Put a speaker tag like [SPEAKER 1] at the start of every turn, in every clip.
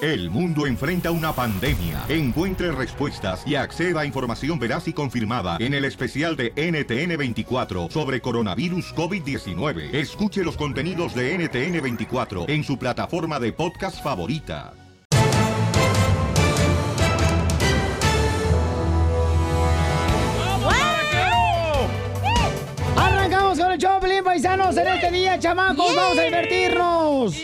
[SPEAKER 1] El mundo enfrenta una pandemia. Encuentre respuestas y acceda a información veraz y confirmada en el especial de NTN24 sobre coronavirus COVID-19. Escuche los contenidos de NTN24 en su plataforma de podcast favorita.
[SPEAKER 2] Arrancamos con el show, Pelín Paisanos, en este día, chamacos,
[SPEAKER 3] Yeah.
[SPEAKER 2] vamos a divertirnos.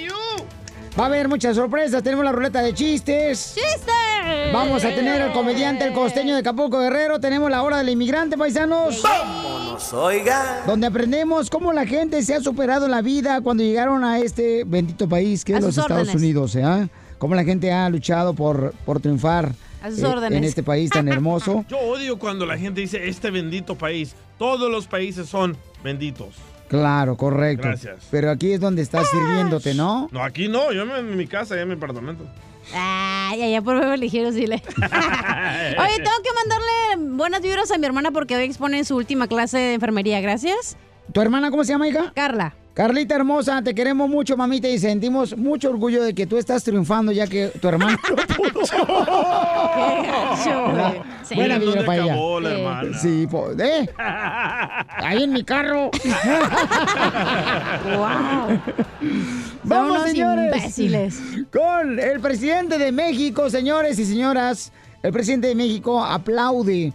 [SPEAKER 2] Va a haber muchas sorpresas, tenemos la ruleta de chistes.
[SPEAKER 3] ¡Chistes!
[SPEAKER 2] Vamos a tener al comediante el costeño de Capulco Guerrero, tenemos la hora del inmigrante, paisanos.
[SPEAKER 4] Vámonos, oiga.
[SPEAKER 2] Donde aprendemos cómo la gente se ha superado en la vida cuando llegaron a este bendito país que
[SPEAKER 3] A
[SPEAKER 2] es los
[SPEAKER 3] sus
[SPEAKER 2] Estados
[SPEAKER 3] órdenes.
[SPEAKER 2] Unidos, ¿eh? Cómo la gente ha luchado por, por triunfar
[SPEAKER 5] A sus
[SPEAKER 2] eh, en
[SPEAKER 5] órdenes.
[SPEAKER 2] este país tan hermoso.
[SPEAKER 5] Yo odio cuando la gente dice este bendito país. Todos los países son benditos.
[SPEAKER 2] Claro, correcto.
[SPEAKER 5] Gracias.
[SPEAKER 2] Pero aquí es donde estás sirviéndote, ¿no?
[SPEAKER 5] No, aquí no. Yo me- en mi casa, allá en mi apartamento.
[SPEAKER 3] Ay, allá por Beverly Hills, dile.
[SPEAKER 2] Eh.
[SPEAKER 3] Oye, tengo que mandarle buenas vibras a mi hermana porque hoy expone su última clase de enfermería. Gracias.
[SPEAKER 2] ¿Tu hermana cómo se llama, hija?
[SPEAKER 3] Carla.
[SPEAKER 2] Carlita hermosa, te queremos mucho, mamita, y sentimos mucho orgullo de que tú estás triunfando ya que tu hermana lo pudo.
[SPEAKER 3] Qué gacho, güey.
[SPEAKER 2] ¿Verdad?
[SPEAKER 3] Sí.
[SPEAKER 2] Buena vibra
[SPEAKER 3] Miren dónde
[SPEAKER 2] para
[SPEAKER 3] acabó
[SPEAKER 2] ella.
[SPEAKER 3] la hermana.
[SPEAKER 2] Sí, po- ¿eh? Ahí en mi carro. Vamos,
[SPEAKER 3] unos
[SPEAKER 2] señores.
[SPEAKER 3] imbéciles.
[SPEAKER 2] Con el presidente de México, señores y señoras. El presidente de México aplaude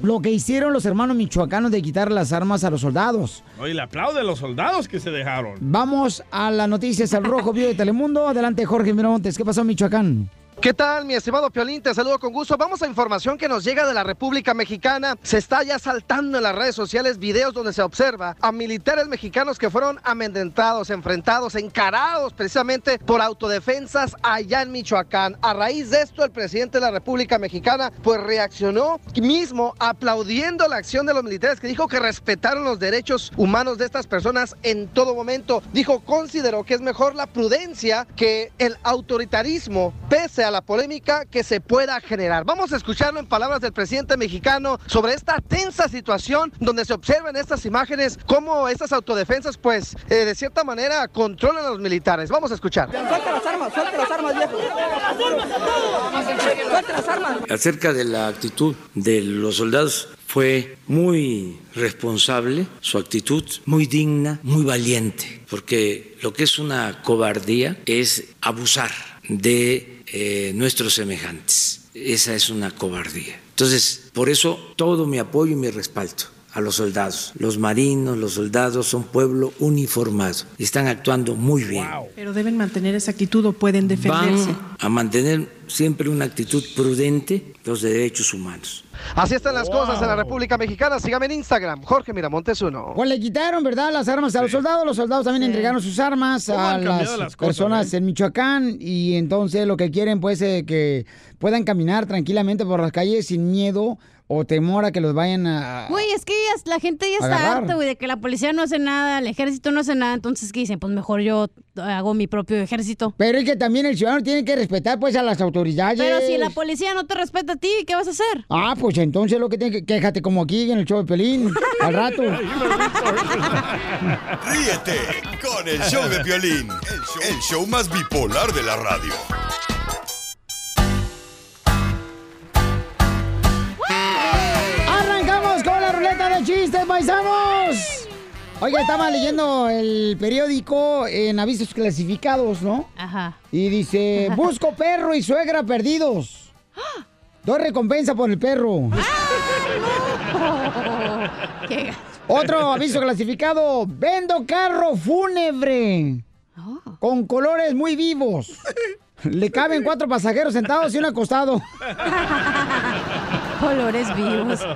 [SPEAKER 2] lo que hicieron los hermanos michoacanos de quitar las armas a los soldados.
[SPEAKER 5] Oye, le aplaude a los soldados que se dejaron.
[SPEAKER 2] Vamos a las noticias al Rojo Vivo de Telemundo. Adelante, Jorge Miramontes. ¿Qué pasó en Michoacán?
[SPEAKER 6] ¿Qué tal, mi estimado Piolín? Te saludo con gusto. Vamos a información que nos llega de la República Mexicana. Se está ya saltando en las redes sociales videos donde se observa a militares mexicanos que fueron amedrentados, enfrentados, encarados precisamente por autodefensas allá en Michoacán. A raíz de esto, el presidente de la República Mexicana pues reaccionó mismo aplaudiendo la acción de los militares que dijo que respetaron los derechos humanos de estas personas en todo momento. Dijo, consideró que es mejor la prudencia que el autoritarismo, pese a la polémica que se pueda generar. Vamos a escucharlo en palabras del presidente mexicano sobre esta tensa situación donde se observan estas imágenes, cómo estas autodefensas, pues, eh, de cierta manera controlan a los militares. Vamos a escuchar.
[SPEAKER 7] Suelta las armas, suelta las armas, viejo. Suelta las armas.
[SPEAKER 8] acerca de la actitud de los soldados fue muy responsable, su actitud muy digna, muy valiente, porque lo que es una cobardía es abusar de eh, nuestros semejantes. Esa es una cobardía. Entonces, por eso todo mi apoyo y mi respaldo a los soldados. Los marinos, los soldados son pueblo uniformado y están actuando muy bien.
[SPEAKER 9] Pero deben mantener esa actitud o pueden defenderse.
[SPEAKER 8] Van a mantener siempre una actitud prudente los derechos humanos.
[SPEAKER 6] Así están las cosas en la República Mexicana. Sígame en Instagram, Jorge Miramontes uno.
[SPEAKER 2] Pues le quitaron, ¿verdad? Las armas a los soldados. Los soldados también entregaron sus armas
[SPEAKER 6] ¿Cómo
[SPEAKER 2] a
[SPEAKER 6] han
[SPEAKER 2] las,
[SPEAKER 6] cambiado las cosas, eh?
[SPEAKER 2] personas en Michoacán. Y entonces lo que quieren, pues, es que puedan caminar tranquilamente por las calles sin miedo o temor a que los vayan a.
[SPEAKER 3] Güey, es que ya- la gente ya está
[SPEAKER 2] Agarrar.
[SPEAKER 3] harta, güey, de que la policía no hace nada, el ejército no hace nada. Entonces, ¿qué dicen? Pues mejor yo hago mi propio ejército.
[SPEAKER 2] Pero es que también el ciudadano tiene que respetar, pues, a las autoridades.
[SPEAKER 3] Pero si la policía no te respeta a ti, ¿qué vas a hacer?
[SPEAKER 2] Ah, pues entonces lo que tiene que. Quéjate como aquí en el show de Pelín. al rato.
[SPEAKER 10] Ríete con el show de violín, el show, el show más bipolar de la radio.
[SPEAKER 2] ¡Arrancamos con la ruleta de chistes, paisanos! Oiga, estaba leyendo el periódico en avisos clasificados, ¿no?
[SPEAKER 3] Ajá.
[SPEAKER 2] Y dice, busco perro y suegra perdidos. Dos recompensas por el perro.
[SPEAKER 3] Qué
[SPEAKER 2] Otro aviso clasificado, vendo carro fúnebre.
[SPEAKER 3] Oh.
[SPEAKER 2] Con colores muy vivos. Le caben cuatro pasajeros sentados y uno acostado.
[SPEAKER 3] Colores vivos.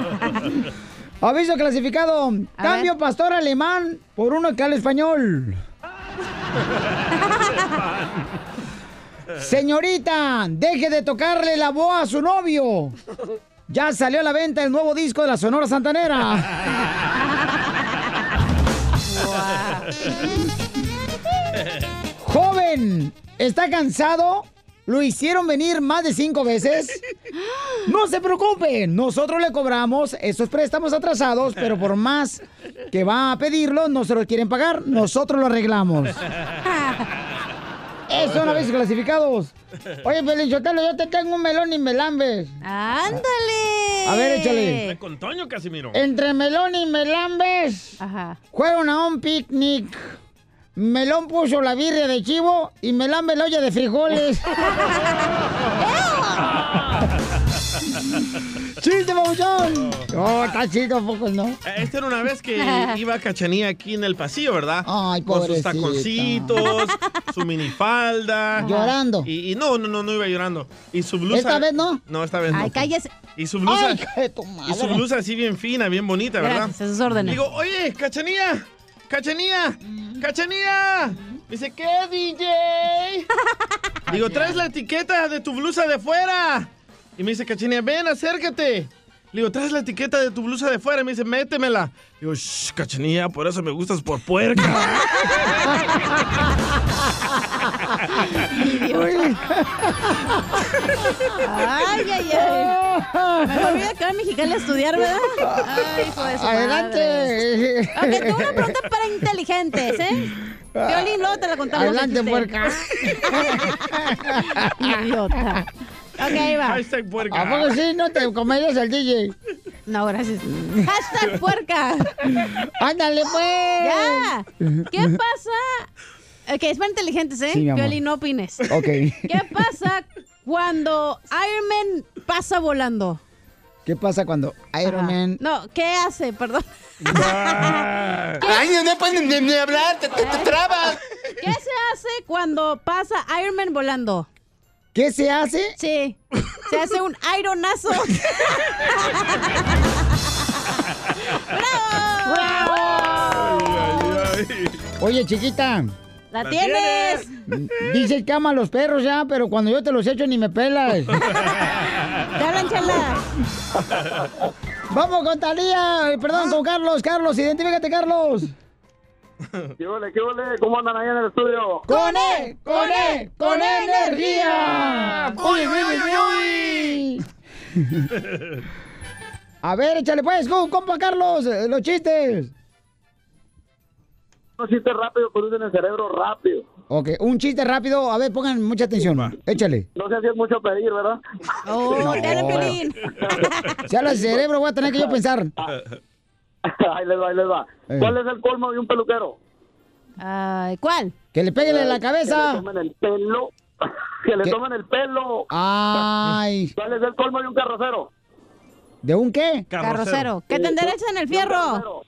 [SPEAKER 2] Aviso clasificado, cambio pastor alemán por uno que habla español. Señorita, deje de tocarle la voz a su novio. Ya salió a la venta el nuevo disco de la Sonora Santanera. Joven, ¿está cansado? ¿Lo hicieron venir más de cinco veces? No se preocupe, nosotros le cobramos esos préstamos atrasados, pero por más que va a pedirlo, no se lo quieren pagar, nosotros lo arreglamos. Eso no habéis clasificados. Oye, Pelinchotelo, yo te tengo un melón y melambes.
[SPEAKER 3] ¡Ándale!
[SPEAKER 2] A ver, échale.
[SPEAKER 5] Está con Toño, Casimiro.
[SPEAKER 2] Entre melón y melambes fueron a un picnic. Melón puso la birria de chivo y melambes la olla de frijoles. ¡Chiste, babuchón! No, Eh. está chido, poco no.
[SPEAKER 5] Esta Este era una vez que iba Cachanía aquí en el pasillo, ¿verdad?
[SPEAKER 2] Ay,
[SPEAKER 5] Con sus
[SPEAKER 2] pobrecita.
[SPEAKER 5] taconcitos, su minifalda.
[SPEAKER 2] Llorando.
[SPEAKER 5] Y, y no, no, no, no iba llorando. Y su blusa.
[SPEAKER 2] ¿Esta vez no?
[SPEAKER 5] No, esta vez no.
[SPEAKER 3] Ay, cállese.
[SPEAKER 5] Y su blusa.
[SPEAKER 2] Ay, hija de tu madre.
[SPEAKER 5] Y su blusa así bien fina, bien bonita, ¿verdad?
[SPEAKER 3] Gracias, a sus órdenes.
[SPEAKER 5] Digo, oye, Cachanía, Cachanía, Cachanía. Dice, ¿qué, DJ? Digo, traes la etiqueta de tu blusa de fuera. Y me dice, Cachanía, ven, acércate. Le digo, traes la etiqueta de tu blusa de fuera. Y me dice, métemela. Digo, shh, Cachanía, por eso me gustas por puerca.
[SPEAKER 3] Ay, ay, ay. Mejor voy a quedar en Mexicali a estudiar, ¿verdad? Ay, hijo de su madre.
[SPEAKER 2] Adelante.
[SPEAKER 3] Ok, tengo una pregunta para inteligentes, ¿eh? Violín, luego te la contamos.
[SPEAKER 2] Adelante,
[SPEAKER 3] aquí, sí.
[SPEAKER 2] puerca.
[SPEAKER 3] Idiota. Ok, ahí va.
[SPEAKER 5] Hashtag
[SPEAKER 2] ¿A
[SPEAKER 5] puerca.
[SPEAKER 2] poco sí? No te comerías al DJ.
[SPEAKER 3] No, gracias. Hashtag puerca.
[SPEAKER 2] Ándale, pues.
[SPEAKER 3] Ya. ¿Qué pasa? Ok, es para inteligentes, ¿eh?
[SPEAKER 2] Sí, mi amor.
[SPEAKER 3] Violín, no opines.
[SPEAKER 2] Ok.
[SPEAKER 3] ¿Qué pasa cuando Iron Man pasa volando?
[SPEAKER 2] ¿Qué pasa cuando Iron Man
[SPEAKER 3] No, ¿qué hace? Perdón.
[SPEAKER 11] Ay, no pueden ni, ni hablar, te, te- te trabas.
[SPEAKER 3] ¿Qué se hace cuando pasa Iron Man volando?
[SPEAKER 2] ¿Qué se hace?
[SPEAKER 3] Sí. Se hace un ironazo. ¡Bravo!
[SPEAKER 2] Oye, chiquita, Mm,
[SPEAKER 3] ¡La
[SPEAKER 5] ¡La
[SPEAKER 3] tienes!
[SPEAKER 2] dices que ama a los perros ya, pero cuando yo te los echo ni me pelas.
[SPEAKER 3] ¡Te hablan, chala!
[SPEAKER 2] Vamos con Talía, eh, perdón, con Carlos. Carlos, identifícate, Carlos.
[SPEAKER 12] ¿Qué ole, qué ole? ¿Cómo andan ahí en el estudio?
[SPEAKER 2] ¡Con E! ¡Con E! ¡Con E energía! E. ¡Uy, uy, uy, uy! A ver, échale pues, go, compa Carlos, eh, los chistes.
[SPEAKER 12] Un chiste rápido, producen el cerebro rápido.
[SPEAKER 2] Ok, un chiste rápido. A ver, pongan mucha atención. Échale.
[SPEAKER 12] No sé si es mucho pedir, ¿verdad?
[SPEAKER 3] ¡Oh, te hablan, Piolín!
[SPEAKER 2] Si hablas
[SPEAKER 4] Este,
[SPEAKER 2] de cerebro, voy a tener que yo pensar.
[SPEAKER 12] Ah, ahí les va, ahí les va.
[SPEAKER 2] Eh.
[SPEAKER 12] ¿Cuál es el colmo de un peluquero?
[SPEAKER 3] Ay, ¿Cuál?
[SPEAKER 2] Que le peguen en la
[SPEAKER 12] Que
[SPEAKER 2] cabeza.
[SPEAKER 12] le tomen el pelo. que le
[SPEAKER 2] ¿Qué?
[SPEAKER 12] tomen el pelo.
[SPEAKER 2] Ay,
[SPEAKER 12] ¿Cuál es el colmo de un carrocero?
[SPEAKER 2] ¿de un qué? Eh,
[SPEAKER 3] Carrocero.
[SPEAKER 12] Eh,
[SPEAKER 3] ¿Qué te enderezas en el fierro?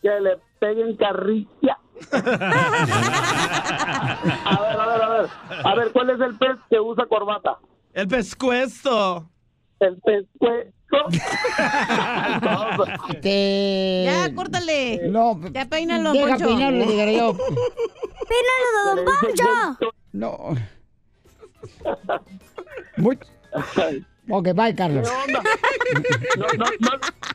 [SPEAKER 12] Que le peguen carrilla. a ver, a ver, a ver. A ver, ¿cuál es el pez que usa corbata?
[SPEAKER 5] El pescuezo.
[SPEAKER 12] El pescuezo.
[SPEAKER 2] Te...
[SPEAKER 3] Ya, córtale.
[SPEAKER 2] Este, No,
[SPEAKER 3] Ya peínalo,
[SPEAKER 2] Eh, deja
[SPEAKER 3] Poncho.
[SPEAKER 2] peinarlo, digaré yo.
[SPEAKER 12] Don Poncho.
[SPEAKER 2] No. Muy- Ok, bye, Carlos.
[SPEAKER 12] No, no, no,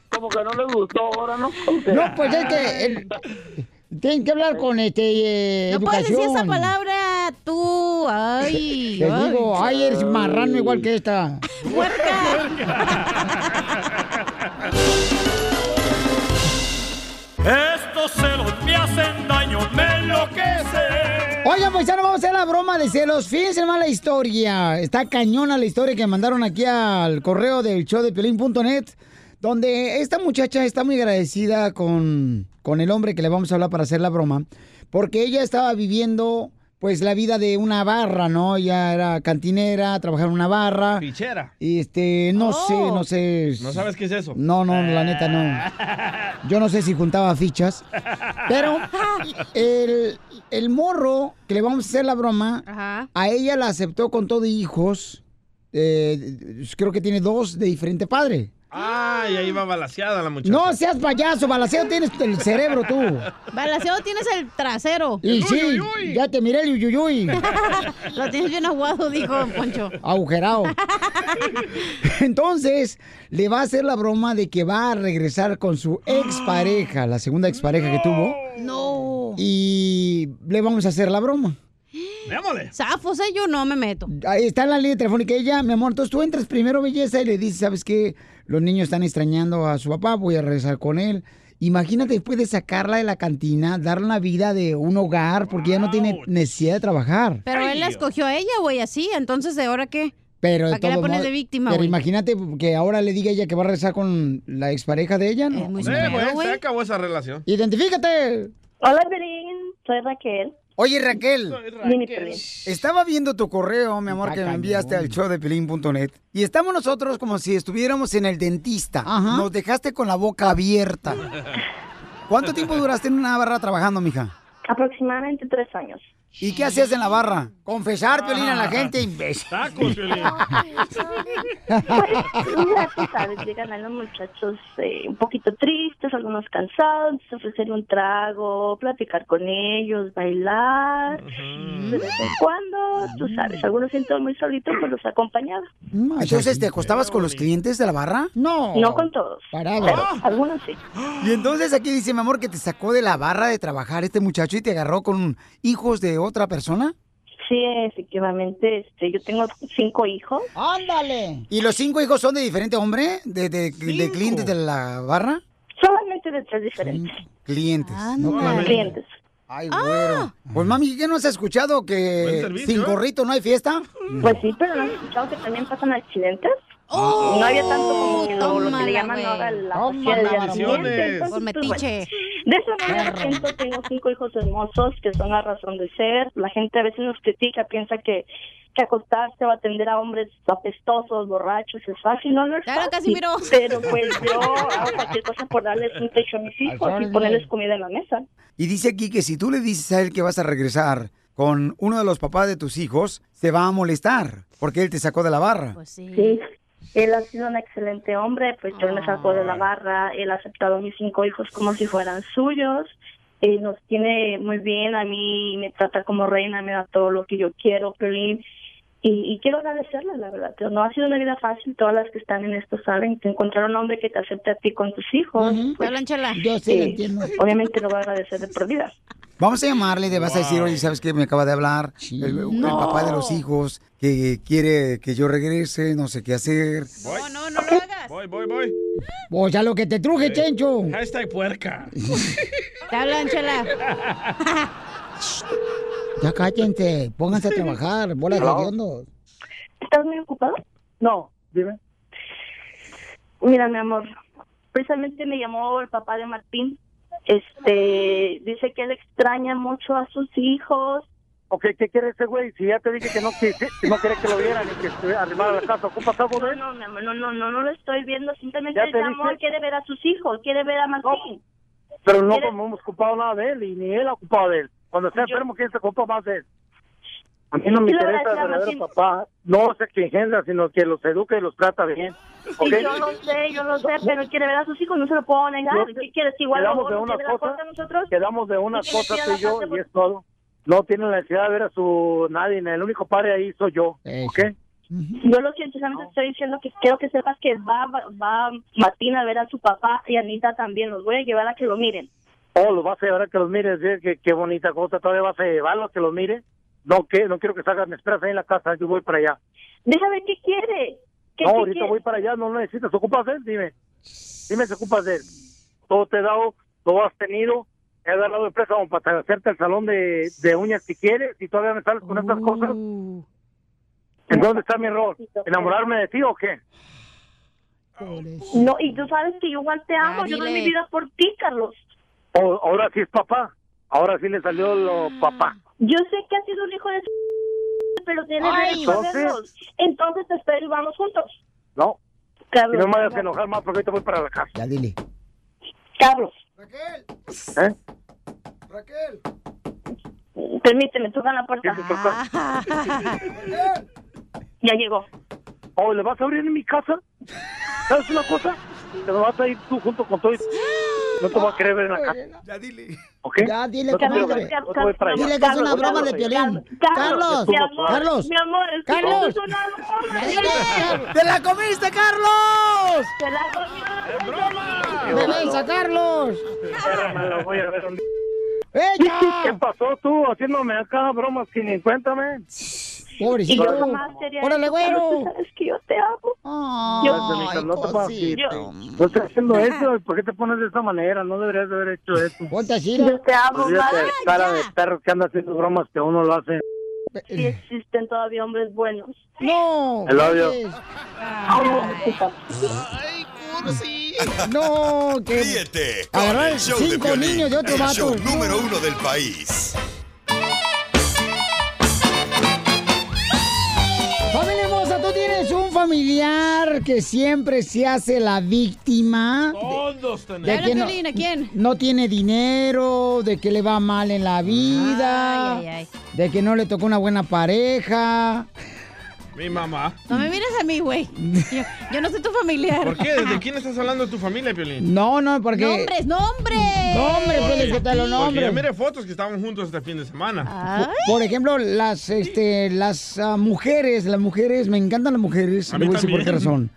[SPEAKER 12] como que no le gustó ahora, ¿no? Ok.
[SPEAKER 2] No, pues es que... eh, tienen que hablar con este... eh,
[SPEAKER 3] No puedes decir esa
[SPEAKER 2] educación.
[SPEAKER 3] palabra, tú. Ay,
[SPEAKER 2] Te
[SPEAKER 3] ay.
[SPEAKER 2] digo, ay, eres marrano igual que esta.
[SPEAKER 13] Estos celos me hacen daño, me enloquecen.
[SPEAKER 2] Oigan, pues ya no vamos a hacer la broma de celos. Fíjense más la historia. Está cañona la historia que mandaron aquí al correo del show de piolín.net, donde esta muchacha está muy agradecida con, con el hombre que le vamos a hablar para hacer la broma, porque ella estaba viviendo pues la vida de una barra, ¿no? Ella era cantinera, trabajaba en una barra.
[SPEAKER 5] Pichera.
[SPEAKER 2] Y este, no
[SPEAKER 5] Oh.
[SPEAKER 2] sé, no sé.
[SPEAKER 5] ¿No sabes qué es eso? Ah.
[SPEAKER 2] No, no, la neta no. Yo no sé si juntaba fichas. Pero el, el morro que le vamos a hacer la broma,
[SPEAKER 3] Ajá.
[SPEAKER 2] a ella la aceptó con todo y hijos. Eh, creo que tiene dos de diferente padre.
[SPEAKER 5] Ay, ahí va balaseada la muchacha.
[SPEAKER 2] No seas payaso, balaceo tienes el cerebro tú.
[SPEAKER 3] Balaceo tienes el trasero.
[SPEAKER 2] Y sí, ya te miré el yuyuyuy.
[SPEAKER 3] Lo tienes bien aguado, dijo Poncho.
[SPEAKER 2] agujerado. Entonces, le va a hacer la broma de que va a regresar con su expareja, la segunda expareja que tuvo,
[SPEAKER 3] No.
[SPEAKER 2] y le vamos a hacer la broma.
[SPEAKER 5] Démosle.
[SPEAKER 3] Zafos, eh, yo no me meto.
[SPEAKER 2] Ahí está en la línea telefónica ella, mi amor. Entonces tú entras primero, belleza, y le dices, ¿sabes qué? Los niños están extrañando a su papá, voy a regresar con él. Imagínate después de sacarla de la cantina, darle una vida de un hogar, porque ya no tiene necesidad de trabajar.
[SPEAKER 3] Pero él la escogió a ella, güey, así. Entonces, ¿de ahora qué?
[SPEAKER 2] Pero de
[SPEAKER 3] ¿Para qué la
[SPEAKER 2] todos
[SPEAKER 3] pones
[SPEAKER 2] modos-
[SPEAKER 3] de víctima,
[SPEAKER 2] Pero
[SPEAKER 3] güey?
[SPEAKER 2] imagínate que ahora le diga ella que va a regresar con la expareja de ella, ¿no?
[SPEAKER 5] Eh,
[SPEAKER 2] No.
[SPEAKER 5] güey, se acabó esa relación.
[SPEAKER 2] ¡Identifícate!
[SPEAKER 14] Hola, Pelín. Soy Raquel.
[SPEAKER 2] Oye, Raquel.
[SPEAKER 14] Dime, Pelín.
[SPEAKER 2] Estaba viendo tu correo, mi amor, que me enviaste al show de Pelín.net. Y estamos nosotros como si estuviéramos en el dentista. Nos dejaste con la boca abierta. ¿Cuánto tiempo duraste en una barra trabajando, mija?
[SPEAKER 14] Aproximadamente tres años.
[SPEAKER 2] ¿Y qué hacías en la barra? Confesar, Pelín, a la gente, imbécil.
[SPEAKER 14] Pues, mira, tú sabes, llegan a los muchachos eh, un poquito tristes, algunos cansados, ofrecer un trago, platicar con ellos, bailar. De vez en cuando, tú sabes, algunos se sienten muy solitos, pues los acompañaba.
[SPEAKER 2] Entonces, ¿te acostabas con los clientes de la barra? No.
[SPEAKER 14] No con todos.
[SPEAKER 2] Parado.
[SPEAKER 14] Pero algunos sí.
[SPEAKER 2] Y entonces aquí dice, mi amor, que te sacó de la barra de trabajar este muchacho y te agarró con hijos de otra persona.
[SPEAKER 14] Sí, efectivamente, este, yo tengo cinco hijos.
[SPEAKER 2] Ah. ¡Ándale! ¿Y los cinco hijos son de diferente hombre? ¿De, de- de clientes de la barra?
[SPEAKER 14] Solamente de tres diferentes.
[SPEAKER 2] Clientes. Ah, no
[SPEAKER 14] Ándale. Clientes.
[SPEAKER 2] Ay, güero. Pues mami, ¿qué no has escuchado
[SPEAKER 14] Buen
[SPEAKER 2] que
[SPEAKER 14] servicio,
[SPEAKER 2] sin
[SPEAKER 14] ¿eh?
[SPEAKER 2] gorrito no hay fiesta?
[SPEAKER 14] Pues sí, pero no has escuchado que también pasan accidentes.
[SPEAKER 2] Oh.
[SPEAKER 14] no había tanto
[SPEAKER 3] Oh,
[SPEAKER 14] como que lo, lo que le llaman ahora la sociedad de accidentes. Entonces,
[SPEAKER 3] Por
[SPEAKER 14] pues,
[SPEAKER 3] metiche.
[SPEAKER 14] De eso no me arrepiento, tengo cinco hijos hermosos que son la razón de ser. La gente a veces nos critica, piensa que, que acostarse o atender a hombres apestosos, borrachos, es fácil, no lo es
[SPEAKER 3] Claro,
[SPEAKER 14] fácil.
[SPEAKER 3] Casimiro.
[SPEAKER 14] Pero pues yo hago cualquier cosa por darles un techo a mis hijos y
[SPEAKER 2] Alfredo.
[SPEAKER 14] ponerles comida en la mesa.
[SPEAKER 2] Y dice aquí que si tú le dices a él que vas a regresar con uno de los papás de tus hijos, se va a molestar porque él te sacó de la barra.
[SPEAKER 14] Sí. Él ha sido un excelente hombre, pues yo me saco de la barra, él ha aceptado a mis cinco hijos como si fueran suyos, eh, nos tiene muy bien, a mí me trata como reina, me da todo lo que yo quiero, Piolín, y, y quiero agradecerle, la verdad, pero no ha sido una vida fácil, todas las que están en esto saben que encontrar un hombre que te acepte a ti con tus hijos, pues,
[SPEAKER 2] Yo sí lo
[SPEAKER 14] eh,
[SPEAKER 2] entiendo.
[SPEAKER 14] obviamente lo va a agradecer de por vida.
[SPEAKER 2] Vamos a llamarle, le vas a decir, oye, ¿sabes qué? Me acaba de hablar el, el
[SPEAKER 14] No.
[SPEAKER 2] papá de los hijos que quiere que yo regrese, no sé qué hacer.
[SPEAKER 5] No, no, no lo hagas. Voy, voy, voy.
[SPEAKER 2] O sea, lo que te truje, Chencho.
[SPEAKER 5] Hashtag puerca.
[SPEAKER 3] Te hablan, chela.
[SPEAKER 2] Ya cállense, pónganse a trabajar, bolas de
[SPEAKER 14] Hello.
[SPEAKER 2] hediondos.
[SPEAKER 14] ¿Estás muy ocupado? No, dime. Mira, mi amor, precisamente me llamó el papá de Martín. Este, dice que él extraña mucho a sus hijos.
[SPEAKER 12] Ok, ¿qué quiere ese güey? Si ya te dije que no, que, que no querés que lo vieran y que estuviera arrimado a la casa, ¿ocupas algo de
[SPEAKER 14] No,
[SPEAKER 12] él?
[SPEAKER 14] no, mi amor, no, no, no, no lo estoy viendo. Simplemente
[SPEAKER 12] Ya
[SPEAKER 14] el
[SPEAKER 12] te
[SPEAKER 14] amor
[SPEAKER 12] dije.
[SPEAKER 14] quiere ver a sus hijos, quiere ver a Martín.
[SPEAKER 12] Pero no
[SPEAKER 14] Quiere-
[SPEAKER 12] como hemos ocupado nada de él y ni él ha ocupado de él. Cuando esté enfermo, ¿quién se ocupa más de él? A mí no me
[SPEAKER 14] Sí, la
[SPEAKER 12] interesa el
[SPEAKER 14] verdad,
[SPEAKER 12] verdadero
[SPEAKER 14] sí.
[SPEAKER 12] papá. No se que engendra, sino que los educa y los trata bien.
[SPEAKER 14] Sí,
[SPEAKER 12] ¿Ok?
[SPEAKER 14] yo lo sé, yo lo sé, pero quiere ver a sus hijos, no se lo puedo negar.
[SPEAKER 12] Yo-
[SPEAKER 14] ¿Qué quieres? Igual
[SPEAKER 12] quedamos
[SPEAKER 14] no
[SPEAKER 12] de una
[SPEAKER 14] quiere la
[SPEAKER 12] cosa,
[SPEAKER 14] cosa a nosotros.
[SPEAKER 12] Quedamos de unas
[SPEAKER 14] ¿Y quién
[SPEAKER 12] cosas tú
[SPEAKER 14] le
[SPEAKER 12] y yo
[SPEAKER 14] tira la
[SPEAKER 12] y
[SPEAKER 14] parte?
[SPEAKER 12] es todo. No tiene la necesidad de ver a su nadie. El único padre ahí soy yo. ¿Ok?
[SPEAKER 14] Yo lo que sinceramente estoy diciendo que quiero que sepas que va, va Martín a ver a su papá y Anita también. Los voy a llevar a que lo miren.
[SPEAKER 12] Oh, los vas a llevar a que los mires, ¿sí? qué, qué bonita cosa, todavía vas a llevarlo a que los mire. No, que no quiero que salgas, me esperas ahí en la casa, yo voy para allá.
[SPEAKER 14] Déjame, ¿qué quiere? ¿Qué,
[SPEAKER 12] No,
[SPEAKER 14] qué
[SPEAKER 12] ahorita
[SPEAKER 14] quiere?
[SPEAKER 12] voy para allá, no lo necesitas, ocupas de él, dime. Dime, ¿se ocupas de él? Todo te he dado, todo has tenido, he agarrado de préstamo para hacerte el salón de, de uñas si quieres, y todavía me sales con estas cosas. ¿En dónde está mi error? ¿Enamorarme de ti o qué?
[SPEAKER 14] No, y tú sabes que yo igual te amo, yo doy mi vida por ti, Carlos.
[SPEAKER 12] O- ahora sí es papá, ahora sí le salió lo papá.
[SPEAKER 14] Yo sé que has sido un hijo de su... pero tienes
[SPEAKER 12] Ay,
[SPEAKER 14] derecho a verlos. Entonces te espero y vamos juntos.
[SPEAKER 12] No, y
[SPEAKER 14] Carlos.
[SPEAKER 12] no me vayas a enojar más porque ahorita voy para la casa.
[SPEAKER 2] Ya dile.
[SPEAKER 14] Carlos,
[SPEAKER 12] ¿Eh?
[SPEAKER 14] permíteme, tocan la puerta.
[SPEAKER 4] Ah.
[SPEAKER 14] ya llegó.
[SPEAKER 12] Oh, ¿le vas a abrir en mi casa? ¿Sabes una cosa? Te lo vas a ir tú junto con todo. y- No te voy a querer ver en la casa.
[SPEAKER 2] Ya dile.
[SPEAKER 12] ¿Ok?
[SPEAKER 2] Ya dile
[SPEAKER 12] No te
[SPEAKER 2] que
[SPEAKER 12] quiero
[SPEAKER 2] no,
[SPEAKER 12] ver,
[SPEAKER 2] Carlos,
[SPEAKER 12] no te voy para allá.
[SPEAKER 2] Dile que es una broma de Piolín. Carlos,
[SPEAKER 12] mi amor,
[SPEAKER 2] Carlos.
[SPEAKER 12] mi
[SPEAKER 14] amor,
[SPEAKER 2] Carlos.
[SPEAKER 14] es una broma.
[SPEAKER 2] Ya dile. ¡Te la comiste, Carlos!
[SPEAKER 14] ¡Te la comiste!
[SPEAKER 2] ¡Es broma! ¡Defensa, Carlos!
[SPEAKER 12] Espérame, voy a ver un día.
[SPEAKER 2] ¡Ella!
[SPEAKER 12] ¿Qué pasó tú haciéndome acá bromas sin encuéntame?
[SPEAKER 14] Y
[SPEAKER 2] Pobrecito.
[SPEAKER 14] yo jamás sería
[SPEAKER 2] Órale,
[SPEAKER 14] eso,
[SPEAKER 2] güero.
[SPEAKER 14] Carlos, tú sabes que yo te amo.
[SPEAKER 15] Gracias, Mica, no te pases. No estás haciendo eso, ¿por qué te pones de esa manera? No deberías de haber hecho eso.
[SPEAKER 2] Ponte así.
[SPEAKER 14] Yo te amo,
[SPEAKER 15] Olvídate
[SPEAKER 14] madre.
[SPEAKER 15] de cara de perro que anda haciendo bromas que uno lo hace.
[SPEAKER 14] Sí existen todavía hombres buenos.
[SPEAKER 2] No.
[SPEAKER 15] El odio.
[SPEAKER 2] No, que.
[SPEAKER 10] Ríete con
[SPEAKER 2] Agarrar
[SPEAKER 10] el show
[SPEAKER 2] cinco
[SPEAKER 10] de Piolín,
[SPEAKER 2] niños de otro
[SPEAKER 10] el
[SPEAKER 2] vato.
[SPEAKER 10] show número uno del país.
[SPEAKER 2] Familia hermosa, tú tienes un familiar que siempre se hace la víctima.
[SPEAKER 14] Oh.
[SPEAKER 5] Todos
[SPEAKER 2] De-
[SPEAKER 5] tenemos.
[SPEAKER 2] de que no- No tiene dinero, de que le va mal en la vida,
[SPEAKER 3] Ay, ay, ay.
[SPEAKER 2] de que no le tocó una buena pareja.
[SPEAKER 5] Mi mamá.
[SPEAKER 3] No me mires a mí, güey. Yo, yo no soy tu familiar.
[SPEAKER 5] ¿Por qué? ¿Desde quién estás hablando de tu familia, Piolín?
[SPEAKER 2] No, no, porque...
[SPEAKER 3] ¡Nombres, nombres!
[SPEAKER 2] pues,
[SPEAKER 5] Porque- Porque yo
[SPEAKER 2] nombres.
[SPEAKER 5] miré fotos que estaban juntos este fin de semana.
[SPEAKER 2] Por- Por ejemplo, las este las ah, mujeres, las mujeres, me encantan las mujeres,
[SPEAKER 5] A
[SPEAKER 2] le
[SPEAKER 5] mí
[SPEAKER 2] voy a decir por qué
[SPEAKER 5] también.
[SPEAKER 2] razón.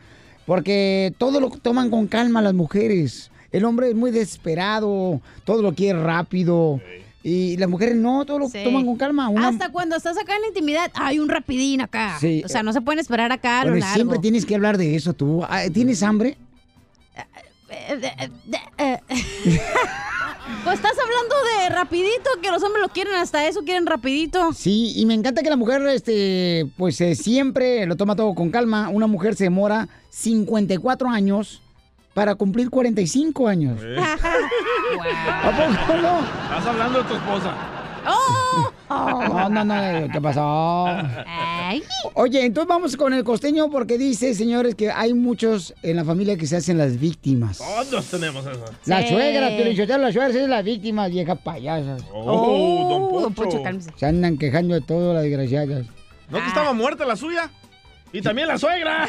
[SPEAKER 2] Porque todo lo toman con calma las mujeres. El hombre es muy desesperado, todo lo quiere rápido. Y las mujeres no, todo lo
[SPEAKER 3] Sí.
[SPEAKER 2] toman con calma. Una-
[SPEAKER 3] Hasta cuando estás acá en la intimidad, hay un rapidín acá.
[SPEAKER 2] Sí.
[SPEAKER 3] O sea, no se pueden esperar acá a lo
[SPEAKER 2] Pero
[SPEAKER 3] largo.
[SPEAKER 2] siempre tienes que hablar de eso tú. Ah, ¿Tienes hambre?
[SPEAKER 3] Eh, Pues estás hablando de rapidito, que los hombres lo quieren hasta eso, quieren rapidito.
[SPEAKER 2] Sí, y me encanta que la mujer, este, pues eh, siempre lo toma todo con calma. Una mujer se demora 54 años para cumplir 45 años.
[SPEAKER 5] Eh.
[SPEAKER 2] ¿A poco no?
[SPEAKER 5] Estás hablando de tu esposa.
[SPEAKER 2] No, no, no, ¿qué pasó? Oye, entonces vamos con el costeño porque dice, señores, que hay muchos en la familia que se hacen las víctimas.
[SPEAKER 5] Todos tenemos eso.
[SPEAKER 2] La suegra, Piolichotero, la suegra es la víctima, vieja payasa.
[SPEAKER 5] Oh, don Poncho.
[SPEAKER 2] pues,
[SPEAKER 5] Don Poncho, cálmese.
[SPEAKER 2] Se andan quejando de todo, las desgraciadas.
[SPEAKER 5] ¿No
[SPEAKER 2] Ah.
[SPEAKER 5] que estaba muerta la suya? Y también la suegra.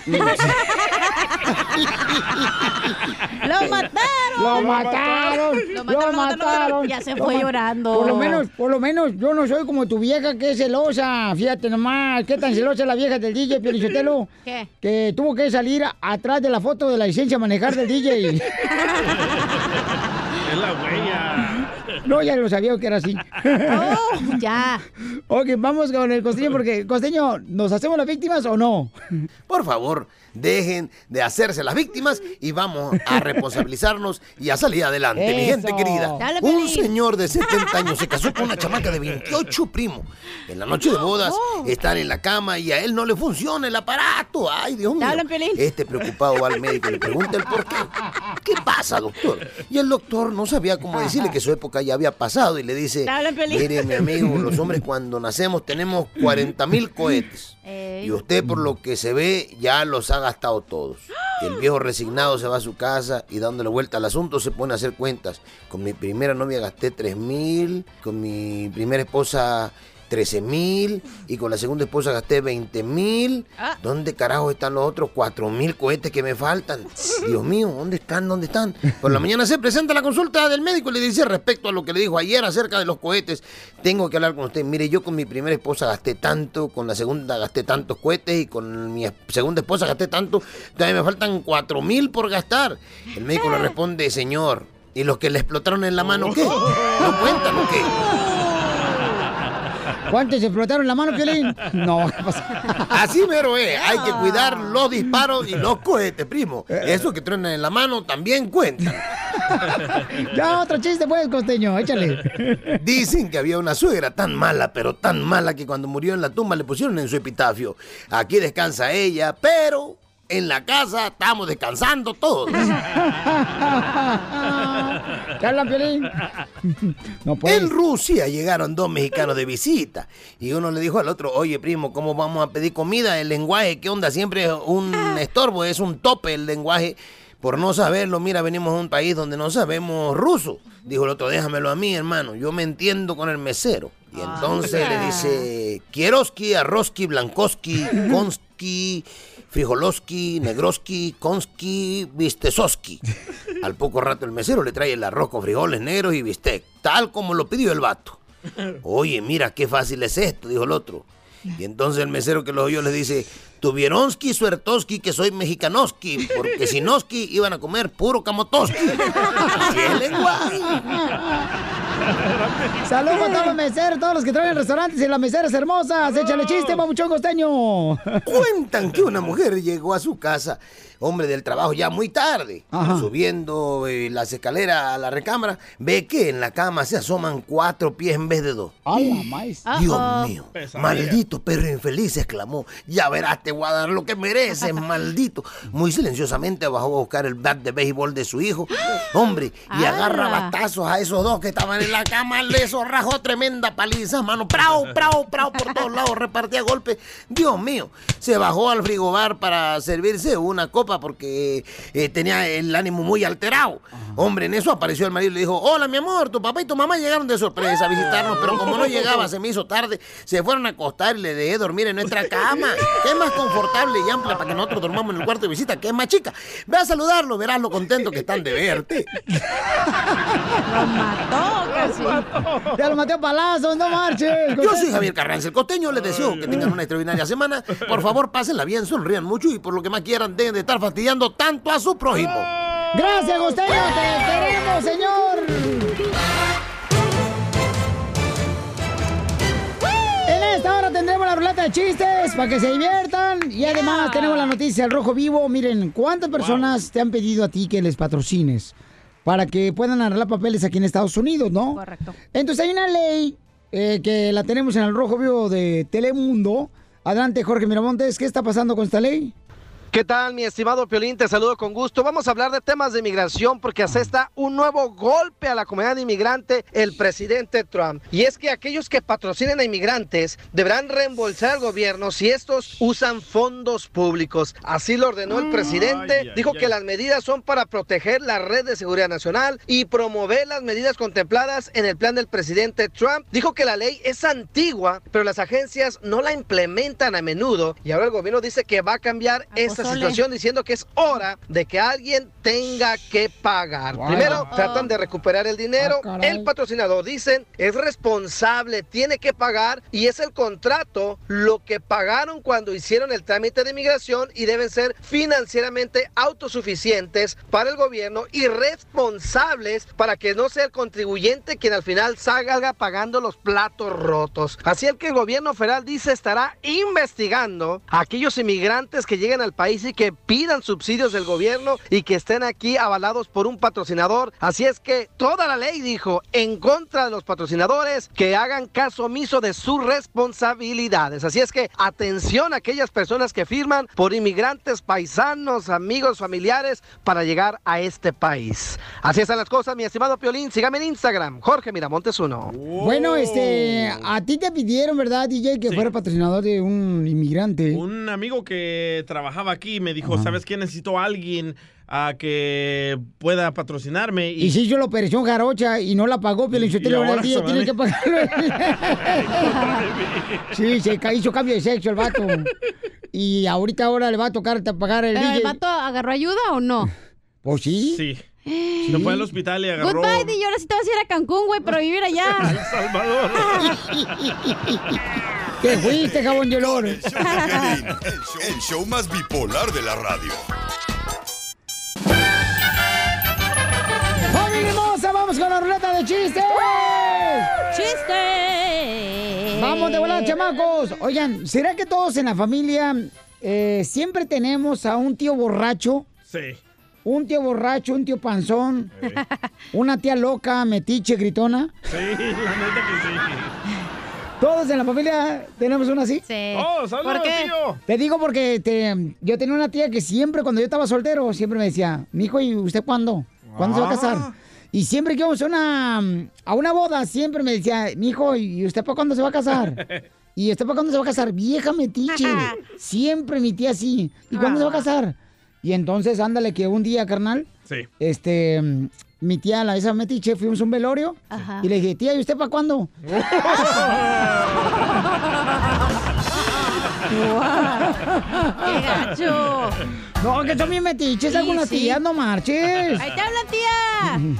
[SPEAKER 3] ¡Lo mataron!
[SPEAKER 2] ¡Lo mataron! ¡Lo
[SPEAKER 3] ¡Lo mataron!
[SPEAKER 2] mataron!
[SPEAKER 3] Ya se
[SPEAKER 2] Lo
[SPEAKER 3] fue
[SPEAKER 2] ma-
[SPEAKER 3] llorando.
[SPEAKER 2] Por lo menos, por lo menos, yo no soy como tu vieja que es celosa. Fíjate nomás, qué tan celosa es la vieja del DJ, Piolichotelo.
[SPEAKER 3] ¿Qué?
[SPEAKER 2] Que tuvo que salir a- atrás de la foto de la licencia a manejar del DJ.
[SPEAKER 5] es la huella.
[SPEAKER 2] No, ya lo sabía que era así.
[SPEAKER 3] Oh, ya.
[SPEAKER 2] Ok, vamos con el costeño, porque costeño, ¿nos hacemos las víctimas o no?
[SPEAKER 16] Por favor, dejen de hacerse las víctimas y vamos a responsabilizarnos y a salir adelante, mi gente
[SPEAKER 17] Eso.
[SPEAKER 16] querida.
[SPEAKER 17] Dale,
[SPEAKER 16] Un
[SPEAKER 17] Pelín.
[SPEAKER 16] señor de 70 años se casó con una chamaca de 28 primo. En la noche de bodas están en la cama y a él no le funciona el aparato. Ay, Dios mío. Este preocupado va al médico y le pregunta el por qué. ¿Qué pasa, doctor? Y el doctor no sabía cómo decirle que su época ya había pasado y le dice,
[SPEAKER 17] Te hablan, Pelín.
[SPEAKER 16] mire mi amigo, los hombres cuando nacemos tenemos 40 mil cohetes. Y usted, por lo que se ve, ya los ha gastado todos. Y el viejo resignado se va a su casa y dándole vuelta al asunto se pone a hacer cuentas. Con mi primera novia gasté 3 mil, con mi primera esposa 13 mil y con la segunda esposa gasté 20 mil.
[SPEAKER 17] Ah.
[SPEAKER 16] ¿Dónde carajo están los otros 4 mil cohetes que me faltan? Dios mío, ¿dónde están? ¿Dónde están? Por
[SPEAKER 2] Mm.
[SPEAKER 16] la mañana se presenta la consulta del médico y le dice respecto a lo que le dijo ayer acerca de los cohetes. Tengo que hablar con usted. Mire, yo con mi primera esposa gasté tanto, con la segunda gasté tantos cohetes y con mi es- segunda esposa gasté tanto. Todavía me faltan cuatro mil por gastar. El médico le responde, señor, ¿y los que le explotaron en la mano qué? ¿No cuentan o qué?
[SPEAKER 2] ¿Cuántos se explotaron la mano, Piolín? No, ¿qué pasa?
[SPEAKER 16] Así mero es, hay que cuidar los disparos y los cohetes, primo. Eso que truenan en la mano también cuentan.
[SPEAKER 2] Ya, otro chiste, pues, costeño, échale.
[SPEAKER 16] Dicen que había una suegra tan mala, pero tan mala que cuando murió en la tumba le pusieron en su epitafio. Aquí descansa ella, pero en la casa estamos descansando todos.
[SPEAKER 2] Carla Piolín.
[SPEAKER 16] En Rusia llegaron dos mexicanos de visita y uno le dijo al otro, oye primo, ¿cómo vamos a pedir comida? El lenguaje, ¿qué onda? Siempre es un estorbo, es un tope el lenguaje. Por no saberlo, mira, venimos a un país donde no sabemos ruso. Dijo el otro, déjamelo a mí, hermano, yo me entiendo con el mesero. Y entonces le dice, Eh, Kieroski, Arroski, Blankoski, Konski, Frijoloski, Negroski, Konski, Vistesoski. Al poco rato el mesero le trae el arroz con frijoles negros y bistec, tal como lo pidió el vato. Oye, mira qué fácil es esto, dijo el otro. Y entonces el mesero que lo oyó le dice, Tuvieronski, Suertoski, que soy mexicanoski, porque sinoski iban a comer puro camotoski. Así es el lenguaje.
[SPEAKER 2] Saludos a todos los meseros, todos los que traen restaurantes y las meseras hermosas. Échale chiste, mamuchón costeño.
[SPEAKER 16] Cuentan que una mujer llegó a su casa, hombre del trabajo, ya muy tarde. Subiendo eh, las escaleras a la recámara, ve que en la cama se asoman cuatro pies en vez de dos. Dios mío, maldito perro infeliz, exclamó. Ya verás, te voy a dar lo que mereces, maldito. Muy silenciosamente bajó a buscar el bat de béisbol de su hijo, hombre, y agarra
[SPEAKER 11] ¡Hala!
[SPEAKER 16] batazos a esos dos que estaban en la cama, le zorrajó tremenda paliza, mano. Prau, prau, prau, por todos lados, repartía golpes. Dios mío, se bajó al frigobar para servirse una copa porque eh, tenía el ánimo muy alterado. Hombre, en eso apareció el marido y le dijo, hola mi amor, tu papá y tu mamá llegaron de sorpresa a visitarnos, pero como no llegaba, se me hizo tarde, se fueron a acostar y le dejé dormir en nuestra cama, que es más confortable y amplia para que nosotros dormamos en el cuarto de visita, que es más chica. Ve a saludarlo, verás lo contento que están de verte.
[SPEAKER 2] Ya lo maté a palazos, no marches.
[SPEAKER 16] Yo soy Javier Carranza, el costeño. Les deseo que tengan una extraordinaria semana. Por favor, pásenla bien, sonrían mucho y por lo que más quieran, dejen de estar fastidiando tanto a su prójimo.
[SPEAKER 2] Gracias, costeño. Te queremos, señor. En esta hora tendremos la ruleta de chistes para que se diviertan. Y además tenemos la noticia del Rojo Vivo. Miren, ¿cuántas personas te han pedido a ti que les patrocines? Para que puedan arreglar papeles aquí en Estados Unidos, ¿no? Correcto. Entonces hay una ley eh, que la tenemos en el Rojo Vivo de Telemundo. Adelante, Jorge Miramontes. ¿Qué está pasando con esta ley?
[SPEAKER 6] ¿Qué tal, mi estimado Piolín? Te saludo con gusto. Vamos a hablar de temas de inmigración porque asesta un nuevo golpe a la comunidad inmigrante el presidente Trump. Y es que aquellos que patrocinen a inmigrantes deberán reembolsar al gobierno si estos usan fondos públicos. Así lo ordenó el presidente.
[SPEAKER 17] Mm. Ay, ay,
[SPEAKER 6] Dijo
[SPEAKER 17] ay.
[SPEAKER 6] que las medidas son para proteger la red de seguridad nacional y promover las medidas contempladas en el plan del presidente Trump. Dijo que la ley es antigua, pero las agencias no la implementan a menudo. Y ahora el gobierno dice que va a cambiar esta
[SPEAKER 17] pozole.
[SPEAKER 6] situación diciendo que es hora de que alguien tenga que pagar.
[SPEAKER 17] Wow.
[SPEAKER 6] Primero, tratan de recuperar el dinero. el patrocinador, dicen, es responsable, tiene que pagar y es el contrato lo que pagaron cuando hicieron el trámite de inmigración y deben ser financieramente autosuficientes para el gobierno y responsables para que no sea el contribuyente quien al final salga pagando los platos rotos. Así es que el gobierno federal dice estará investigando a aquellos inmigrantes que lleguen al país y que pidan subsidios del gobierno y que estén aquí avalados por un patrocinador. Así es que toda la ley dijo en contra de los patrocinadores que hagan caso omiso de sus responsabilidades. Así es que atención a aquellas personas que firman por inmigrantes, paisanos, amigos, familiares para llegar a este país. Así están las cosas, mi estimado Piolín. Sígame en Instagram, Jorge Miramontes 1.
[SPEAKER 5] Oh.
[SPEAKER 2] Bueno, este, a ti te pidieron, ¿verdad, DJ, que fuera patrocinador de un inmigrante?
[SPEAKER 5] Un amigo que trabajaba aquí me dijo, ¿sabes qué? Necesito a alguien a que pueda patrocinarme.
[SPEAKER 2] Y si hizo la operación jarocha y no la pagó, pero
[SPEAKER 5] y
[SPEAKER 2] el
[SPEAKER 5] ahora
[SPEAKER 2] ahora
[SPEAKER 5] se
[SPEAKER 2] día
[SPEAKER 5] van
[SPEAKER 2] tiene
[SPEAKER 5] a-
[SPEAKER 2] que pagarlo. sí, se ca- hizo cambio de sexo el vato. Y ahorita ahora le va a tocar ta- pagar el
[SPEAKER 3] ¿Pero el
[SPEAKER 2] DJ.
[SPEAKER 3] vato agarró ayuda o no?
[SPEAKER 2] ¿O ¿Pues sí?
[SPEAKER 5] Sí. Se fue al hospital y agarró...
[SPEAKER 3] Goodbye, DJ. Ahora sí te vas a ir a Cancún, güey, pero vivir allá.
[SPEAKER 5] El Salvador.
[SPEAKER 2] Te fuiste, jabón de olor.
[SPEAKER 10] Piolín, el, show, el show más bipolar de la radio.
[SPEAKER 2] ¡Familia hermosa! ¡Vamos con la ruleta de chistes!
[SPEAKER 3] ¡Chistes!
[SPEAKER 2] ¡Vamos de volada, chamacos! Oigan, ¿será que todos en la familia eh, siempre tenemos a un tío borracho?
[SPEAKER 5] Sí.
[SPEAKER 2] Un tío borracho, un tío panzón, una tía loca, metiche, gritona.
[SPEAKER 5] Sí, la neta que sí.
[SPEAKER 2] Todos en la familia tenemos una así. Sí.
[SPEAKER 5] Todos, háblame, ¿Por qué? tío.
[SPEAKER 2] Te digo porque este, yo tenía una tía que siempre, cuando yo estaba soltero, siempre me decía, mijo, ¿y usted cuándo? ¿Cuándo se va a casar?
[SPEAKER 11] Ah.
[SPEAKER 2] Y siempre que íbamos a una, a una boda, siempre me decía, mijo, ¿y usted para cuándo se va a casar? ¿Y usted para cuándo se va a casar? Vieja metiche. siempre mi tía así. ¿Y cuándo
[SPEAKER 5] Ah.
[SPEAKER 2] se va a casar? Y entonces, ándale, que un día, carnal,
[SPEAKER 5] Sí.
[SPEAKER 2] este, mm, mi tía, la esa metiche, fuimos a un velorio
[SPEAKER 11] Ajá.
[SPEAKER 2] y le dije, tía, ¿y usted para cuándo?
[SPEAKER 3] ¡Qué gacho!
[SPEAKER 2] No, que son bien metiches
[SPEAKER 3] Sí,
[SPEAKER 2] algunas
[SPEAKER 3] sí.
[SPEAKER 2] tías, no marches.
[SPEAKER 3] ¡Ahí te hablan, tía!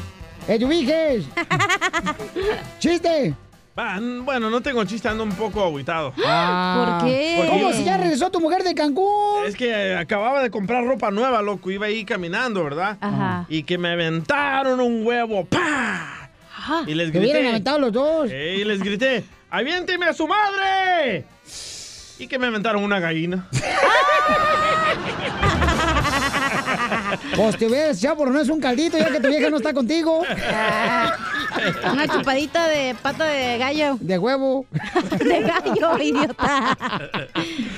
[SPEAKER 2] ¡Eduviges! ¡Eh, ¡Chiste!
[SPEAKER 5] Va, n- bueno, no tengo chiste, ando un poco aguitado.
[SPEAKER 2] Ah, ¿Cómo si ya regresó tu mujer de Cancún?
[SPEAKER 5] Es que eh, acababa de comprar ropa nueva, loco. Iba ahí caminando, ¿verdad?
[SPEAKER 2] Ajá.
[SPEAKER 5] Y que me aventaron un huevo. ¡Pah!
[SPEAKER 2] Ajá.
[SPEAKER 5] Y les
[SPEAKER 2] Te
[SPEAKER 5] grité.
[SPEAKER 2] hubieran aventado los dos.
[SPEAKER 5] Eh, Y les grité, ¡aviénteme a su madre! Y que me inventaron una gallina.
[SPEAKER 2] Pues te hubieras echado por no es un caldito ya que tu vieja no está contigo.
[SPEAKER 3] Una chupadita de pata de gallo.
[SPEAKER 2] De huevo.
[SPEAKER 3] De gallo, idiota.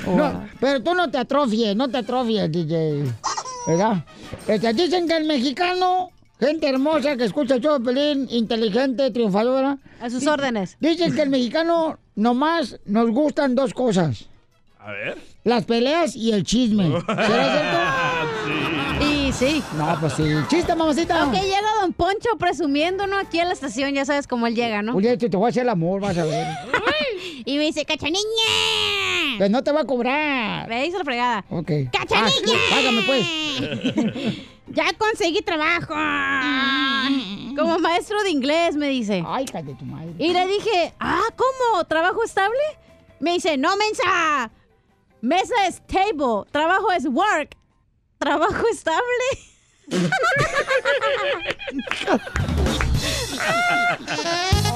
[SPEAKER 2] No, pero tú no te atrofies, no te atrofies, DJ. ¿Verdad? Este, dicen que el mexicano, gente hermosa que escucha el show de Pelín, inteligente, triunfadora.
[SPEAKER 3] A sus
[SPEAKER 2] di-
[SPEAKER 3] órdenes.
[SPEAKER 2] Dicen que el mexicano nomás nos gustan dos cosas.
[SPEAKER 13] A ver.
[SPEAKER 2] Las peleas y el chisme. ¿Será cierto?
[SPEAKER 3] Y sí.
[SPEAKER 2] No, pues sí. Chiste, mamacita.
[SPEAKER 3] Aunque llega Don Poncho presumiendo, ¿no? Aquí a la estación, ya sabes cómo él llega, ¿no?
[SPEAKER 2] Oye, este, te, te voy a hacer el amor, vas a ver.
[SPEAKER 3] Y me dice, ¡Cachanilla!
[SPEAKER 2] Pues no te va a cobrar.
[SPEAKER 3] Le dice la fregada.
[SPEAKER 2] Ok.
[SPEAKER 3] ¡Cachanilla!
[SPEAKER 2] Ah, págame, pues.
[SPEAKER 3] ¡Ya conseguí trabajo! Como maestro de inglés, me dice.
[SPEAKER 2] Mm. ¡Ay, cállate tu madre!
[SPEAKER 3] Y le dije, ah, ¿cómo? ¿Trabajo estable? Me dice, no, mensa. Mesa es table, trabajo es work. ¿Trabajo estable?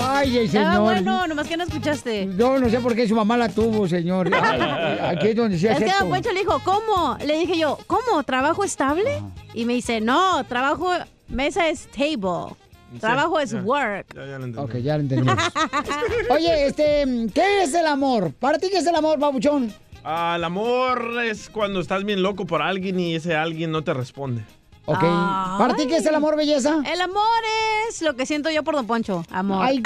[SPEAKER 2] Ay, el
[SPEAKER 3] Ah,
[SPEAKER 2] señor.
[SPEAKER 3] bueno, nomás que no escuchaste.
[SPEAKER 2] Yo no sé por qué su mamá la tuvo, señor. Ah, Aquí es donde se
[SPEAKER 3] Es
[SPEAKER 2] hace.
[SPEAKER 3] que Don
[SPEAKER 2] esto.
[SPEAKER 3] Poncho le dijo, ¿cómo? Le dije yo, ¿cómo? ¿Trabajo estable?
[SPEAKER 2] Ah.
[SPEAKER 3] Y me dice, no, trabajo, mesa es table. Trabajo es
[SPEAKER 2] ya,
[SPEAKER 3] work.
[SPEAKER 2] Ok, ya lo entendí. Oye, este, ¿qué es el amor? ¿Para ti qué es el amor, babuchón?
[SPEAKER 5] Ah, el amor es cuando estás bien loco por alguien y ese alguien no te responde.
[SPEAKER 2] Ok. ¿Para ti qué es el amor, belleza?
[SPEAKER 3] El amor es lo que siento yo por Don Poncho. Amor.
[SPEAKER 2] Ay,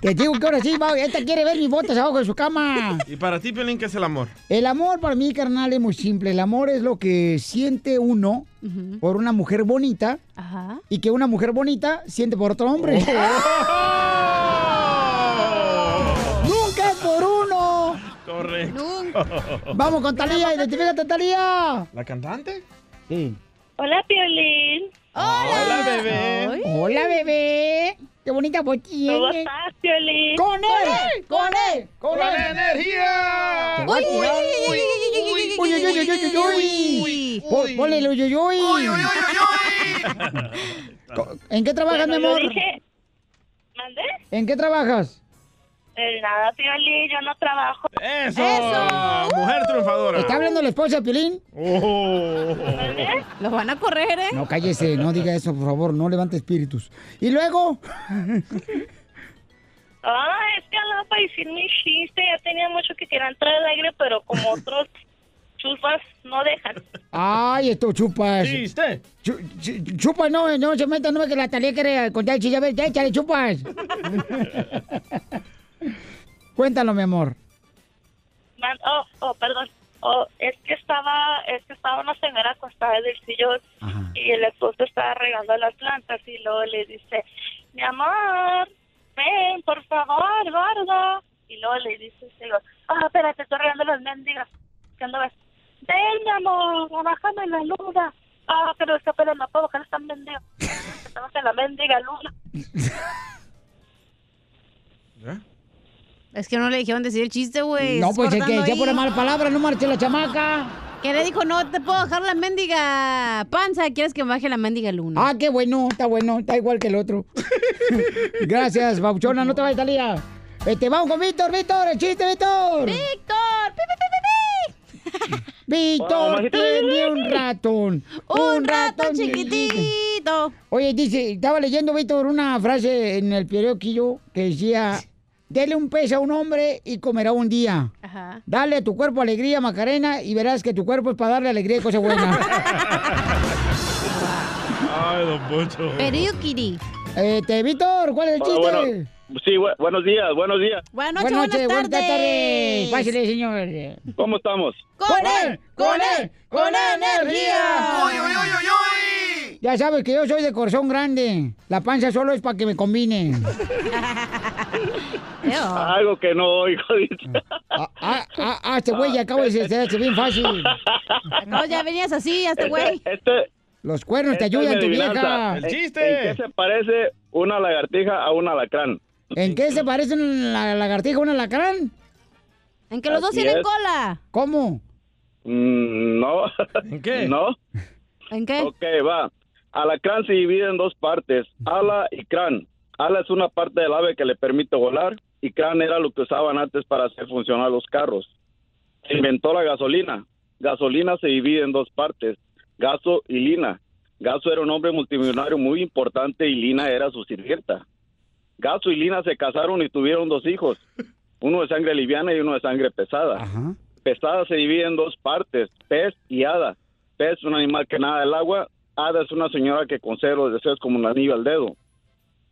[SPEAKER 2] Te digo que ahora sí, va, esta quiere ver mis botas abajo de su cama.
[SPEAKER 5] ¿Y para ti, Pelín, qué es el amor?
[SPEAKER 2] El amor para mí, carnal, es muy simple. El amor es lo que siente uno
[SPEAKER 3] Ujú.
[SPEAKER 2] por una mujer bonita
[SPEAKER 3] Ajá.
[SPEAKER 2] y que una mujer bonita siente por otro hombre. ¡Nunca es por uno!
[SPEAKER 5] Correcto.
[SPEAKER 2] Vamos con Talía, identifícate, Talía.
[SPEAKER 5] ¿La cantante?
[SPEAKER 2] Sí.
[SPEAKER 14] Hola, Piolín.
[SPEAKER 2] Hola.
[SPEAKER 5] Hola, bebé.
[SPEAKER 2] Hola, bebé. Qué bonita voz tienes.
[SPEAKER 14] ¿Cómo estás, Piolín?
[SPEAKER 2] ¡Con él! ¡Con él!
[SPEAKER 14] ¡Con la
[SPEAKER 5] energía!
[SPEAKER 2] ¡Uy, uy, uy, uy, uy, uy, uy, uy, uy! Pon- ponle el uy, uy, uy. Co- ¿En qué trabajas,
[SPEAKER 14] Bueno,
[SPEAKER 2] mi
[SPEAKER 14] yo
[SPEAKER 2] amor?
[SPEAKER 14] dije- ¿Mandé?
[SPEAKER 2] ¿En qué trabajas?
[SPEAKER 14] Eh, nada, Piolín, yo no trabajo.
[SPEAKER 5] ¡Eso! Mujer triunfadora.
[SPEAKER 2] ¿Está hablando la esposa de Pilín? Oh.
[SPEAKER 3] Los van a correr, ¿eh?
[SPEAKER 2] No, cállese, no diga eso, por favor, no levante espíritus. ¿Y luego?
[SPEAKER 14] Ah, es que hablaba para decir mi chiste. Ya tenía mucho que quería entrar al aire, pero como otros chufas no dejan.
[SPEAKER 2] Ay, esto chupas.
[SPEAKER 5] ¿Chiste?
[SPEAKER 2] chupas, no, no se meta, no es que la Talía quiere contar el chiste. A ver, ya, échale, chupas. Cuéntalo, mi amor.
[SPEAKER 14] Man- oh, oh, perdón. Oh, es que estaba, es que estaba una señora acostada en el sillón y el esposo estaba regando las plantas y luego le dice, mi amor, ven, por favor, gordo. Y luego le dice, el señor, ah, espérate, estoy regando las mendigas. ¿Qué onda ves? Ven, mi amor, bájame la luna. Ah, pero esta pela no puedo bajar esta mendiga. Estamos en la mendiga luna.
[SPEAKER 3] Es que no le dijeron decir el chiste, güey.
[SPEAKER 2] No,
[SPEAKER 3] Estás
[SPEAKER 2] pues es que
[SPEAKER 3] cortando
[SPEAKER 2] ya
[SPEAKER 3] ahí.
[SPEAKER 2] por mala palabra, no marche la chamaca.
[SPEAKER 3] Que le dijo, no te puedo bajar la mendiga panza, quieres que me baje la mendiga luna.
[SPEAKER 2] Ah, qué bueno, está bueno, está igual que el otro. Gracias, Bauchona, no te vayas, Talía. Este, vamos con Víctor, Víctor, el chiste, Víctor.
[SPEAKER 3] ¡Víctor! pi, pi,
[SPEAKER 2] Víctor
[SPEAKER 3] Hola, mamacita.
[SPEAKER 2] tiene un ratón.
[SPEAKER 3] Un ratón chiquitito.
[SPEAKER 2] Oye, dice, estaba leyendo, Víctor, una frase en el periódico que decía, dele un pez a un hombre y comerá un día.
[SPEAKER 3] pi. Ajá.
[SPEAKER 2] Dale a tu cuerpo alegría, Macarena, y verás que tu cuerpo es para darle alegría y cosas buenas.
[SPEAKER 13] Ay, don Poncho.
[SPEAKER 3] Kiri.
[SPEAKER 2] Este, Víctor, ¿cuál es el
[SPEAKER 12] Ah,
[SPEAKER 2] chiste?
[SPEAKER 12] bueno. Sí, bu- buenos días, buenos días.
[SPEAKER 3] Buenas
[SPEAKER 2] Buenas noches, buenas tardes.
[SPEAKER 12] tardes.
[SPEAKER 2] Pásale, señor.
[SPEAKER 12] ¿Cómo estamos?
[SPEAKER 2] ¡Con él! ¡Con él! ¡Con energía!
[SPEAKER 12] ¡Uy, uy, uy, uy,
[SPEAKER 2] Ya sabes que yo soy de corazón grande. La panza solo es para que me combine.
[SPEAKER 12] Algo que no oigo. dice.
[SPEAKER 2] Ah, ah, ah, este güey ya acabo de decirse bien fácil.
[SPEAKER 3] No, ya venías así, este güey.
[SPEAKER 12] Este,
[SPEAKER 2] Los cuernos te
[SPEAKER 12] esta
[SPEAKER 2] ayudan,
[SPEAKER 12] es
[SPEAKER 2] tu
[SPEAKER 12] mi
[SPEAKER 2] vieja.
[SPEAKER 12] adivinanza. ¿En- ¿En qué se parece una lagartija a un alacrán?
[SPEAKER 2] ¿En qué se parece la lagartija a un alacrán?
[SPEAKER 3] En que los dos
[SPEAKER 12] Así
[SPEAKER 3] tienen
[SPEAKER 12] es.
[SPEAKER 3] cola.
[SPEAKER 2] ¿Cómo?
[SPEAKER 12] Mm, no. ¿En
[SPEAKER 5] qué?
[SPEAKER 12] No.
[SPEAKER 3] ¿En qué?
[SPEAKER 12] Ok, va. Alacrán se divide en dos partes, ala y crán.
[SPEAKER 17] Ala es una parte del ave que le permite volar y crán era lo que usaban antes para hacer funcionar los carros. Se inventó la gasolina. Gasolina se divide en dos partes, gaso y lina. Gaso era un hombre multimillonario muy importante y lina era su sirvienta. Gaso y lina se casaron y tuvieron dos hijos, uno de sangre liviana y uno de sangre pesada. Pesada se divide en dos partes, pez y hada. Pez es un animal que nada del agua, hada es una señora que conserva los deseos como un anillo al dedo.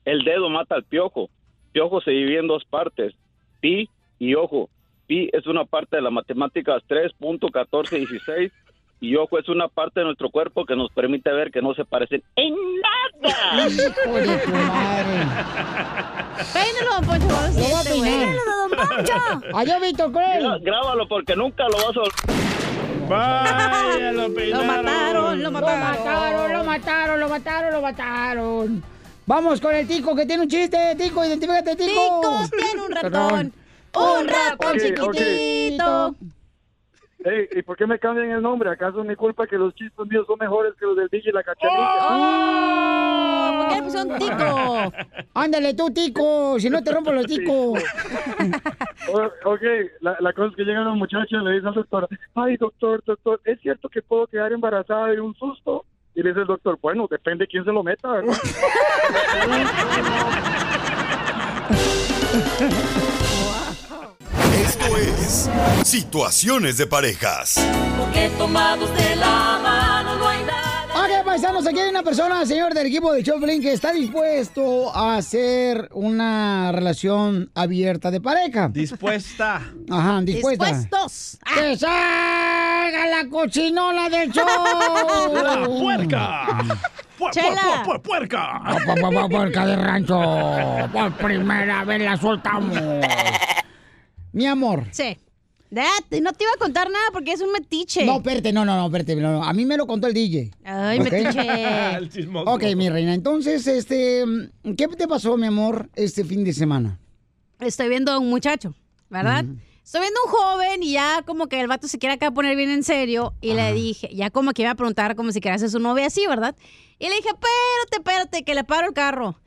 [SPEAKER 17] El dedo mata al piojo. Piojo se divide en dos partes, pi y ojo. Pi es una parte de las matemáticas 3.1416 y ojo es una parte de nuestro cuerpo que nos permite ver que no se parecen en nada.
[SPEAKER 3] Peínalo, don Poncho. vamos
[SPEAKER 2] Lo voy a
[SPEAKER 3] este, güey.
[SPEAKER 2] peinar.
[SPEAKER 3] Peínalo, don Poncho.
[SPEAKER 2] Allá, Víctor
[SPEAKER 17] Gra- Grábalo porque nunca lo vas a...
[SPEAKER 5] Vaya, lo
[SPEAKER 17] peinaron. mataron,
[SPEAKER 2] lo mataron, lo mataron, lo mataron, lo mataron. Vamos con el tico que tiene un chiste, tico, identifícate, tico. Tico
[SPEAKER 3] tiene un
[SPEAKER 2] ratón.
[SPEAKER 3] Un
[SPEAKER 2] ratón
[SPEAKER 3] chiquitito.
[SPEAKER 12] Ey, ¿y por qué me cambian el nombre? ¿Acaso es mi culpa que los chistes míos son mejores que los del DJ y la cachanilla?
[SPEAKER 7] Oh,
[SPEAKER 2] ¿Por qué le pusieron tico? Ándale tú, tico, si no te rompo los ticos.
[SPEAKER 12] O- Oh, Ok, la, la cosa es que llega una muchacha y le dice al doctor, ay doctor, doctor, ¿es cierto que puedo quedar embarazada de un susto? Y le dice el doctor, bueno, depende quién se lo meta, ¿verdad?
[SPEAKER 10] Esto es Situaciones de Parejas.
[SPEAKER 7] Porque tomados de la mano no hay nada.
[SPEAKER 2] Ok, paisanos, aquí hay una persona, señor del equipo de Choplin, que está dispuesto a hacer una relación abierta de pareja.
[SPEAKER 5] Dispuesta.
[SPEAKER 2] Ajá, Ah, dispuesta.
[SPEAKER 5] Dispuestos.
[SPEAKER 7] Ah.
[SPEAKER 2] ¡Que salga la cochinola del show!
[SPEAKER 5] ¡La
[SPEAKER 7] Ah.
[SPEAKER 5] puerca! ¡Puer-
[SPEAKER 2] Chela.
[SPEAKER 5] puer- puer- puerca!
[SPEAKER 2] Pa, pa, pa, Puerca de rancho, por primera vez la soltamos. Mi amor.
[SPEAKER 3] Sí. Date, no te iba a contar nada porque es un metiche.
[SPEAKER 2] No, espérate, no, no, no, espérate. no, no, A mí me lo contó el DJ.
[SPEAKER 3] Ay,
[SPEAKER 2] ¿ok?
[SPEAKER 3] metiche. El chismoso.
[SPEAKER 2] Ok, mi reina. Entonces, este, ¿qué te pasó, mi amor, este fin de semana?
[SPEAKER 3] Estoy viendo a un muchacho, ¿verdad? Estoy viendo a un joven y ya como que el vato se quiere acá poner bien en serio. Y le dije, ya como que iba a preguntar como si quería ser su novia así, ¿verdad? Y le dije, espérate, espérate, que le paro el carro.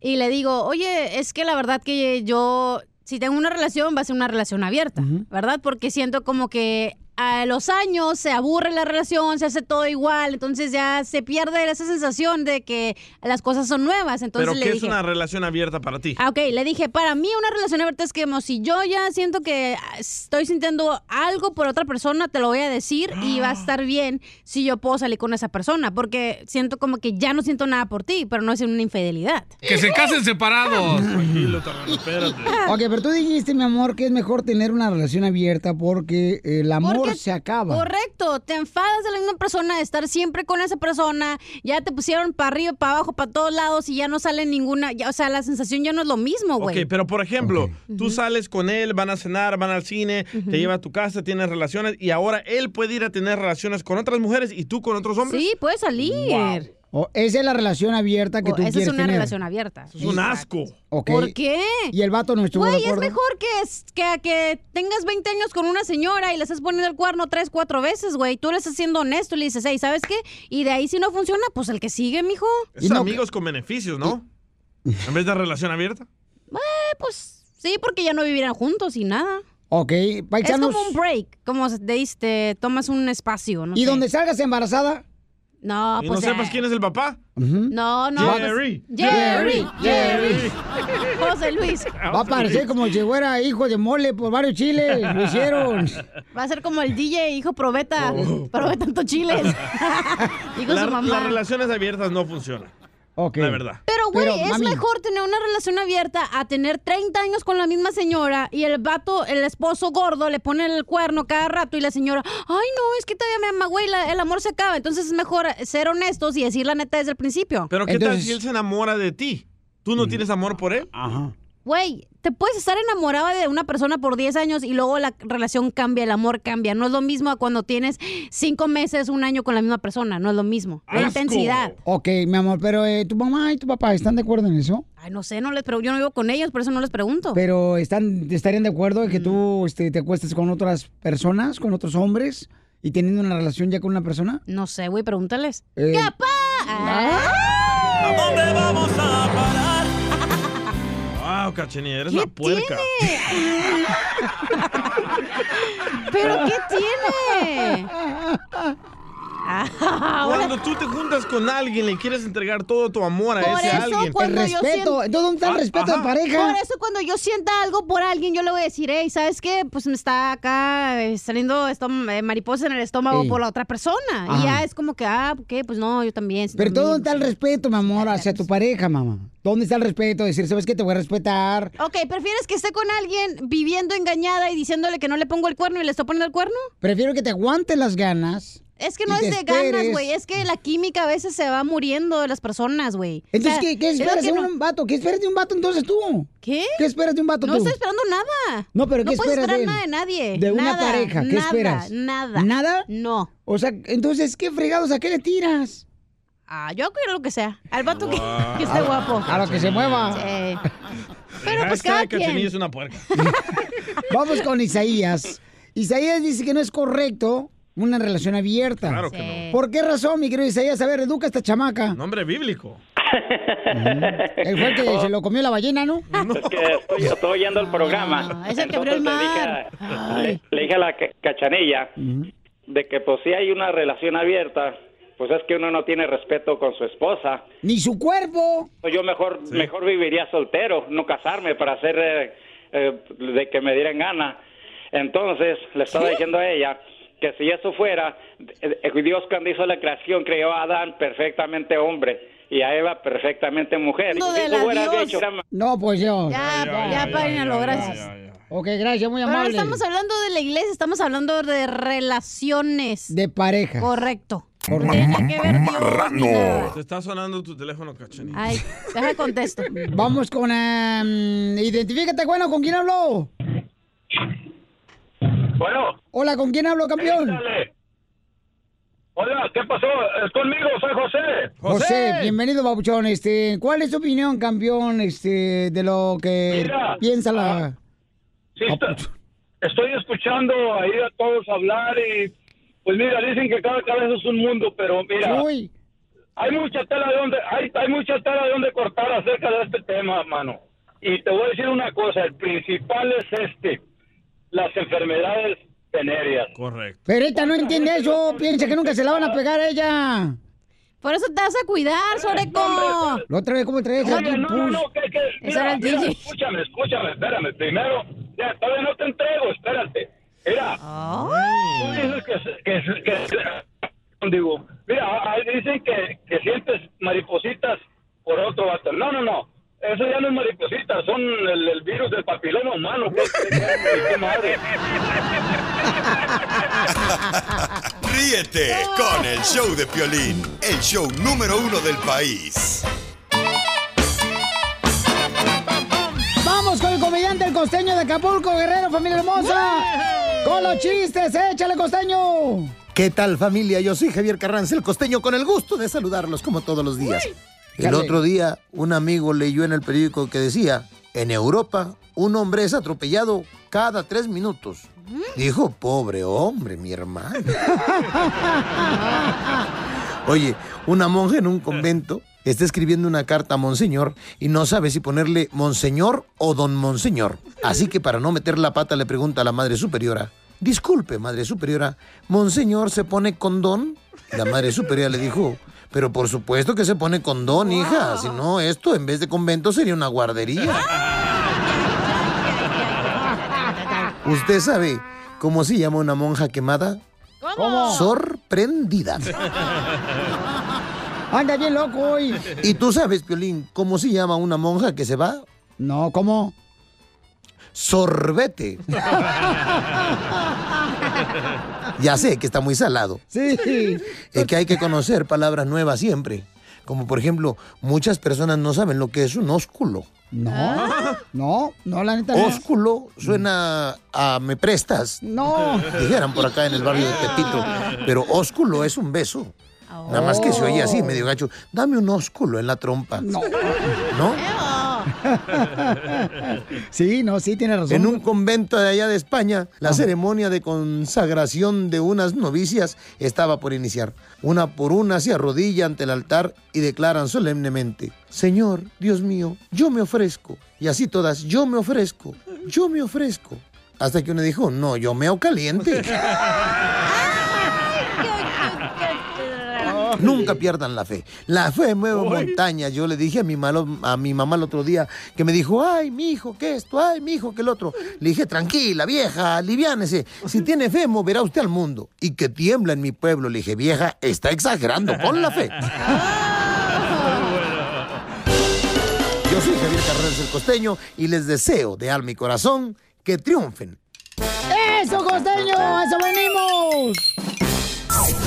[SPEAKER 3] Y le digo, oye, es que la verdad que yo, si tengo una relación, va a ser una relación abierta, ¿verdad? Porque siento como que a los años se aburre la relación, se hace todo igual, entonces ya se pierde esa sensación de que las cosas son nuevas. Entonces
[SPEAKER 5] ¿Pero
[SPEAKER 3] le
[SPEAKER 5] qué es
[SPEAKER 3] dije,
[SPEAKER 5] una relación abierta para ti?
[SPEAKER 3] Ah, ok, le dije, para mí una relación abierta es que como si yo ya siento que ah, estoy sintiendo algo por otra persona, te lo voy a decir y
[SPEAKER 5] Ah.
[SPEAKER 3] va a estar bien si yo puedo salir con esa persona, porque siento como que ya no siento nada por ti, pero no es una infidelidad.
[SPEAKER 18] Que se casen separados.
[SPEAKER 5] Tranquilo, Tarrano, espérate.
[SPEAKER 2] Ok, pero tú dijiste, mi amor, que es mejor tener una relación abierta porque el amor
[SPEAKER 3] Porque-
[SPEAKER 2] se acaba.
[SPEAKER 3] Correcto, te enfadas de la misma persona, de estar siempre con esa persona, ya te pusieron para arriba, para abajo, para todos lados y ya no sale ninguna, ya, o sea, la sensación ya no es lo mismo, güey.
[SPEAKER 5] Ok, pero por ejemplo, tú sales con él, van a cenar, van al cine, te lleva a tu casa, tienes relaciones y ahora él puede ir a tener relaciones con otras mujeres y tú con otros hombres.
[SPEAKER 3] Sí, puedes salir.
[SPEAKER 2] O esa es la relación abierta que
[SPEAKER 3] O-
[SPEAKER 2] tú
[SPEAKER 3] esa
[SPEAKER 2] quieres
[SPEAKER 3] es una
[SPEAKER 2] tener.
[SPEAKER 3] relación abierta.
[SPEAKER 5] Es un asco.
[SPEAKER 2] Ok.
[SPEAKER 3] Pues ¿Por qué?
[SPEAKER 2] Y el vato no estuvo de
[SPEAKER 3] Güey, es
[SPEAKER 2] acuerdo.
[SPEAKER 3] mejor que, es- que, que tengas 20 años con una señora y le estás poniendo el cuerno tres, cuatro veces, güey. Tú le estás siendo honesto y le dices, hey, ¿sabes qué? Y de ahí si no funciona, pues el que sigue, mijo.
[SPEAKER 5] Es amigos con beneficios, ¿no? En vez de relación abierta.
[SPEAKER 3] Eh, pues sí, porque ya no vivirán juntos y nada.
[SPEAKER 2] Ok, paisanos.
[SPEAKER 3] Es como un break, como se- te dices, te tomas un espacio, ¿no?
[SPEAKER 2] ¿Y
[SPEAKER 3] sé.
[SPEAKER 2] donde salgas embarazada?
[SPEAKER 3] No,
[SPEAKER 5] y no
[SPEAKER 3] pues...
[SPEAKER 5] sepas
[SPEAKER 3] eh,
[SPEAKER 5] quién es el papá.
[SPEAKER 3] No, no. pues-
[SPEAKER 5] Jerry.
[SPEAKER 3] Jerry.
[SPEAKER 5] Jerry.
[SPEAKER 3] Jerry. José Luis.
[SPEAKER 5] Ah,
[SPEAKER 2] Va a parecer como si fuera hijo de mole por varios chiles. Lo hicieron.
[SPEAKER 3] Va a ser como el DJ, hijo probeta.
[SPEAKER 2] Oh.
[SPEAKER 3] Probé tanto chiles. Dijo
[SPEAKER 5] La-
[SPEAKER 3] su mamá.
[SPEAKER 5] Las relaciones abiertas no funcionan.
[SPEAKER 2] Ok.
[SPEAKER 5] La verdad.
[SPEAKER 3] Pero, güey,
[SPEAKER 5] Pero,
[SPEAKER 3] es
[SPEAKER 5] mami.
[SPEAKER 3] mejor tener una relación abierta a tener 30 años con la misma señora y el vato, el esposo gordo, le pone el cuerno cada rato y la señora, ay, no, es que todavía me ama, güey, la- el amor se acaba. Entonces es mejor ser honestos y decir la neta desde el principio.
[SPEAKER 5] Pero ¿qué tal si él se enamora de ti? ¿Tú
[SPEAKER 2] Mm.
[SPEAKER 5] no tienes amor por él?
[SPEAKER 2] Ajá.
[SPEAKER 3] Güey, te puedes estar enamorada de una persona por 10 años y luego la relación cambia, el amor cambia. No es lo mismo a cuando tienes 5 meses, un año con la misma persona. No es lo mismo. La
[SPEAKER 2] Asco.
[SPEAKER 3] intensidad.
[SPEAKER 2] Ok, mi amor, pero eh, tu mamá y tu papá están de acuerdo en eso.
[SPEAKER 3] Ay, no sé, no les pregunto. Yo no vivo con ellos, por eso no les pregunto.
[SPEAKER 2] Pero están, estarían de acuerdo en que
[SPEAKER 3] Mm.
[SPEAKER 2] tú este, te acuestes con otras personas, con otros hombres y teniendo una relación ya con una persona.
[SPEAKER 3] No sé, güey, pregúntales.
[SPEAKER 2] Eh,
[SPEAKER 3] ¡Capaz!
[SPEAKER 7] ¿A dónde vamos a parar?
[SPEAKER 5] No, cachenía, eres una puerca.
[SPEAKER 3] ¿Pero qué tiene? Ah, ahora-
[SPEAKER 5] Cuando tú te juntas con alguien, le quieres entregar todo tu amor a
[SPEAKER 3] Por
[SPEAKER 5] ese
[SPEAKER 3] eso,
[SPEAKER 5] alguien.
[SPEAKER 3] cuando yo siento-
[SPEAKER 5] Ah, ajá.
[SPEAKER 3] Por eso cuando yo sienta algo por alguien, yo le voy a decir, hey, ¿sabes qué? Pues me está acá eh, saliendo estom- eh, mariposa en el estómago
[SPEAKER 2] Ey.
[SPEAKER 3] por la otra persona.
[SPEAKER 2] Ajá.
[SPEAKER 3] Y ya es como que, ah, ¿qué? Pues no, yo también. siento
[SPEAKER 2] Pero
[SPEAKER 3] lo
[SPEAKER 2] todo
[SPEAKER 3] mismo.
[SPEAKER 2] está el respeto, mi amor, hacia
[SPEAKER 3] pues.
[SPEAKER 2] tu pareja, mamá. ¿Dónde está el respeto? Decir, ¿sabes qué? Te voy a respetar.
[SPEAKER 3] Ok, ¿prefieres que esté con alguien viviendo engañada y diciéndole que no le pongo el cuerno y le estoy poniendo el cuerno?
[SPEAKER 2] Prefiero que te aguantes las ganas.
[SPEAKER 3] Es que no
[SPEAKER 2] Y
[SPEAKER 3] es
[SPEAKER 2] te
[SPEAKER 3] de ganas,
[SPEAKER 2] esperes.
[SPEAKER 3] güey. Es que la química a veces se va muriendo de las personas, güey.
[SPEAKER 2] Entonces,
[SPEAKER 3] O sea,
[SPEAKER 2] ¿qué, qué
[SPEAKER 3] es lo
[SPEAKER 2] esperas de
[SPEAKER 3] que no-
[SPEAKER 2] un vato? ¿Qué esperas de un vato entonces tú?
[SPEAKER 3] ¿Qué?
[SPEAKER 2] ¿Qué esperas de un vato
[SPEAKER 3] No
[SPEAKER 2] tú?
[SPEAKER 3] estoy esperando nada.
[SPEAKER 2] No, pero ¿qué
[SPEAKER 3] puedo
[SPEAKER 2] esperas
[SPEAKER 3] esperar
[SPEAKER 2] de él?
[SPEAKER 3] nada de nadie.
[SPEAKER 2] De una
[SPEAKER 3] Nada,
[SPEAKER 2] pareja, ¿qué
[SPEAKER 3] nada,
[SPEAKER 2] esperas?
[SPEAKER 3] Nada.
[SPEAKER 2] ¿Nada?
[SPEAKER 3] No.
[SPEAKER 2] O sea, entonces, ¿qué fregados? ¿A qué le tiras?
[SPEAKER 3] Ah, yo quiero lo que sea. Al vato que,
[SPEAKER 5] Wow.
[SPEAKER 3] que esté
[SPEAKER 2] A-
[SPEAKER 3] guapo.
[SPEAKER 2] a lo que se mueva.
[SPEAKER 3] Sí. Pero pues
[SPEAKER 5] Hashtag
[SPEAKER 3] cada
[SPEAKER 5] cachenilla
[SPEAKER 3] quien.
[SPEAKER 5] es una puerca.
[SPEAKER 2] Vamos con Isaías. Isaías dice que no es correcto una relación abierta.
[SPEAKER 5] Claro que no. Sí.
[SPEAKER 2] ¿Por qué razón, mi querido Isaías? A ver, educa a esta chamaca.
[SPEAKER 5] Nombre bíblico.
[SPEAKER 2] Él fue el que se lo comió la ballena, Oh. ¿no?
[SPEAKER 19] Es que estoy, estoy oyendo el programa.
[SPEAKER 2] es el que abrió el
[SPEAKER 19] Entonces
[SPEAKER 2] mar.
[SPEAKER 19] le dije a- Le, le dije a la ca- cachanilla de que pues si hay una relación abierta, pues es que uno no tiene respeto con su esposa.
[SPEAKER 2] Ni su cuerpo.
[SPEAKER 19] Yo mejor mejor viviría soltero, no casarme para hacer eh, eh, de que me dieran gana. Entonces le estaba diciendo a ella que si eso fuera, eh, eh, Dios cuando hizo la creación creó a Adán perfectamente hombre y a Eva perfectamente mujer.
[SPEAKER 2] No,
[SPEAKER 19] Y si
[SPEAKER 2] de
[SPEAKER 19] eso
[SPEAKER 2] la
[SPEAKER 19] fuera
[SPEAKER 2] Dios.
[SPEAKER 19] hecho, era
[SPEAKER 2] No, pues yo.
[SPEAKER 3] Ya, ya, ya, padrínalo, gracias.
[SPEAKER 2] Ok, gracias, muy
[SPEAKER 3] Pues, Pero no
[SPEAKER 2] amable.
[SPEAKER 3] estamos hablando de la iglesia, estamos hablando de relaciones.
[SPEAKER 2] De pareja.
[SPEAKER 3] Correcto.
[SPEAKER 5] Marrano. Te está sonando tu teléfono, cachanilla.
[SPEAKER 3] Ay, deja contesto.
[SPEAKER 2] Vamos con... em, identifícate, bueno, ¿con quién habló?
[SPEAKER 4] Bueno,
[SPEAKER 2] Hola, ¿con quién hablo, campeón?
[SPEAKER 4] dale. Hola, ¿qué pasó? Es conmigo, soy José.
[SPEAKER 2] José, bienvenido, Babuchón. Este, ¿Cuál es tu opinión, campeón, este, de lo que
[SPEAKER 4] Mira, Ah.
[SPEAKER 2] piensa la...
[SPEAKER 4] Sí, está- estoy escuchando ahí a todos hablar y pues mira, dicen que cada cabeza es un mundo, pero mira,
[SPEAKER 2] Uy.
[SPEAKER 4] hay mucha tela de donde hay, hay mucha tela de donde cortar acerca de este tema, hermano. Y te voy a decir una cosa, el principal es este, las enfermedades venéreas.
[SPEAKER 5] Correcto.
[SPEAKER 2] Pero esta no entiende eso, piensa que nunca se la van a pegar a ella.
[SPEAKER 3] Por eso te vas a cuidar, Soreco.
[SPEAKER 2] La otra vez, ¿cómo traes a
[SPEAKER 4] Oye,
[SPEAKER 2] tu
[SPEAKER 4] no, no,
[SPEAKER 2] pus?
[SPEAKER 4] no, que, que,
[SPEAKER 3] Ese
[SPEAKER 4] mira,
[SPEAKER 3] era el
[SPEAKER 4] mira,
[SPEAKER 3] DJ.
[SPEAKER 4] escúchame, escúchame, espérame, primero, ya, todavía no te entrego, espérate, mira, tú dices que, que, que- digo, mira, ahí dicen que, que sientes maripositas por otro vato, no, no, no, eso ya no es maripositas, son el, el virus del papiloma humano, ¿qué, qué- qué- qué madre?
[SPEAKER 10] Ríete con el show de Piolín, el show número uno del país.
[SPEAKER 2] Vamos con el comediante El Costeño de Acapulco, Guerrero, familia hermosa. Con los chistes, échale, Costeño.
[SPEAKER 16] ¿Qué tal familia? Yo soy Javier Carranza, el costeño, con el gusto de saludarlos como todos los días. El
[SPEAKER 20] Dale.
[SPEAKER 16] otro día, un amigo leyó en el periódico que decía, en Europa, un hombre es atropellado cada tres minutos. Dijo, pobre hombre, mi hermano. Oye, una monja en un convento está escribiendo una carta a Monseñor y no sabe si ponerle Monseñor o Don Monseñor. Así que para no meter la pata le pregunta a la Madre Superiora, disculpe Madre Superiora, ¿Monseñor se pone con Don? La Madre Superiora le dijo, pero por supuesto que se pone con Don, hija, si no esto en vez de convento sería una guardería. ¿Usted sabe cómo se llama una monja quemada?
[SPEAKER 2] ¿Cómo?
[SPEAKER 16] Sorprendida.
[SPEAKER 2] Anda bien loco hoy.
[SPEAKER 16] ¿Y tú sabes, Piolín, cómo se llama una monja que se va?
[SPEAKER 2] No, ¿cómo?
[SPEAKER 16] Sorbete. Ya sé que está muy salado.
[SPEAKER 2] Sí.
[SPEAKER 16] Es que hay que conocer palabras nuevas siempre. Como por ejemplo, muchas personas no saben lo que es un ósculo.
[SPEAKER 2] No, no, no, la neta. no.
[SPEAKER 16] Ósculo suena a me prestas.
[SPEAKER 2] No.
[SPEAKER 16] Dijeran por acá en el barrio de Tepito. Pero ósculo es un beso. Nada más que se oye así, medio gacho. Dame un ósculo en la trompa. No. ¿No?
[SPEAKER 2] Sí, no, sí, tiene razón.
[SPEAKER 16] En un convento de allá de España, la ceremonia de consagración de unas novicias estaba por iniciar. Una por una se arrodilla ante el altar y declaran solemnemente, Señor, Dios mío, yo me ofrezco. Y así todas, yo me ofrezco, yo me ofrezco. Hasta que una dijo, no, yo meo caliente. Nunca pierdan la fe. La fe mueve montañas. Yo le dije a mi, malo, a mi mamá el otro día que me dijo, ay, mi hijo, que esto, ay, mi hijo, que el otro. Le dije, tranquila, vieja, aliviánese. Si tiene fe, moverá usted al mundo. Y que tiembla en mi pueblo. Le dije, vieja, está exagerando. Pon la fe. Yo soy Javier Carreras el Costeño y les deseo de alma y corazón que triunfen.
[SPEAKER 2] ¡Eso, costeño! ¡A eso venimos!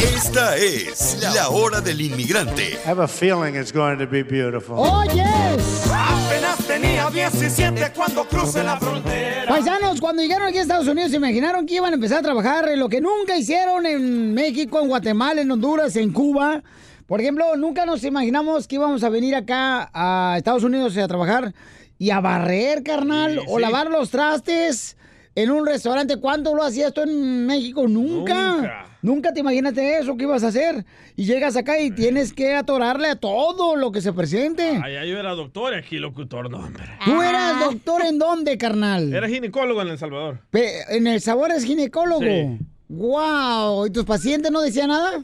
[SPEAKER 21] Esta es la hora del inmigrante.
[SPEAKER 22] I have a feeling it's going to be beautiful.
[SPEAKER 2] ¡Oyes!
[SPEAKER 23] Apenas tenía 17 cuando crucé la frontera.
[SPEAKER 2] Paisanos, cuando llegaron aquí a Estados Unidos, se imaginaron que iban a empezar a trabajar en lo que nunca hicieron en México, en Guatemala, en Honduras, en Cuba. Por ejemplo, nunca nos imaginamos que íbamos a venir acá a Estados Unidos a trabajar y a barrer, carnal,
[SPEAKER 24] Sí,
[SPEAKER 2] o
[SPEAKER 24] sí.
[SPEAKER 2] lavar los trastes en un restaurante. ¿Cuándo lo hacías tú en México? Nunca. Nunca,
[SPEAKER 24] Nunca.
[SPEAKER 2] te imaginaste eso, que ibas a hacer. Y llegas acá y tienes que atorarle a todo lo que se presente.
[SPEAKER 5] Allá yo era doctor y aquí locutor, no, hombre.
[SPEAKER 2] ¿Tú eras doctor en dónde, carnal?
[SPEAKER 5] Era ginecólogo en El Salvador.
[SPEAKER 2] Pe- en el sabor es ginecólogo.
[SPEAKER 5] Sí.
[SPEAKER 2] ¡Wow! ¿Y tus pacientes no decían nada?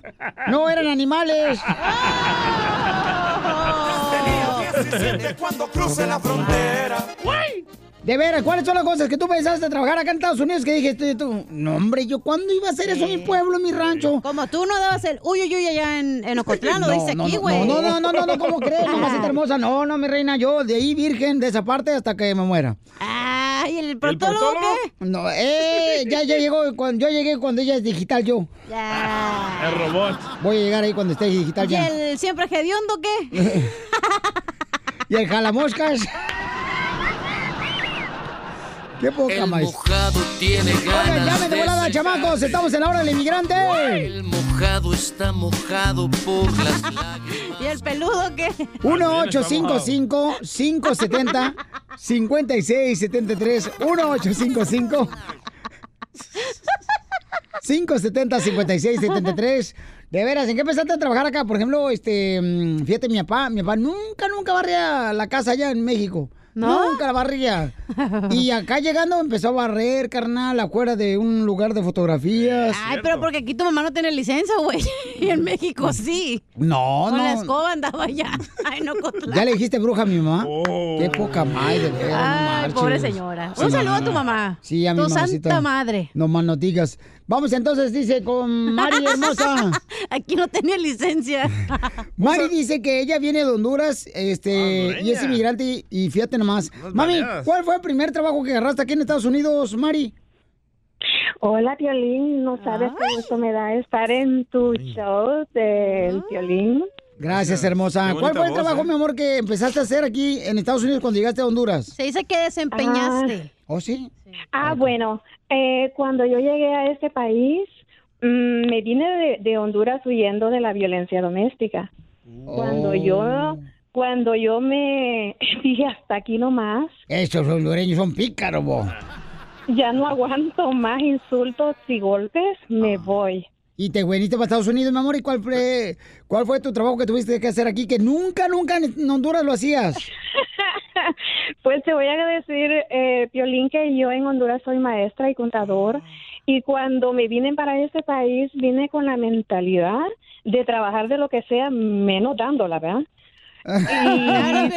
[SPEAKER 2] No eran animales.
[SPEAKER 23] cuando crucé la frontera.
[SPEAKER 2] De veras, ¿cuáles son las cosas que tú pensaste trabajar acá en Estados Unidos que dijiste tú? No, hombre, ¿yo cuándo iba a hacer eso en mi pueblo, en mi rancho?
[SPEAKER 3] Como tú no dabas el uy, uy, uy allá en, en Ocotlán, lo
[SPEAKER 2] No,
[SPEAKER 3] dice
[SPEAKER 2] no,
[SPEAKER 3] aquí,
[SPEAKER 2] no,
[SPEAKER 3] güey.
[SPEAKER 2] No, no, no, no, no, ¿cómo crees, mamacita hermosa? No, no, mi reina, yo de ahí virgen de esa parte hasta que me muera.
[SPEAKER 3] Ay, ¿el protólogo qué?
[SPEAKER 2] No, eh, ya, ya llegó, cuando, yo llegué cuando ella es digital yo.
[SPEAKER 5] El robot.
[SPEAKER 2] Voy a llegar ahí cuando esté digital
[SPEAKER 3] ¿Y
[SPEAKER 2] ya.
[SPEAKER 3] el siempre hediondo qué?
[SPEAKER 2] Y el jalamoscas. Qué poca más.
[SPEAKER 24] tiene
[SPEAKER 2] Oigan, llamen de volada, chamacos. Estamos en la hora del inmigrante.
[SPEAKER 24] mojado está mojado por las
[SPEAKER 3] ¿Y el peludo qué?
[SPEAKER 2] 1-855-570-5673. 1-855. 570 5673 De veras, ¿en qué empezaste a trabajar acá? Por ejemplo, este, mm, fíjate, mi papá, mi papá nunca, nunca barría la casa allá en México.
[SPEAKER 3] ¿No?
[SPEAKER 2] Nunca la barría. Y acá llegando empezó a barrer, carnal, afuera de un lugar de fotografías.
[SPEAKER 3] Ay, pero porque aquí tu mamá no tiene licencia, güey. Y en México sí.
[SPEAKER 2] No,
[SPEAKER 3] Con la
[SPEAKER 2] no.
[SPEAKER 3] escoba andaba allá. Ay, no Ocotlán.
[SPEAKER 2] Ya le dijiste bruja a mi mamá.
[SPEAKER 25] Oh.
[SPEAKER 2] Qué poca madre, de veras, no
[SPEAKER 3] Ay,
[SPEAKER 2] marches.
[SPEAKER 3] pobre señora.
[SPEAKER 2] Sí.
[SPEAKER 3] Un saludo a tu mamá.
[SPEAKER 2] Sí, a mi
[SPEAKER 3] Tu
[SPEAKER 2] mamacita.
[SPEAKER 3] santa madre.
[SPEAKER 2] No más no digas. Vamos entonces, dice con Mari hermosa.
[SPEAKER 3] Aquí no tenía licencia.
[SPEAKER 2] Mari dice que ella viene de Honduras,
[SPEAKER 25] Ah,
[SPEAKER 2] este, y es inmigrante y, y fíjate nomás. Mami,
[SPEAKER 25] baleadas.
[SPEAKER 2] ¿cuál fue el primer trabajo que agarraste aquí en Estados Unidos, Mari? Ah.
[SPEAKER 25] Hola, Violín. No sabes qué gusto me da estar en tu show
[SPEAKER 3] Ah.
[SPEAKER 25] del Violín.
[SPEAKER 2] Gracias, hermosa.
[SPEAKER 25] Qué
[SPEAKER 2] ¿Cuál
[SPEAKER 25] bonita
[SPEAKER 2] fue el
[SPEAKER 25] voz,
[SPEAKER 2] trabajo,
[SPEAKER 25] ¿eh?
[SPEAKER 2] mi amor, que empezaste a hacer aquí en Estados Unidos cuando llegaste a Honduras?
[SPEAKER 3] Se dice que desempeñaste.
[SPEAKER 2] ¿Oh, sí?
[SPEAKER 25] Ah, bueno, eh, cuando yo llegué a este país, mm, me vine de, de Honduras huyendo de la violencia doméstica. Cuando yo cuando yo me dije hasta aquí nomás,
[SPEAKER 2] Estos hondureños son pícaros, vos.
[SPEAKER 25] ya no aguanto más insultos y golpes, me voy.
[SPEAKER 2] Y te veniste para Estados Unidos, mi amor, ¿y cuál fue, cuál fue tu trabajo que tuviste que hacer aquí que nunca, nunca en Honduras lo hacías?
[SPEAKER 25] Pues te voy a decir, eh, Piolín, que yo en Honduras soy maestra y contador y cuando me vine para este país vine con la mentalidad de trabajar de lo que sea menos dándola, ¿verdad?
[SPEAKER 2] Claro,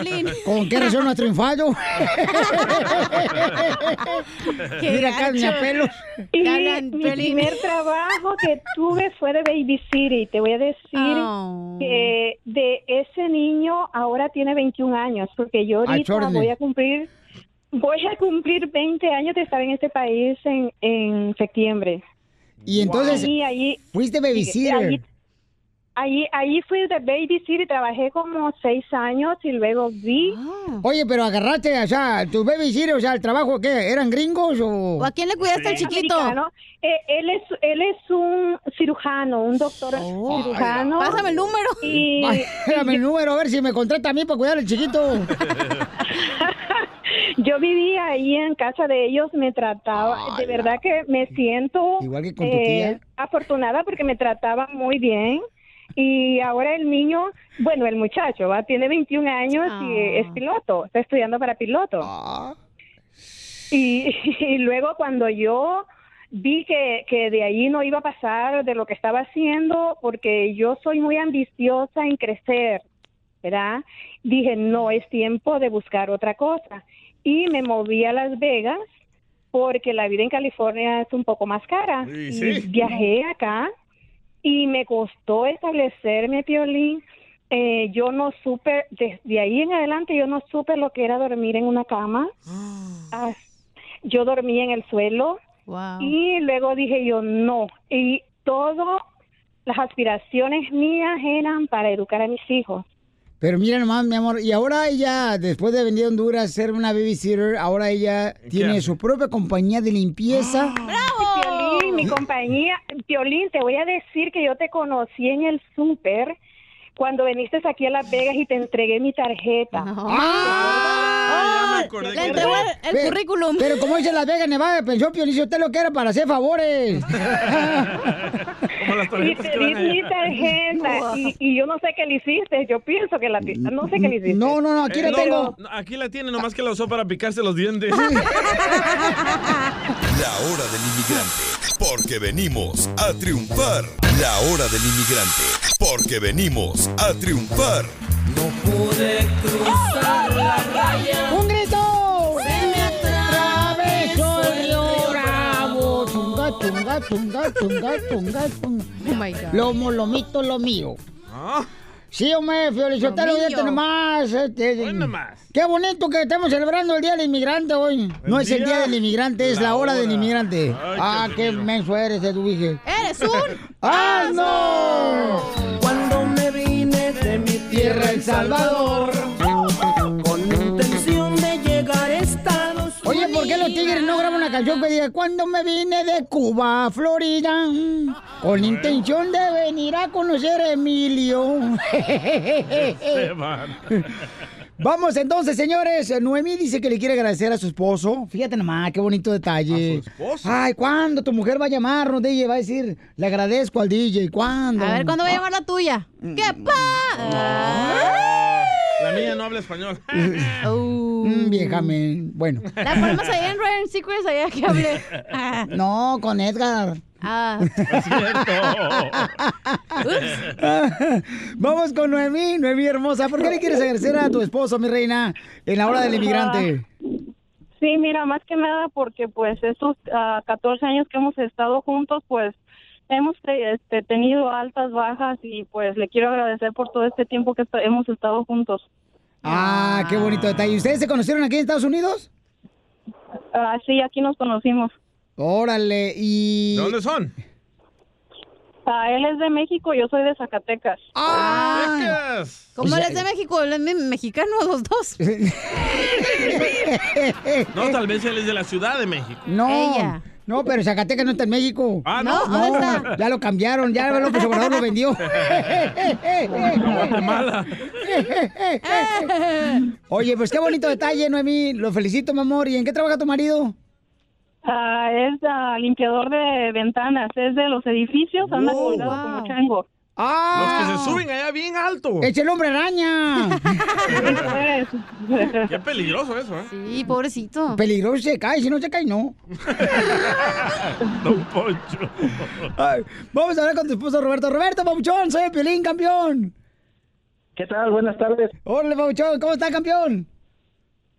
[SPEAKER 2] ¿Con qué razón no has triunfado?
[SPEAKER 25] Qué
[SPEAKER 2] Mira, Carmen,
[SPEAKER 25] gacho.
[SPEAKER 2] a pelo.
[SPEAKER 25] Y
[SPEAKER 2] Te hablan,
[SPEAKER 25] mi
[SPEAKER 2] Piolín.
[SPEAKER 25] primer trabajo que tuve fue de Baby City. Te voy a decir
[SPEAKER 3] Oh.
[SPEAKER 25] que de ese niño ahora tiene 21 años, porque yo ahorita
[SPEAKER 2] chorne.
[SPEAKER 25] voy a cumplir voy a cumplir 20 años de estar en este país en, en septiembre.
[SPEAKER 2] Y entonces,
[SPEAKER 25] Ahí, ahí-
[SPEAKER 2] fuiste babysitter.
[SPEAKER 25] Ahí, ahí, ahí fui de Baby City, trabajé como seis años y luego vi.
[SPEAKER 2] Oye, pero agarraste, o sea, tus babysitter, o sea, el trabajo, ¿qué? ¿Eran gringos o...?
[SPEAKER 25] ¿A quién le cuidaste
[SPEAKER 2] al chiquito?
[SPEAKER 25] Eh, él, es, él es un cirujano, un doctor cirujano.
[SPEAKER 3] Pásame el número.
[SPEAKER 25] Y,
[SPEAKER 2] Ay, Dame el número, a ver si me contrata a mí para cuidar al chiquito.
[SPEAKER 25] Yo vivía ahí en casa de ellos, me trataba, de verdad que me siento
[SPEAKER 2] Ah,
[SPEAKER 25] eh,
[SPEAKER 2] Igual que con tu tía.
[SPEAKER 25] afortunada porque me trataba muy bien. Y ahora el niño, bueno, el muchacho, ¿va? tiene 21 años
[SPEAKER 2] Ah.
[SPEAKER 25] y es piloto, está estudiando para piloto. Y, y luego cuando yo vi que, que de ahí no iba a pasar de lo que estaba haciendo, porque yo soy muy ambiciosa en crecer, ¿verdad? Dije, no es tiempo de buscar otra cosa. Y me moví a Las Vegas porque la vida en California es un poco más cara.
[SPEAKER 5] Y
[SPEAKER 25] Y
[SPEAKER 5] sí.
[SPEAKER 25] viajé acá y me costó establecerme, Piolín. Eh, yo no supe, desde ahí en adelante yo no supe lo que era dormir en una cama. Ah, yo dormía en el suelo
[SPEAKER 3] Ah.
[SPEAKER 25] y luego dije yo no. Y todas las aspiraciones mías eran para educar a mis hijos.
[SPEAKER 2] Pero mira nomás, mi amor, y ahora ella, después de venir a Honduras, ser una babysitter, ahora ella tiene
[SPEAKER 25] hace?
[SPEAKER 2] su propia compañía de limpieza.
[SPEAKER 3] Ah,
[SPEAKER 25] Piolín, mi compañía, Piolín, te voy a decir que yo te conocí en el súper cuando viniste aquí a Las Vegas y te entregué mi tarjeta.
[SPEAKER 2] Pero- pero- Pero como dice Las Vegas, Nevada, pensó Pionicio, usted lo que era para hacer favores.
[SPEAKER 25] Y te di mi
[SPEAKER 2] Ah.
[SPEAKER 25] tarjeta y, y yo no sé qué le hiciste, yo pienso que la no sé qué le hiciste.
[SPEAKER 2] No, no, no,
[SPEAKER 5] Eh, no, no, Aquí la tiene, nomás que la usó para picarse los dientes.
[SPEAKER 10] La hora del inmigrante, porque venimos a triunfar. La hora del inmigrante, porque venimos a triunfar. No pude cruzar la raya.
[SPEAKER 2] ¡Un grito!
[SPEAKER 7] Se me atravesó el
[SPEAKER 2] bravo. Tunga, tunga, tunga, tunga, tunga, tunga.
[SPEAKER 3] Oh my God.
[SPEAKER 2] Lomo, lomito, lo mío. Sí, hombre, Felicitero,
[SPEAKER 3] Ah. Lo mío.
[SPEAKER 2] fíjate nomás. Este, Qué bonito que estamos celebrando el Día del Inmigrante hoy. no es el Día del Inmigrante, es la hora, del Inmigrante. ah, qué menso eres, eh, tú, dije.
[SPEAKER 7] ¡Eres un
[SPEAKER 2] ¡Ah, no!
[SPEAKER 7] Cuando me vine de mi tierra El Salvador Con intención de llegar a este Estados
[SPEAKER 2] Oye, ¿por qué los tigres no graban una canción que diga Cuando me vine de Cuba a Florida? Con intención de venir a conocer a Emilio. Este, Vamos entonces, señores. Noemí dice que le quiere agradecer a su esposo. Fíjate nomás, qué bonito detalle. Ay, ¿cuándo tu mujer va a llamarnos, DJ? Va a decir, le agradezco al DJ. ¿Cuándo?
[SPEAKER 3] A ver, ¿cuándo va a llamar la tuya? ¡Qué
[SPEAKER 2] Mm.
[SPEAKER 3] pa!
[SPEAKER 5] La mía no habla español.
[SPEAKER 2] Ah. Mm, vieja, men. Bueno.
[SPEAKER 3] Oh. La ponemos ahí en Ryan Secrets, allá que hablé.
[SPEAKER 2] No, con Edgar.
[SPEAKER 3] Ah.
[SPEAKER 2] Vamos con Noemí, Noemí hermosa. ¿Por qué le quieres agradecer a tu esposo, mi reina, en la hora del inmigrante?
[SPEAKER 25] Sí, mira, más que nada porque pues estos ah, 14 años que hemos estado juntos, pues hemos te- este, tenido altas, bajas y pues le quiero agradecer por todo este tiempo que est- hemos estado juntos.
[SPEAKER 2] Ah, qué bonito detalle. ¿Ustedes se conocieron aquí en Estados Unidos?
[SPEAKER 25] Ah, sí, aquí nos conocimos.
[SPEAKER 2] Órale, y...
[SPEAKER 5] ¿De dónde son?
[SPEAKER 25] Ah, él es de México, yo soy de Zacatecas.
[SPEAKER 5] ¡Ah!
[SPEAKER 3] Como él es de México, él es me- mexicano, los dos.
[SPEAKER 5] eh. No, tal vez él es de la Ciudad de México.
[SPEAKER 2] No, no, pero Zacatecas no está en México.
[SPEAKER 5] Ah, ¿no? No, ¿dónde está?
[SPEAKER 2] Ya lo cambiaron, ya López Obrador lo vendió.
[SPEAKER 5] Guatemala.
[SPEAKER 7] Eh,
[SPEAKER 2] Eh, Oye, pues qué bonito detalle, Noemí. Lo felicito, mi amor. ¿Y en qué trabaja tu marido?
[SPEAKER 25] Ah, es ah, limpiador de ventanas, es de los edificios, anda colgado como chango.
[SPEAKER 2] Oh, ¡Ah!
[SPEAKER 5] Los que se suben allá bien alto.
[SPEAKER 2] Es el hombre araña.
[SPEAKER 25] pues.
[SPEAKER 5] Qué peligroso eso, ¿eh?
[SPEAKER 3] Sí, pobrecito.
[SPEAKER 2] Peligroso se cae, si no se cae, no.
[SPEAKER 5] Don Poncho.
[SPEAKER 2] Ay, vamos a hablar con tu esposo Roberto. Roberto, Pabuchón, soy el Piolín, campeón.
[SPEAKER 4] ¿Qué tal? Buenas tardes.
[SPEAKER 2] Hola, Pabuchón, ¿cómo está, campeón?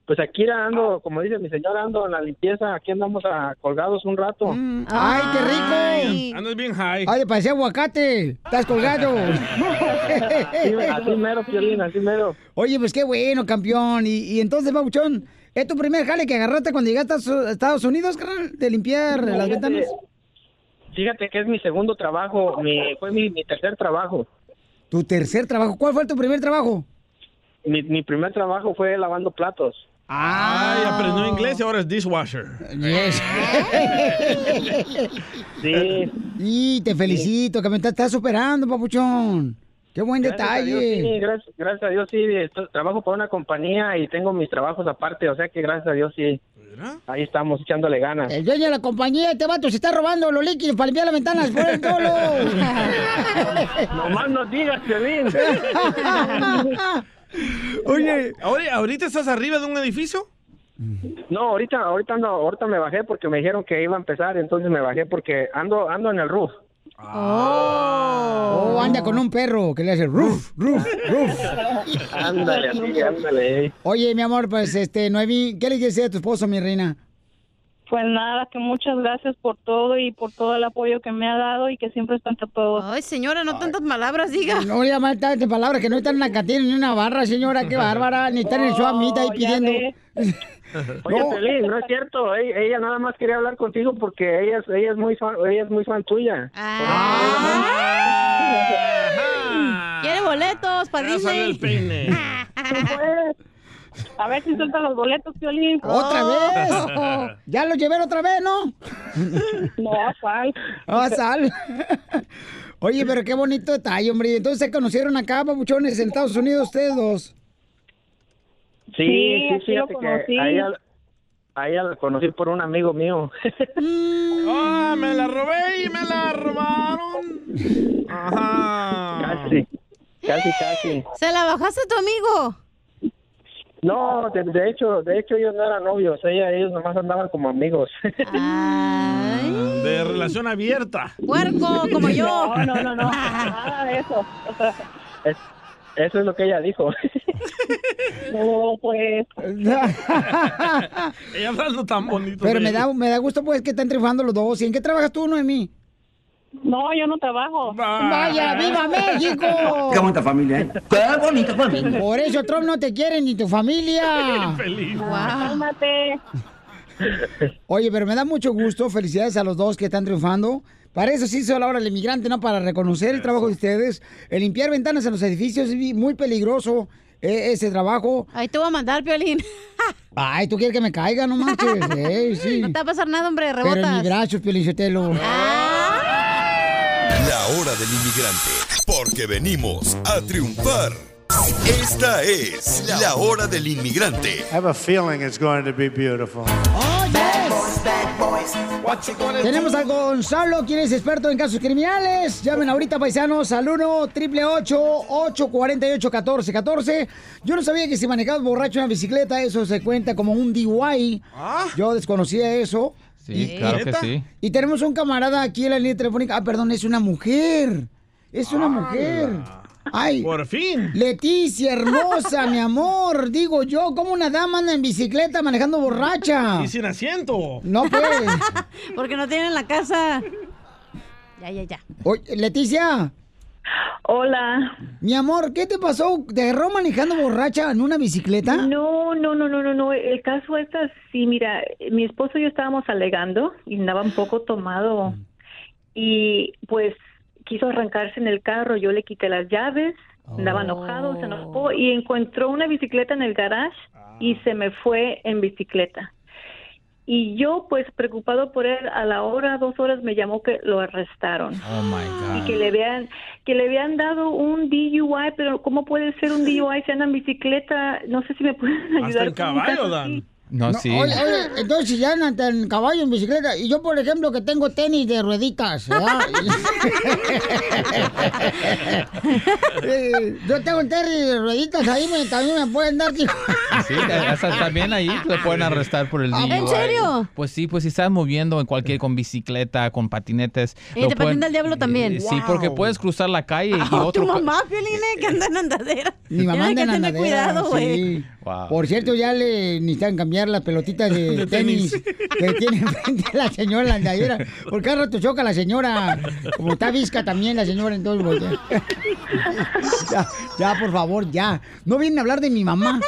[SPEAKER 4] Pues aquí ando, como dice mi señora, ando en la limpieza. Aquí andamos a, colgados un rato. Ah,
[SPEAKER 2] ¡Ay, qué rico! pues,
[SPEAKER 5] Ay, Andas bien high.
[SPEAKER 2] Ay, Ah, le parecía aguacate. Estás colgado.
[SPEAKER 4] Así- así mero, Piolín, así mero.
[SPEAKER 2] Oye, pues qué bueno, campeón. Y, y entonces, Pabuchón, ¿es tu primer jale que agarraste cuando llegaste a su- Estados Unidos, carnal? De limpiar
[SPEAKER 4] No,
[SPEAKER 2] las
[SPEAKER 4] fíjate.
[SPEAKER 2] ventanas.
[SPEAKER 4] Fíjate que es mi segundo trabajo. Mi, fue mi, mi tercer trabajo.
[SPEAKER 2] Tu tercer trabajo. ¿Cuál fue tu primer trabajo?
[SPEAKER 4] Mi, mi primer trabajo fue lavando platos.
[SPEAKER 5] Ay, aprendió inglés y ahora es dishwasher.
[SPEAKER 2] Ah. Yes.
[SPEAKER 4] Sí.
[SPEAKER 2] Y te felicito, que me estás superando, papuchón. Qué buen
[SPEAKER 4] Gracias a Dios,
[SPEAKER 2] detalle.
[SPEAKER 4] sí, gracias, gracias a Dios, sí. esto- Trabajo para una compañía y tengo mis trabajos aparte, o sea que gracias a Dios, sí. Ahí estamos echándole ganas.
[SPEAKER 2] El dueño de la compañía, este vato se está robando los líquidos para limpiar las ventanas por el dolo.
[SPEAKER 4] Nomás nos digas, Piolín.
[SPEAKER 5] Oye. ¿Ahorita estás arriba de un edificio?
[SPEAKER 4] No, ahorita, ahorita no, ahorita me bajé porque me dijeron que iba a empezar, entonces me bajé porque ando, ando en el roof.
[SPEAKER 2] Oh. anda con un perro que le hace ruf, ruf, ruf.
[SPEAKER 4] Ándale, así, ándale. eh.
[SPEAKER 2] Oye, mi amor, pues este, Noemí, ¿qué le quieres decir a tu esposo, mi reina?
[SPEAKER 8] Pues nada, que muchas gracias por todo y por todo el apoyo que me ha dado y que siempre están todos.
[SPEAKER 3] Ay, señora, no tantas palabras, diga.
[SPEAKER 2] No voy a mal tantas palabras que no están en la cantina ni en una barra, señora, qué bárbara, ni
[SPEAKER 4] Oh,
[SPEAKER 2] están en el show a mitad ahí pidiendo.
[SPEAKER 4] Oye, Piolín, no es cierto, e- ella, nada más quería hablar contigo porque ella, es- ella es muy fan, ella es muy fan tuya.
[SPEAKER 2] Ah,
[SPEAKER 3] Quiere boletos para Disney.
[SPEAKER 8] A ver si sueltan los boletos, Piolín.
[SPEAKER 2] ¿Otra
[SPEAKER 8] Oh.
[SPEAKER 2] vez? Ya lo llevé la otra vez, ¿no?
[SPEAKER 8] No, sal.
[SPEAKER 2] Ah, sal. Oye, pero qué bonito detalle, hombre. Y Entonces se conocieron acá, papuchones, en Estados Unidos, ustedes dos.
[SPEAKER 4] Sí,
[SPEAKER 2] Sí,
[SPEAKER 4] sí,
[SPEAKER 2] así lo
[SPEAKER 4] fíjate
[SPEAKER 2] conocí.
[SPEAKER 4] que a ella, a ella la conocí por un amigo mío.
[SPEAKER 2] Mm.
[SPEAKER 5] ¡Ah, me la robé y me la robaron!
[SPEAKER 4] casi, casi, casi.
[SPEAKER 3] ¿Se la bajaste a tu amigo?
[SPEAKER 4] No, de, de hecho, de hecho ellos no eran novios, ella, ellos nomás andaban como amigos.
[SPEAKER 2] Ah.
[SPEAKER 5] De relación abierta.
[SPEAKER 3] Puerco, como yo.
[SPEAKER 8] No, no, no, no. Nada de eso. O sea,
[SPEAKER 4] Es- eso es lo que ella dijo.
[SPEAKER 8] no, pues.
[SPEAKER 5] Ella hablando tan bonito.
[SPEAKER 2] Pero
[SPEAKER 5] de
[SPEAKER 2] me
[SPEAKER 5] ella.
[SPEAKER 2] da, me da gusto, pues, que están triunfando los dos. ¿Y en qué trabajas tú, Noemí?
[SPEAKER 8] No, yo no trabajo.
[SPEAKER 2] ¡Vaya, viva México!
[SPEAKER 9] Qué bonita familia, ¿eh? Qué bonita familia.
[SPEAKER 2] Por eso Trump no te quiere ni tu familia.
[SPEAKER 8] Cálmate.
[SPEAKER 2] Oye, pero me da mucho gusto. Felicidades a los dos que están triunfando. Para eso sí hizo la hora del inmigrante, ¿no? Para reconocer el trabajo de ustedes. El limpiar ventanas en los edificios es muy peligroso eh, ese trabajo.
[SPEAKER 3] Ahí te voy a mandar, Piolín.
[SPEAKER 2] Ay, tú quieres que me caiga, no manches. Ey, sí.
[SPEAKER 3] No te va a pasar nada, hombre,
[SPEAKER 2] Pero en mis
[SPEAKER 3] rebotas. Ah.
[SPEAKER 2] brazos, Piolín Sotelo.
[SPEAKER 10] La hora del inmigrante, porque venimos a triunfar. Esta es la hora del inmigrante.
[SPEAKER 1] I have a feeling it's going to be beautiful.
[SPEAKER 2] Tenemos a Gonzalo, quien es experto en casos criminales. Llamen ahorita, paisanos, al 1 888 848 1414 Yo no sabía que si manejabas borracho una bicicleta, eso se cuenta como un DUI.
[SPEAKER 5] Ah.
[SPEAKER 2] Yo desconocía eso.
[SPEAKER 15] Sí, claro que
[SPEAKER 2] ¿Neta?
[SPEAKER 15] sí.
[SPEAKER 2] Y tenemos un camarada aquí en la línea telefónica. Ah, perdón, es una mujer. Es una mujer. Ay.
[SPEAKER 5] Por fin.
[SPEAKER 2] Leticia, hermosa, mi amor. Digo yo, como una dama anda en bicicleta manejando borracha.
[SPEAKER 5] Y sin asiento.
[SPEAKER 2] No, pues.
[SPEAKER 3] Porque no tienen la casa. Ya, ya, ya.
[SPEAKER 2] Oye, Leticia.
[SPEAKER 8] Hola.
[SPEAKER 2] Mi amor, ¿qué te pasó? ¿Te agarró manejando borracha en una bicicleta?
[SPEAKER 8] No, no, no, no, no, no. El caso es así, mira, mi esposo y yo estábamos alegando y andaba un poco tomado y pues quiso arrancarse en el carro, yo le quité las llaves, andaba enojado, se
[SPEAKER 2] Oh.
[SPEAKER 8] enojó y encontró una bicicleta en el garage y
[SPEAKER 2] Ah.
[SPEAKER 8] se me fue en bicicleta. Y yo pues preocupado por él, a la hora, dos horas me llamó que lo arrestaron
[SPEAKER 15] Oh my
[SPEAKER 8] y
[SPEAKER 15] God.
[SPEAKER 8] que le vean que le habían dado un DUI, pero ¿cómo puede ser un DUI si anda en bicicleta? No sé si me pueden ayudar. con un caso así.
[SPEAKER 15] No, Ah, sí.
[SPEAKER 2] Oye, oye, entonces ya andan en caballo, en bicicleta. Y yo, por ejemplo, que tengo tenis de rueditas. ¿verdad? Eh, yo tengo tenis de rueditas ahí, me- también me pueden dar. tío.
[SPEAKER 15] Sí, esas también ahí te pueden arrestar por el
[SPEAKER 2] ¿En
[SPEAKER 15] DUI.
[SPEAKER 2] serio?
[SPEAKER 15] Pues sí, pues si estás moviendo en cualquier, con bicicleta, con patinetes.
[SPEAKER 3] Y
[SPEAKER 15] lo
[SPEAKER 3] te
[SPEAKER 15] pueden-
[SPEAKER 3] patín del diablo también.
[SPEAKER 15] Sí, porque puedes cruzar la calle y
[SPEAKER 3] Oh,
[SPEAKER 15] otro...
[SPEAKER 3] tu mamá, Piolín, eh, que anda en andadera.
[SPEAKER 2] Mi mamá anda
[SPEAKER 3] Tienes
[SPEAKER 2] en
[SPEAKER 3] que tener
[SPEAKER 2] andadera,
[SPEAKER 3] cuidado, güey.
[SPEAKER 2] sí.
[SPEAKER 15] Wow.
[SPEAKER 2] Por cierto, ya le necesitan cambiar las pelotitas de,
[SPEAKER 15] De
[SPEAKER 2] tenis.
[SPEAKER 15] tenis.
[SPEAKER 2] que tiene frente la señora en la andadera. Porque al rato choca la señora. Como está visca también la señora, entonces pues, ya. ya, ya, por favor, ya. No vienen a hablar de mi mamá.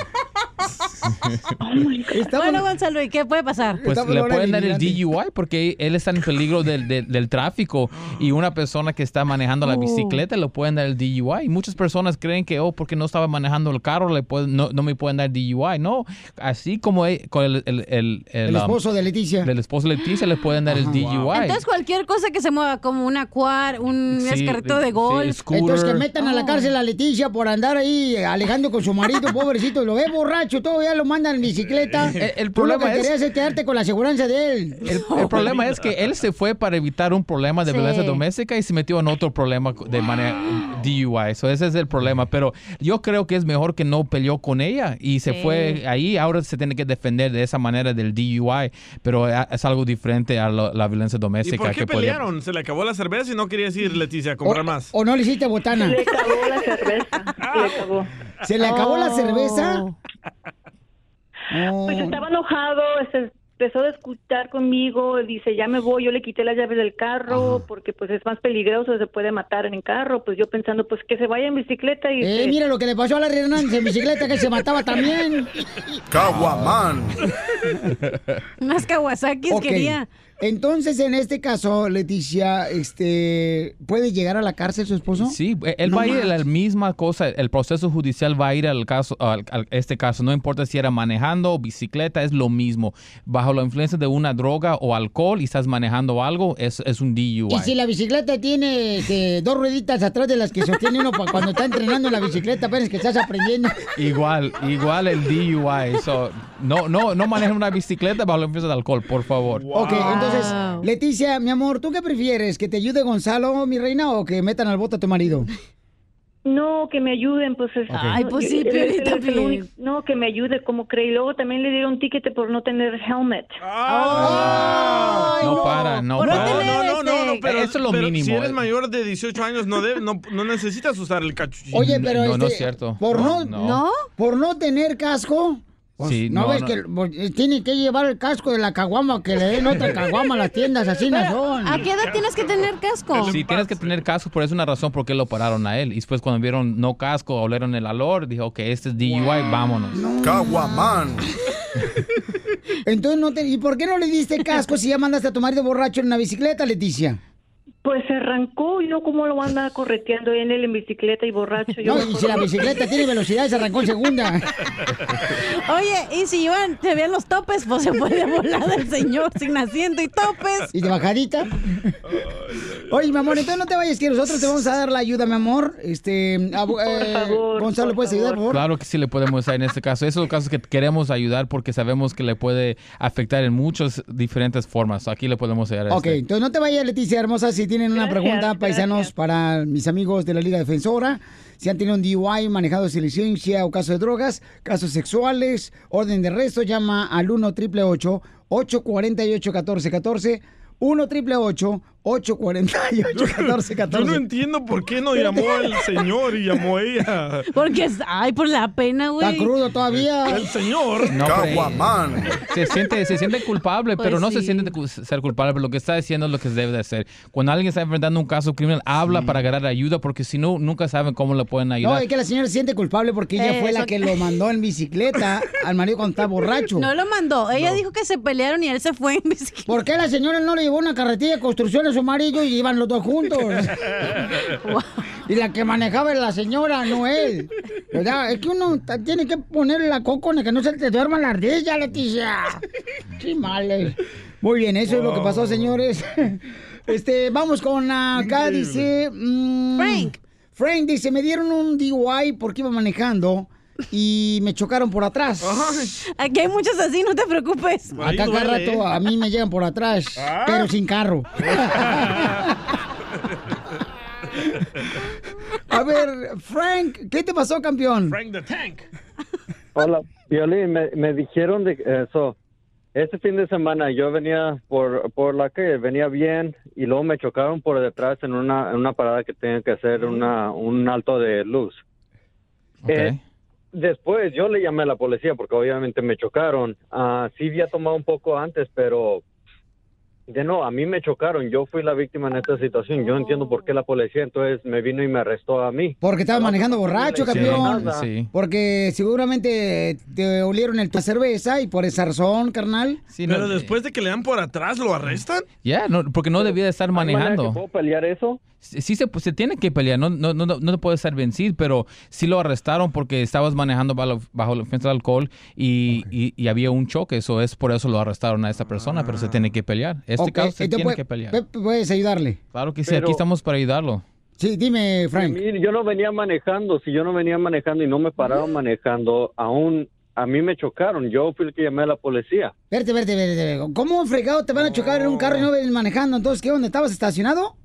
[SPEAKER 3] Oh bueno, Gonzalo, ¿y qué puede pasar?
[SPEAKER 15] Pues le pueden dar el DUI porque él está en peligro del, del- del tráfico
[SPEAKER 2] Ah.
[SPEAKER 15] y una persona que está manejando la
[SPEAKER 3] Oh.
[SPEAKER 15] bicicleta le pueden dar el DUI. Y muchas personas creen que, oh, porque no estaba manejando el carro, le pueden- no, no me pueden dar DUI. No, así como el, con el, el- el- el,
[SPEAKER 2] El
[SPEAKER 15] um,
[SPEAKER 2] esposo de Leticia.
[SPEAKER 15] del esposo de Leticia le pueden dar el DUI.
[SPEAKER 3] Entonces, cualquier cosa que se mueva, como una cuar, un
[SPEAKER 15] Sí,
[SPEAKER 3] escarrito de
[SPEAKER 15] sí,
[SPEAKER 3] golf.
[SPEAKER 15] scooter.
[SPEAKER 2] Entonces que metan a la
[SPEAKER 3] Oh.
[SPEAKER 2] cárcel a Leticia por andar ahí alejando con su marido, pobrecito, lo ve borracho, todavía lo mandan en bicicleta.
[SPEAKER 15] Eh, el
[SPEAKER 2] Tú lo
[SPEAKER 15] problema
[SPEAKER 2] que
[SPEAKER 15] es-
[SPEAKER 2] querías es quedarte con la aseguranza de él.
[SPEAKER 15] El
[SPEAKER 6] Oh,
[SPEAKER 15] problema es que él se fue para evitar un problema de
[SPEAKER 2] Sí.
[SPEAKER 15] violencia doméstica y se metió en otro problema de manera DUI. So, ese es el problema. Pero yo creo que es mejor que no peleó con ella y se
[SPEAKER 6] Sí.
[SPEAKER 15] fue ahí. Ahora se tiene que defender de esa manera del DUI, pero a- es algo diferente a lo- la violencia
[SPEAKER 6] ¿Y
[SPEAKER 15] doméstica.
[SPEAKER 6] por qué
[SPEAKER 15] que podría-
[SPEAKER 6] pelearon? Se le acabó la cerveza y no querías ir, Leticia, a comprar más.
[SPEAKER 2] Mm. ¿O no le hiciste botana?
[SPEAKER 8] Le acabó la cerveza. Oh. Le acabó.
[SPEAKER 2] ¿Se le acabó la cerveza? Mm.
[SPEAKER 8] Pues estaba enojado, se empezó a discutir conmigo, dice, ya me voy, yo le quité las llaves del carro porque pues es más peligroso, se puede matar en el carro, pues yo pensando pues que se vaya en bicicleta y...
[SPEAKER 2] Eh,
[SPEAKER 8] se-
[SPEAKER 2] mira lo que le pasó a la Hernández en bicicleta que se mataba también.
[SPEAKER 21] Caguamán.
[SPEAKER 3] Unas Kawasakis
[SPEAKER 2] Ok.
[SPEAKER 3] quería.
[SPEAKER 2] Entonces, en este caso, Leticia, este, ¿puede llegar a la cárcel su esposo?
[SPEAKER 15] Sí, eh, él
[SPEAKER 2] No
[SPEAKER 15] va a ir a la
[SPEAKER 2] manches.
[SPEAKER 15] misma cosa, el proceso judicial va a ir al caso, al, al- este caso, no importa si era manejando o bicicleta, es lo mismo. Bajo la influencia de una droga o alcohol y estás manejando algo, es, es un DUI.
[SPEAKER 2] Y si la bicicleta tiene este, dos rueditas atrás de las que sostiene uno pa- cuando está entrenando en la bicicleta, apenas que estás aprendiendo.
[SPEAKER 15] Igual, igual el DUI. So, no, no, no manejen una bicicleta bajo la influencia de alcohol, por favor.
[SPEAKER 2] Ok, entonces, Leticia, mi amor, ¿tú qué prefieres? ¿Que te ayude Gonzalo, mi reina, o que metan al bote a tu marido?
[SPEAKER 8] No, que me ayuden, pues... es-
[SPEAKER 2] Ay,
[SPEAKER 8] no,
[SPEAKER 2] pues
[SPEAKER 8] yo-
[SPEAKER 2] sí,
[SPEAKER 8] él es el-
[SPEAKER 2] Piolín,
[SPEAKER 8] es el
[SPEAKER 2] también.
[SPEAKER 8] único- No, que me ayude, como creí. Luego también le dieron ticket por no tener helmet.
[SPEAKER 2] Ah.
[SPEAKER 15] no, para, no para.
[SPEAKER 6] no, no, no, no, pero
[SPEAKER 15] Eso es lo
[SPEAKER 6] pero
[SPEAKER 15] mínimo.
[SPEAKER 2] eh.
[SPEAKER 6] Si eres mayor de 18 años, no, debe- no, no necesitas usar el cachuchín.
[SPEAKER 2] Oye, pero este, Por no,
[SPEAKER 6] No.
[SPEAKER 2] por no tener casco. pues,
[SPEAKER 6] Sí,
[SPEAKER 2] no,
[SPEAKER 6] no,
[SPEAKER 2] ves
[SPEAKER 6] no.
[SPEAKER 2] que pues, tiene que llevar el casco de la caguama que le den otra caguama a las tiendas así no son.
[SPEAKER 3] ¿A qué edad tienes que tener
[SPEAKER 2] Oh.
[SPEAKER 3] casco?
[SPEAKER 15] Sí, tienes que tener casco, por eso es una razón por qué lo pararon a él. Y después cuando vieron no casco, oleron el alor, dijo que este es DUI, vámonos.
[SPEAKER 21] Caguamán.
[SPEAKER 2] Entonces no te- ¿y por qué no le diste casco si ya mandaste a tu marido borracho en una bicicleta, Leticia?
[SPEAKER 8] Pues se arrancó, yo cómo lo andaba correteando en él en bicicleta y borracho. Yo
[SPEAKER 2] No, y si la bicicleta tiene velocidad, se arrancó en segunda.
[SPEAKER 3] Oye, y si iban, te vean los topes, pues se puede volar el señor sin asiento y topes.
[SPEAKER 2] Y de bajadita. Oye, mi amor, entonces no te vayas, que nosotros te vamos a dar la ayuda, mi amor. Este, abu- eh, Gonzalo, ¿puedes ayudar, por favor?
[SPEAKER 15] Claro que sí le podemos ayudar en este caso. Esos son casos que queremos ayudar porque sabemos que le puede afectar en muchas diferentes formas. Aquí le podemos ayudar. a
[SPEAKER 2] Ok,
[SPEAKER 15] este.
[SPEAKER 2] entonces no te vayas, Leticia Hermosa, si tienen una pregunta, paisanos, para mis amigos de la Liga Defensora, si han tenido un DUI, manejado sin licencia o caso de drogas, casos sexuales, orden de arresto, llama al 1 888 848 1414 1 888 848
[SPEAKER 6] Yo no
[SPEAKER 2] 1414
[SPEAKER 6] entiendo por qué no llamó el señor y llamó ella.
[SPEAKER 3] Porque, es- ay, por la pena, güey.
[SPEAKER 6] Está crudo
[SPEAKER 2] todavía.
[SPEAKER 6] El señor.
[SPEAKER 15] No, pero- Se siente, se siente culpable,
[SPEAKER 6] Pues
[SPEAKER 15] pero no se
[SPEAKER 6] sí.
[SPEAKER 15] siente cu- ser culpable, pero lo que está diciendo es lo que se debe de hacer. Cuando alguien está enfrentando un caso criminal, habla para agarrar ayuda, porque si no, nunca saben cómo le pueden
[SPEAKER 2] No,
[SPEAKER 15] ayudar.
[SPEAKER 2] es que la señora se siente culpable porque ella
[SPEAKER 3] Eh,
[SPEAKER 2] fue la
[SPEAKER 3] eso-
[SPEAKER 2] que lo mandó en bicicleta al marido cuando estaba borracho.
[SPEAKER 3] No lo mandó. Ella dijo que se pelearon y él se fue en bicicleta.
[SPEAKER 2] ¿Por qué la señora no le llevó una carretilla de construcción a su marido y iban los dos juntos? Y la que manejaba era la señora, no él. ¿Verdad? Es que uno ta- tiene que poner la cocona que no se te duerma la ardilla, Leticia. Qué males. Muy bien, eso es lo que pasó, señores. Este, vamos con acá, dice... Frank. Frank dice, me dieron un DUI porque iba manejando y me chocaron por atrás.
[SPEAKER 3] Aquí hay muchos así, no te preocupes.
[SPEAKER 2] Acá cada rato a mí me llegan por atrás, pero sin carro. A ver, Frank, ¿qué te pasó, campeón?
[SPEAKER 6] Frank the Tank.
[SPEAKER 11] Hola, Violín, me, me dijeron de eso. Este fin de semana yo venía por, por la calle, venía bien y luego me chocaron por detrás en una, en una parada que tenía que hacer una, un alto de luz. Eh, después yo le llamé a la policía porque obviamente me chocaron. Ah, sí había tomado un poco antes, pero de no, a mí me chocaron, yo fui la víctima en esta situación, yo entiendo por qué la policía entonces me vino y me arrestó a mí.
[SPEAKER 2] Porque estabas manejando borracho,
[SPEAKER 11] Sí,
[SPEAKER 2] campeón.
[SPEAKER 11] nada. Sí.
[SPEAKER 2] Porque seguramente te olieron el tu cerveza y por esa razón, carnal.
[SPEAKER 5] Pero
[SPEAKER 15] eh.
[SPEAKER 5] después de que le dan por atrás, ¿lo arrestan?
[SPEAKER 15] Ya, no, porque no debía de estar manejando.
[SPEAKER 11] ¿Puedo pelear eso?
[SPEAKER 15] Sí, sí se, pues, se tiene que pelear, no, no, no, no te puedes estar vencido, pero sí lo arrestaron porque estabas manejando bajo, bajo la influencia del alcohol y, y- y había un choque, eso es por eso lo arrestaron a esta persona, pero se tiene que pelear. Este
[SPEAKER 2] Ah. Ok,
[SPEAKER 15] caso se
[SPEAKER 2] entonces pues,
[SPEAKER 15] tiene
[SPEAKER 2] puede-
[SPEAKER 15] que pelear.
[SPEAKER 2] pe- Puedes ayudarle.
[SPEAKER 15] Claro que sí,
[SPEAKER 11] Pero-
[SPEAKER 15] aquí estamos para ayudarlo.
[SPEAKER 2] Sí, dime, Frank.
[SPEAKER 11] Mire, yo no venía manejando, si yo no venía manejando y no me pararon manejando, aún a mí me chocaron, yo fui el que llamé a la policía.
[SPEAKER 2] Verte, verte, verte. ¿Cómo fregado te van a chocar en un carro y no ven manejando? Entonces, ¿qué onda? ¿Estabas estacionado?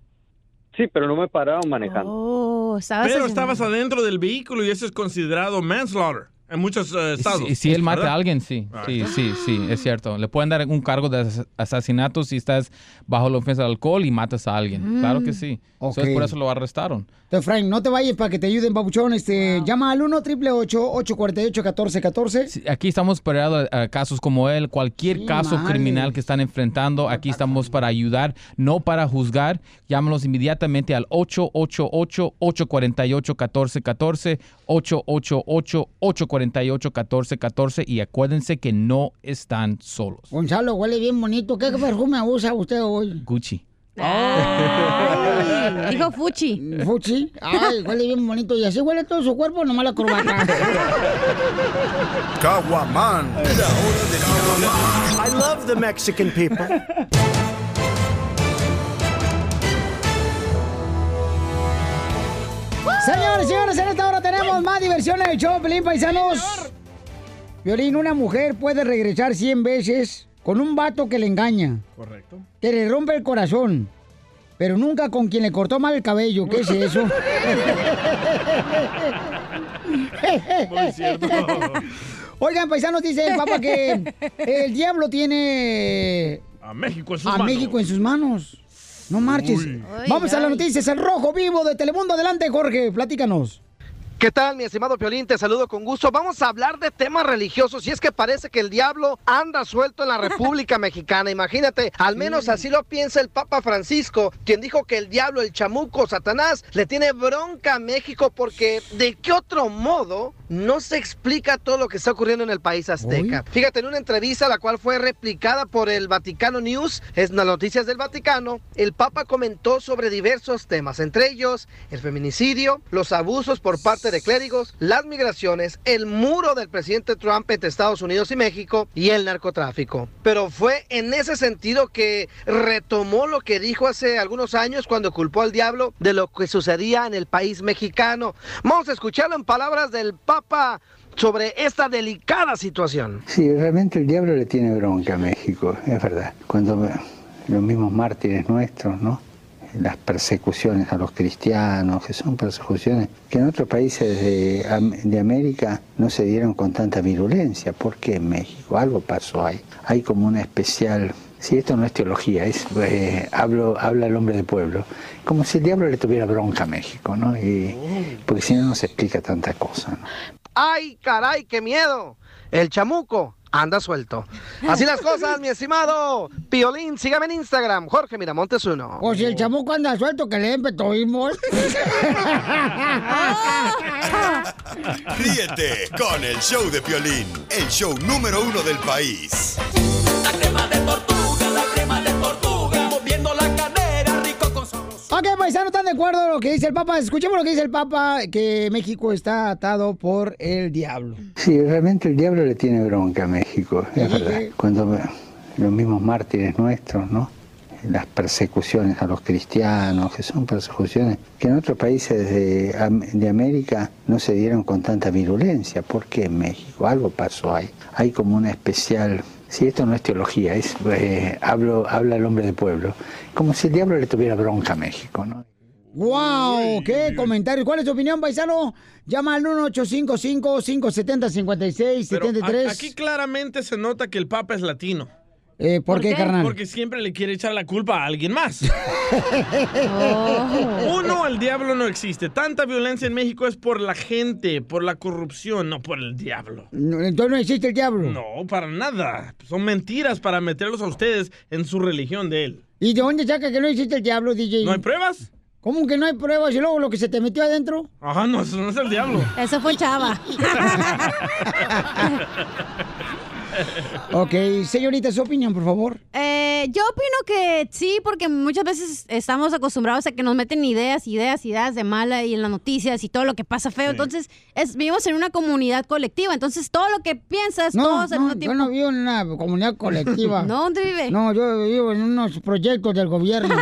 [SPEAKER 11] Sí, pero no me pararon manejando.
[SPEAKER 3] Oh,
[SPEAKER 15] Ah,
[SPEAKER 3] estabas
[SPEAKER 5] Pero
[SPEAKER 3] estacionado.
[SPEAKER 5] estabas adentro del vehículo y eso es considerado manslaughter en muchos eh,
[SPEAKER 15] Y
[SPEAKER 5] estados.
[SPEAKER 15] si- Y si él mata
[SPEAKER 5] ¿verdad?
[SPEAKER 15] a alguien, sí.
[SPEAKER 5] Ah.
[SPEAKER 15] Sí, sí, sí, es cierto. Le pueden dar un cargo de as- asesinato si estás bajo la ofensa del alcohol y matas a alguien.
[SPEAKER 2] Mm.
[SPEAKER 15] Claro que sí. Eso es
[SPEAKER 2] Ok.
[SPEAKER 15] por eso lo arrestaron.
[SPEAKER 2] Entonces, Frank, no te vayas para que te ayuden, babuchón. Este, Llama al 1 888 848 1414
[SPEAKER 15] Aquí estamos para ayudar a- a casos como él, cualquier caso
[SPEAKER 2] mal.
[SPEAKER 15] criminal que están enfrentando. Aquí estamos para ayudar, no para juzgar. Llámanos inmediatamente al 888-848-1414, 888-848-1414 y acuérdense que no están solos.
[SPEAKER 2] Gonzalo, huele bien bonito. ¿Qué perfume usa usted hoy?
[SPEAKER 15] Gucci.
[SPEAKER 2] Ay, dijo Fuchi. Fuchi. Ay, huele bien bonito. Y así huele todo su cuerpo, nomás la corbata.
[SPEAKER 10] Caguaman. La hora del Caguaman.
[SPEAKER 6] I love the Mexican people.
[SPEAKER 2] Señores, señores, en esta hora tenemos más diversión en el show, Pelín Paisanos. Violín, una mujer puede regresar 100 veces con un vato que le engaña,
[SPEAKER 5] Correcto.
[SPEAKER 2] que le rompe el corazón, pero nunca con quien le cortó mal el cabello. ¿Qué es eso?
[SPEAKER 26] Muy cierto.
[SPEAKER 2] Oigan, paisanos, dice el papa que el diablo tiene
[SPEAKER 5] A México es
[SPEAKER 2] a México en sus manos. No marches.
[SPEAKER 5] Uy.
[SPEAKER 2] Vamos a las
[SPEAKER 6] ay.
[SPEAKER 2] noticias. El rojo vivo de Telemundo. Adelante, Jorge. Platícanos.
[SPEAKER 6] ¿Qué tal, mi estimado Piolín? Te saludo con gusto. Vamos a hablar de temas religiosos y es que parece que el diablo anda suelto en la República Mexicana. Imagínate, al menos así lo piensa el Papa Francisco, quien dijo que el diablo, el chamuco, Satanás, le tiene bronca a México porque de qué otro modo no se explica todo lo que está ocurriendo en el país azteca. Fíjate, en una entrevista la cual fue replicada por el Vaticano News, es las noticias del Vaticano, el Papa comentó sobre diversos temas, entre ellos el feminicidio, los abusos por parte de clérigos, las migraciones, el muro del presidente Trump entre Estados Unidos y México y el narcotráfico. Pero fue en ese sentido que retomó lo que dijo hace algunos años cuando culpó al diablo de lo que sucedía en el país mexicano. Vamos a escucharlo en palabras del Papa sobre esta delicada situación.
[SPEAKER 23] Sí, realmente el diablo le tiene bronca a México, es verdad. Cuando me- los mismos mártires nuestros, ¿no? Las persecuciones a los cristianos, que son persecuciones que en otros países de, Am- de América no se dieron con tanta virulencia. ¿Por qué en México? Algo pasó ahí. Hay como una especial... Si esto no es teología, es, eh, hablo, habla el hombre de pueblo. Como si el diablo le tuviera bronca a México, ¿no? Y, porque si no, no se explica tanta cosa, ¿no?
[SPEAKER 6] ¡Ay, caray, qué miedo! El chamuco anda suelto. Así las cosas, mi estimado Piolín. Sígame en Instagram, Jorge Miramontes 1.
[SPEAKER 2] O Pues si el chamuco anda suelto, que le den petoímos. Ah.
[SPEAKER 10] Ríete con el show de Piolín, el show número uno del país.
[SPEAKER 2] Ok, paisano, ¿están de acuerdo con lo que dice el Papa? Escuchemos lo que dice el Papa, que México está atado por el diablo.
[SPEAKER 23] Sí, realmente el diablo le tiene bronca a México, es verdad. Cuando me- los mismos mártires nuestros, ¿no? Las persecuciones a los cristianos, que son persecuciones que en otros países de, Am- de América no se dieron con tanta virulencia. ¿Por qué en México? Algo pasó ahí. Hay como una especial... Si esto no es teología, es, eh, hablo, habla el hombre de pueblo. Como si el diablo le tuviera bronca a México, ¿no?
[SPEAKER 2] ¡Wow! ¡Qué comentario! ¿Cuál es tu opinión, paisano? Llama al 1-855-570-5673.
[SPEAKER 5] Pero a- aquí claramente se nota que el Papa es latino.
[SPEAKER 2] Eh, ¿Por, qué, carnal?
[SPEAKER 5] Porque siempre le quiere echar la culpa a alguien más.
[SPEAKER 2] Oh.
[SPEAKER 5] Uno, el diablo no existe. Tanta violencia en México es por la gente, por la corrupción, no por el diablo.
[SPEAKER 2] No, Entonces no existe el diablo.
[SPEAKER 5] No, para nada. Son mentiras para meterlos a ustedes en su religión de él.
[SPEAKER 2] ¿Y de dónde saca que no existe el diablo, DJ?
[SPEAKER 5] ¿No hay pruebas?
[SPEAKER 2] ¿Cómo que no hay pruebas? Y luego lo que se te metió adentro.
[SPEAKER 5] Ajá, no, eso no es el diablo.
[SPEAKER 3] Eso fue Chava.
[SPEAKER 2] Ok, señorita, su opinión, por favor.
[SPEAKER 3] Eh, yo opino que sí, porque muchas veces estamos acostumbrados a que nos meten ideas, ideas, ideas de mala y en las noticias y todo lo que pasa feo. Entonces, es, vivimos en una comunidad colectiva. Entonces, todo lo que piensas,
[SPEAKER 2] No,
[SPEAKER 3] todos al
[SPEAKER 2] no
[SPEAKER 3] mismo
[SPEAKER 2] yo
[SPEAKER 3] tiempo.
[SPEAKER 2] no vivo en una comunidad colectiva.
[SPEAKER 3] ¿No? ¿Dónde vive?
[SPEAKER 2] No, yo vivo en unos proyectos del gobierno.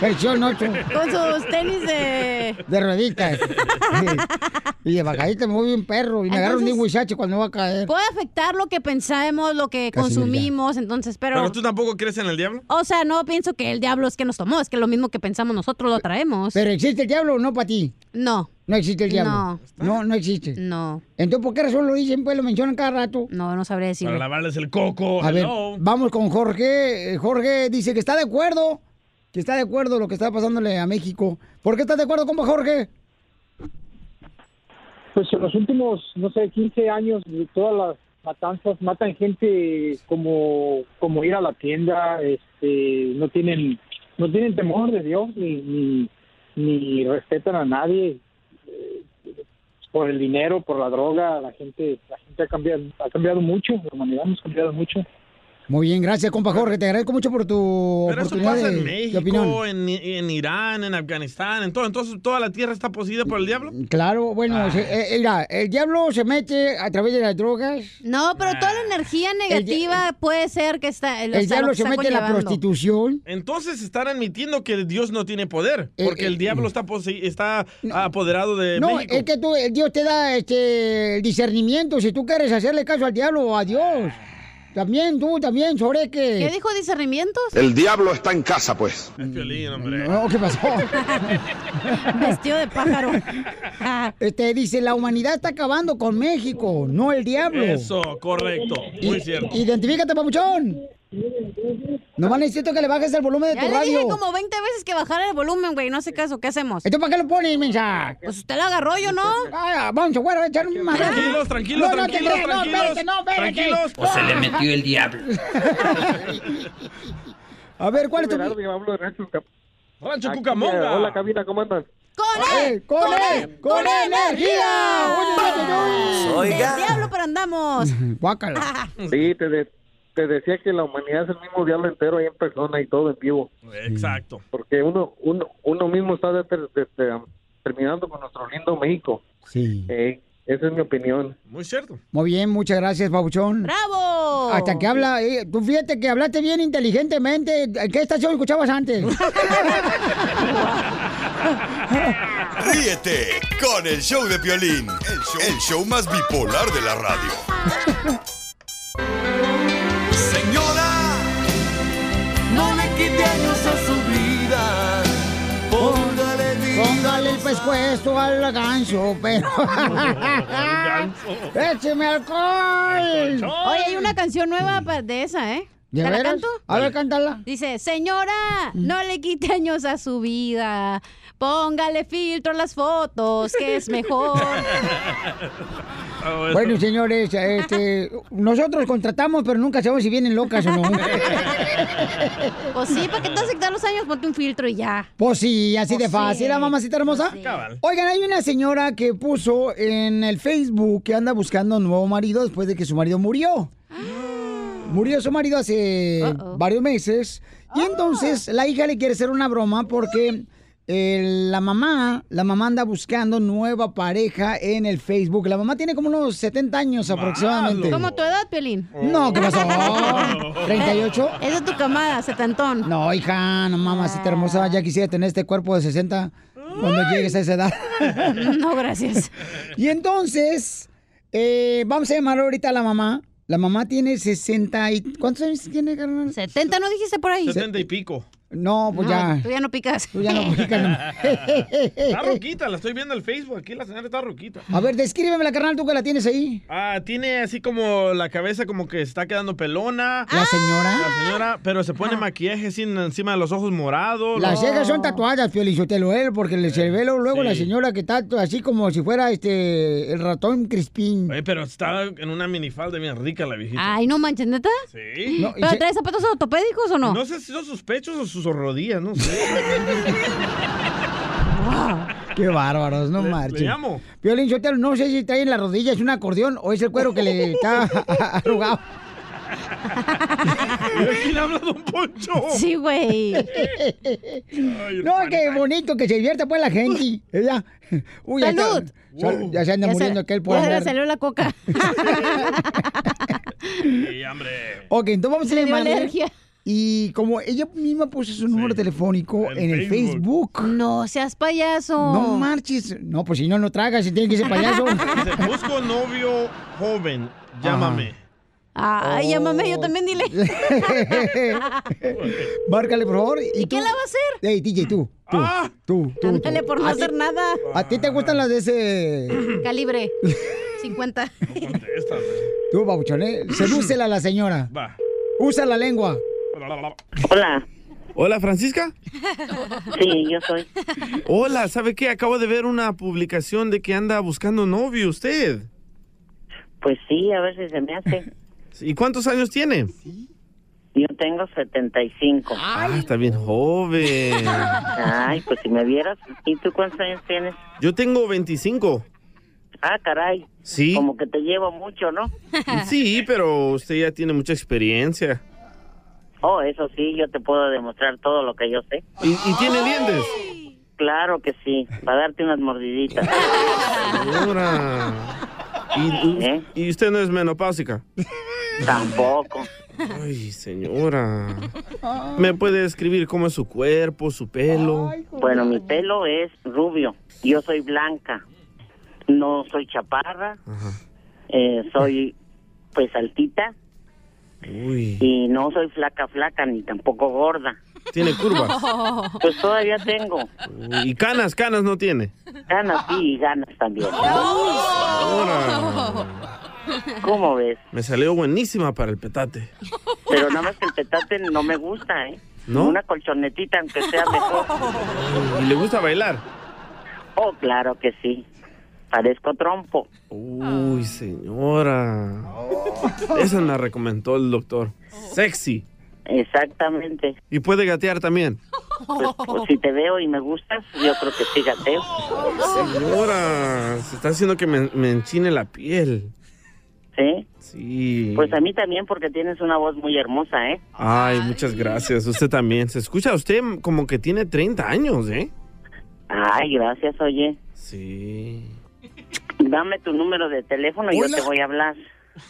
[SPEAKER 2] Sección 8.
[SPEAKER 3] Con sus tenis de-
[SPEAKER 2] De rueditas. y de bajadita me voy bien perro. Y me agarro un
[SPEAKER 3] Entonces-
[SPEAKER 2] guisache cuando va a caer.
[SPEAKER 3] Puede afectar lo que pensamos, lo que
[SPEAKER 2] Casi
[SPEAKER 3] consumimos. Entonces, pero.
[SPEAKER 5] Pero tú tampoco crees en el diablo.
[SPEAKER 3] O sea, no pienso que el diablo es que nos tomó, es que lo mismo que pensamos nosotros lo traemos.
[SPEAKER 2] ¿Pero existe el diablo o no para ti?
[SPEAKER 3] No.
[SPEAKER 2] No existe el diablo.
[SPEAKER 3] No.
[SPEAKER 2] No, no existe.
[SPEAKER 3] No.
[SPEAKER 2] Entonces, ¿por qué razón lo dicen? Pues lo mencionan cada rato.
[SPEAKER 3] No, no sabré
[SPEAKER 5] Para lavarles el coco.
[SPEAKER 2] A ver,
[SPEAKER 5] hello.
[SPEAKER 2] vamos con Jorge. Eh, Jorge dice que está de acuerdo, que está de acuerdo lo que está pasándole a México. ¿Por qué estás de acuerdo, compa Jorge?
[SPEAKER 12] Pues en los últimos, no sé, 15 años, todas las matanzas matan gente como, como ir a la tienda, este, no tienen, no tienen temor de Dios ni, ni, ni respetan a nadie eh, por el dinero, por la droga, la gente, la gente ha cambiado, ha cambiado mucho, la humanidad hemos cambiado mucho.
[SPEAKER 2] Muy bien, gracias, compa Jorge. Te agradezco mucho por tu
[SPEAKER 5] Pero eso
[SPEAKER 2] oportunidad
[SPEAKER 5] pasa
[SPEAKER 2] de,
[SPEAKER 5] en
[SPEAKER 2] de opinión.
[SPEAKER 5] México, en, en Irán, en Afganistán, en todo. Entonces, ¿toda la tierra está poseída por el diablo?
[SPEAKER 2] Claro,
[SPEAKER 5] Ah.
[SPEAKER 2] bueno, se- eh, eh, mira, el diablo se mete a través de las drogas. Ah.
[SPEAKER 3] No, pero toda la energía negativa puede ser que está.
[SPEAKER 2] El diablo se mete en la prostitución. Eh,
[SPEAKER 5] Entonces están admitiendo que Dios no tiene poder, porque el diablo está, posei- está apoderado de
[SPEAKER 2] No,
[SPEAKER 5] México.
[SPEAKER 2] es que tú, eh, Dios te da este el discernimiento si tú quieres hacerle caso al diablo o a Dios. También tú, también, sobre que...
[SPEAKER 3] ¿Qué dijo discernimientos?
[SPEAKER 17] El diablo está en casa, pues.
[SPEAKER 5] Es Piolín, hombre.
[SPEAKER 2] No, ¿qué pasó?
[SPEAKER 3] Vestido de pájaro.
[SPEAKER 2] Este dice, la humanidad está acabando con México, no el diablo.
[SPEAKER 5] Eso, correcto. Muy cierto.
[SPEAKER 2] Identifícate, papuchón. Nomás necesito que le bajes el volumen de
[SPEAKER 3] Ya
[SPEAKER 2] tu
[SPEAKER 3] le
[SPEAKER 2] radio.
[SPEAKER 3] dije como 20 veces que bajara el volumen, güey. No hace caso. ¿Qué hacemos?
[SPEAKER 2] ¿Esto para qué lo pones, mensa?
[SPEAKER 3] Pues usted lo agarró, yo no.
[SPEAKER 2] Ah, vamos, güey, a echar un madrazo.
[SPEAKER 3] Tranquilos, tranquilos,
[SPEAKER 2] no, no, te
[SPEAKER 3] tranquilos,
[SPEAKER 2] creas, no, espérate, no, espérate.
[SPEAKER 3] tranquilos.
[SPEAKER 17] O se le metió el diablo.
[SPEAKER 2] A ver, ¿cuál es tu...?
[SPEAKER 12] Gerardo, yo hablo de Rancho Cuca-
[SPEAKER 5] Rancho
[SPEAKER 12] Aquí,
[SPEAKER 5] Cucamonga.
[SPEAKER 12] eh, Hola, cabina, ¿cómo andan?
[SPEAKER 3] ¡Con
[SPEAKER 2] él! ¡Con él! ¡Con energía!
[SPEAKER 12] Oiga.
[SPEAKER 3] Del diablo, pero andamos.
[SPEAKER 2] Guácala.
[SPEAKER 12] Sí, te, de- te decía que la humanidad es el mismo diablo entero ahí en persona y todo en vivo.
[SPEAKER 5] Exacto.
[SPEAKER 12] Porque uno, uno, uno mismo está de- de-
[SPEAKER 11] este,
[SPEAKER 12] de- terminando con nuestro lindo México.
[SPEAKER 2] Sí.
[SPEAKER 12] Eh, esa es mi opinión.
[SPEAKER 5] Muy cierto.
[SPEAKER 2] Muy bien, muchas gracias, papuchón.
[SPEAKER 3] ¡Bravo!
[SPEAKER 2] Hasta que habla, eh, tú fíjate que hablaste bien inteligentemente. ¿En qué estación escuchabas antes?
[SPEAKER 10] Ríete con el show de Piolín, el show, el show más bipolar de la radio.
[SPEAKER 7] Señora, no le quite años a su vida. Póngale
[SPEAKER 2] Póngale el pescuezo al ganso, pero. ¡Écheme alcohol!
[SPEAKER 3] Oye, hay una canción nueva pa- de esa, ¿eh?
[SPEAKER 2] ¿De
[SPEAKER 3] ¿Te la
[SPEAKER 2] veras?
[SPEAKER 3] canto?
[SPEAKER 2] A ver, cántala.
[SPEAKER 3] Dice, señora, no le quite años a su vida. Póngale filtro a las fotos, que es mejor.
[SPEAKER 2] Bueno, señores, este, nosotros contratamos, pero nunca sabemos si vienen locas o no.
[SPEAKER 3] Pues sí, ¿para qué te vas a quitar los años? Ponte un filtro y ya.
[SPEAKER 2] Pues sí, así de
[SPEAKER 3] Pues
[SPEAKER 2] fácil,
[SPEAKER 3] sí.
[SPEAKER 2] la mamacita hermosa.
[SPEAKER 3] Pues sí. Cabal.
[SPEAKER 2] Oigan, hay una señora que puso en el Facebook que anda buscando un nuevo marido después de que su marido murió. Murió su marido hace varios meses. Y
[SPEAKER 3] Ah.
[SPEAKER 2] entonces la hija le quiere hacer una broma porque eh, la mamá, la mamá anda buscando nueva pareja en el Facebook. La mamá tiene como unos 70 años aproximadamente.
[SPEAKER 3] Como tu edad, Pelín.
[SPEAKER 2] No, ¿qué pasó? ¿38?
[SPEAKER 3] Eh, Esa es tu camada, setantón.
[SPEAKER 2] No, hija, no mamacita hermosa, ya quisiera tener este cuerpo de 60 cuando llegues a esa edad.
[SPEAKER 3] No, gracias.
[SPEAKER 2] Y entonces, eh, vamos a llamar ahorita a la mamá. La mamá tiene 60 y... ¿Cuántos años tiene, carnal?
[SPEAKER 3] 70, ¿no dijiste por ahí?
[SPEAKER 5] 70 y pico.
[SPEAKER 2] No, pues ya.
[SPEAKER 3] Tú ya no picas.
[SPEAKER 2] Tú ya no pues, picas.
[SPEAKER 5] Está roquita, la estoy viendo en el Facebook. Aquí la señora está roquita.
[SPEAKER 2] A ver, descríbeme la carnal, tú que la tienes ahí.
[SPEAKER 5] Ah, tiene así como la cabeza como que está quedando pelona.
[SPEAKER 2] ¿La señora?
[SPEAKER 5] La señora, pero se pone maquillaje sin, encima de los ojos morados.
[SPEAKER 2] Las
[SPEAKER 5] los-
[SPEAKER 2] cejas son tatuadas, Piolichotelo, él, porque
[SPEAKER 5] Eh,
[SPEAKER 2] el cerebelo luego la señora que está así como si fuera este el ratón Crispín.
[SPEAKER 5] Oye, pero está en una minifalda bien rica la viejita.
[SPEAKER 3] Ay, no manches, ¿neta?
[SPEAKER 5] Sí. No, y
[SPEAKER 3] ¿Pero
[SPEAKER 5] se-
[SPEAKER 3] trae zapatos ortopédicos o no?
[SPEAKER 5] No sé si son sus pechos o sus rodillas, no sé.
[SPEAKER 2] Qué bárbaros, no
[SPEAKER 5] Le-
[SPEAKER 2] marches.
[SPEAKER 5] le llamo.
[SPEAKER 2] Piolín Sotelo, no sé si trae en la rodilla es un acordeón o es el cuero que le está arrugado.
[SPEAKER 5] ¿Quién habla de un poncho?
[SPEAKER 2] Sí, güey. No, qué bonito que se divierta pues la gente. Ya. Uy, ya está-
[SPEAKER 3] ¡Salud!
[SPEAKER 5] Uh.
[SPEAKER 2] sal- Ya se anda muriendo aquel por
[SPEAKER 3] Ya se le
[SPEAKER 2] andar.
[SPEAKER 3] salió la coca.
[SPEAKER 2] Ok, entonces vamos a
[SPEAKER 3] Le dio
[SPEAKER 2] llamarle.
[SPEAKER 3] alergia.
[SPEAKER 2] Y como ella misma puso su número telefónico en el Facebook.
[SPEAKER 3] No seas payaso.
[SPEAKER 2] No marches. No, pues si no, no tragas, si tiene que ser payaso.
[SPEAKER 5] Dice, busco novio joven, llámame.
[SPEAKER 3] Ay, llámame, yo también dile.
[SPEAKER 2] Márcale, por favor.
[SPEAKER 3] ¿Y quién la va a hacer?
[SPEAKER 2] Ey, DJ, tú. Tú,
[SPEAKER 5] Ah.
[SPEAKER 2] tú, tú, tú.
[SPEAKER 3] Ándale por no
[SPEAKER 2] ¿A ti-
[SPEAKER 3] hacer nada.
[SPEAKER 2] ¿A ti te gustan las de ese...?
[SPEAKER 3] Calibre 50.
[SPEAKER 2] Tú, babuchón, ¿eh? Sedúcela a la señora.
[SPEAKER 5] Va.
[SPEAKER 2] Usa la lengua.
[SPEAKER 5] Hola. Hola, Francisca.
[SPEAKER 18] Sí, yo soy.
[SPEAKER 5] Hola, ¿sabe qué? Acabo de ver una publicación de que anda buscando novio usted.
[SPEAKER 18] Pues sí, a ver si se me hace.
[SPEAKER 5] ¿Y cuántos años tiene?
[SPEAKER 18] Yo tengo 75.
[SPEAKER 5] Ah, está bien joven.
[SPEAKER 18] Ay, pues si me vieras. ¿Y tú cuántos años tienes?
[SPEAKER 5] Yo tengo 25.
[SPEAKER 18] Ah, caray.
[SPEAKER 5] Sí.
[SPEAKER 18] Como que te llevo mucho, ¿no?
[SPEAKER 5] Sí, pero usted ya tiene mucha experiencia.
[SPEAKER 18] Oh, eso sí, yo te puedo demostrar todo lo que yo sé.
[SPEAKER 5] ¿Y, y tiene dientes?
[SPEAKER 18] Claro que sí, para darte unas mordiditas.
[SPEAKER 5] Ahora. ¿Y, y- y usted no es menopáusica?
[SPEAKER 18] ¿Eh? Tampoco.
[SPEAKER 5] Ay, señora. ¿Me puede describir cómo es su cuerpo, su pelo?
[SPEAKER 18] Bueno, mi pelo es rubio. Yo soy blanca. No soy chaparra. Eh, soy, pues, altita. Y no soy flaca, flaca, ni tampoco gorda.
[SPEAKER 5] ¿Tiene curvas?
[SPEAKER 18] Pues todavía tengo.
[SPEAKER 5] ¿Y canas? ¿Canas no tiene?
[SPEAKER 18] Ganas sí y ganas también.
[SPEAKER 5] Ahora.
[SPEAKER 18] ¿Cómo ves?
[SPEAKER 5] Me salió buenísima para el petate.
[SPEAKER 18] Pero nada más que el petate no me gusta, ¿eh?
[SPEAKER 5] ¿No?
[SPEAKER 18] Una colchonetita, aunque sea mejor.
[SPEAKER 5] ¿Y le gusta bailar?
[SPEAKER 18] Oh, claro que sí. Parezco trompo.
[SPEAKER 5] Uy, señora.
[SPEAKER 18] Pues,
[SPEAKER 5] Esa me la recomendó el doctor. Sexy.
[SPEAKER 18] Exactamente.
[SPEAKER 5] ¿Y puede gatear también?
[SPEAKER 18] Pues, pues, si te veo y me gustas, yo creo que sí gateo.
[SPEAKER 5] Señora, se está haciendo que me, me enchine la piel.
[SPEAKER 18] ¿Sí?
[SPEAKER 5] Sí.
[SPEAKER 18] Pues a mí también, porque tienes una voz muy hermosa, ¿eh?
[SPEAKER 5] Ay, muchas gracias. Usted también. Se escucha a usted como que tiene 30 años, ¿eh?
[SPEAKER 18] Ay, gracias, oye.
[SPEAKER 5] Sí.
[SPEAKER 18] Dame tu número de teléfono y yo te voy a hablar.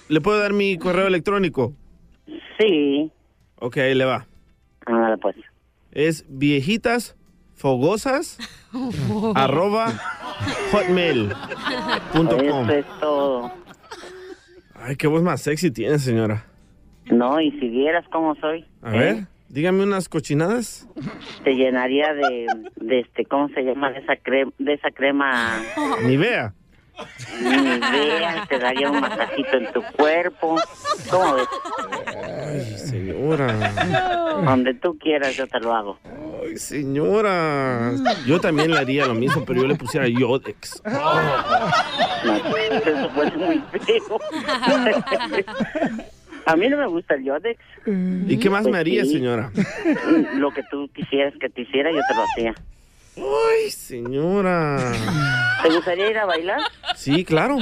[SPEAKER 5] ¿Le puedo dar mi correo electrónico?
[SPEAKER 18] Sí.
[SPEAKER 5] Ok, ahí le va.
[SPEAKER 18] Ah, pues.
[SPEAKER 5] Es viejitas fogosas arroba hotmail.com.
[SPEAKER 18] Eso es todo.
[SPEAKER 5] Ay, qué voz más sexy tiene, señora.
[SPEAKER 18] No, y si vieras cómo soy.
[SPEAKER 5] A
[SPEAKER 18] ¿eh?
[SPEAKER 5] ver, dígame unas cochinadas.
[SPEAKER 18] Te llenaría de, de este, ¿cómo se llama? De esa, crema, de esa crema.
[SPEAKER 5] Ni vea.
[SPEAKER 18] Ni idea, te daría un masajito en tu cuerpo. ¿Cómo ves?
[SPEAKER 5] Ay, señora.
[SPEAKER 18] Donde tú quieras, yo te lo hago.
[SPEAKER 5] Ay, señora. Yo también le haría lo mismo, pero yo le pusiera Yodex.
[SPEAKER 18] Eso fue muy feo. A mí no me gusta el Yodex.
[SPEAKER 5] ¿Y qué más
[SPEAKER 18] Pues
[SPEAKER 5] me haría,
[SPEAKER 18] sí.
[SPEAKER 5] señora?
[SPEAKER 18] Lo que tú quisieras que te hiciera, yo te lo hacía.
[SPEAKER 5] Ay, señora.
[SPEAKER 18] ¿Te gustaría ir a bailar?
[SPEAKER 5] Sí, claro.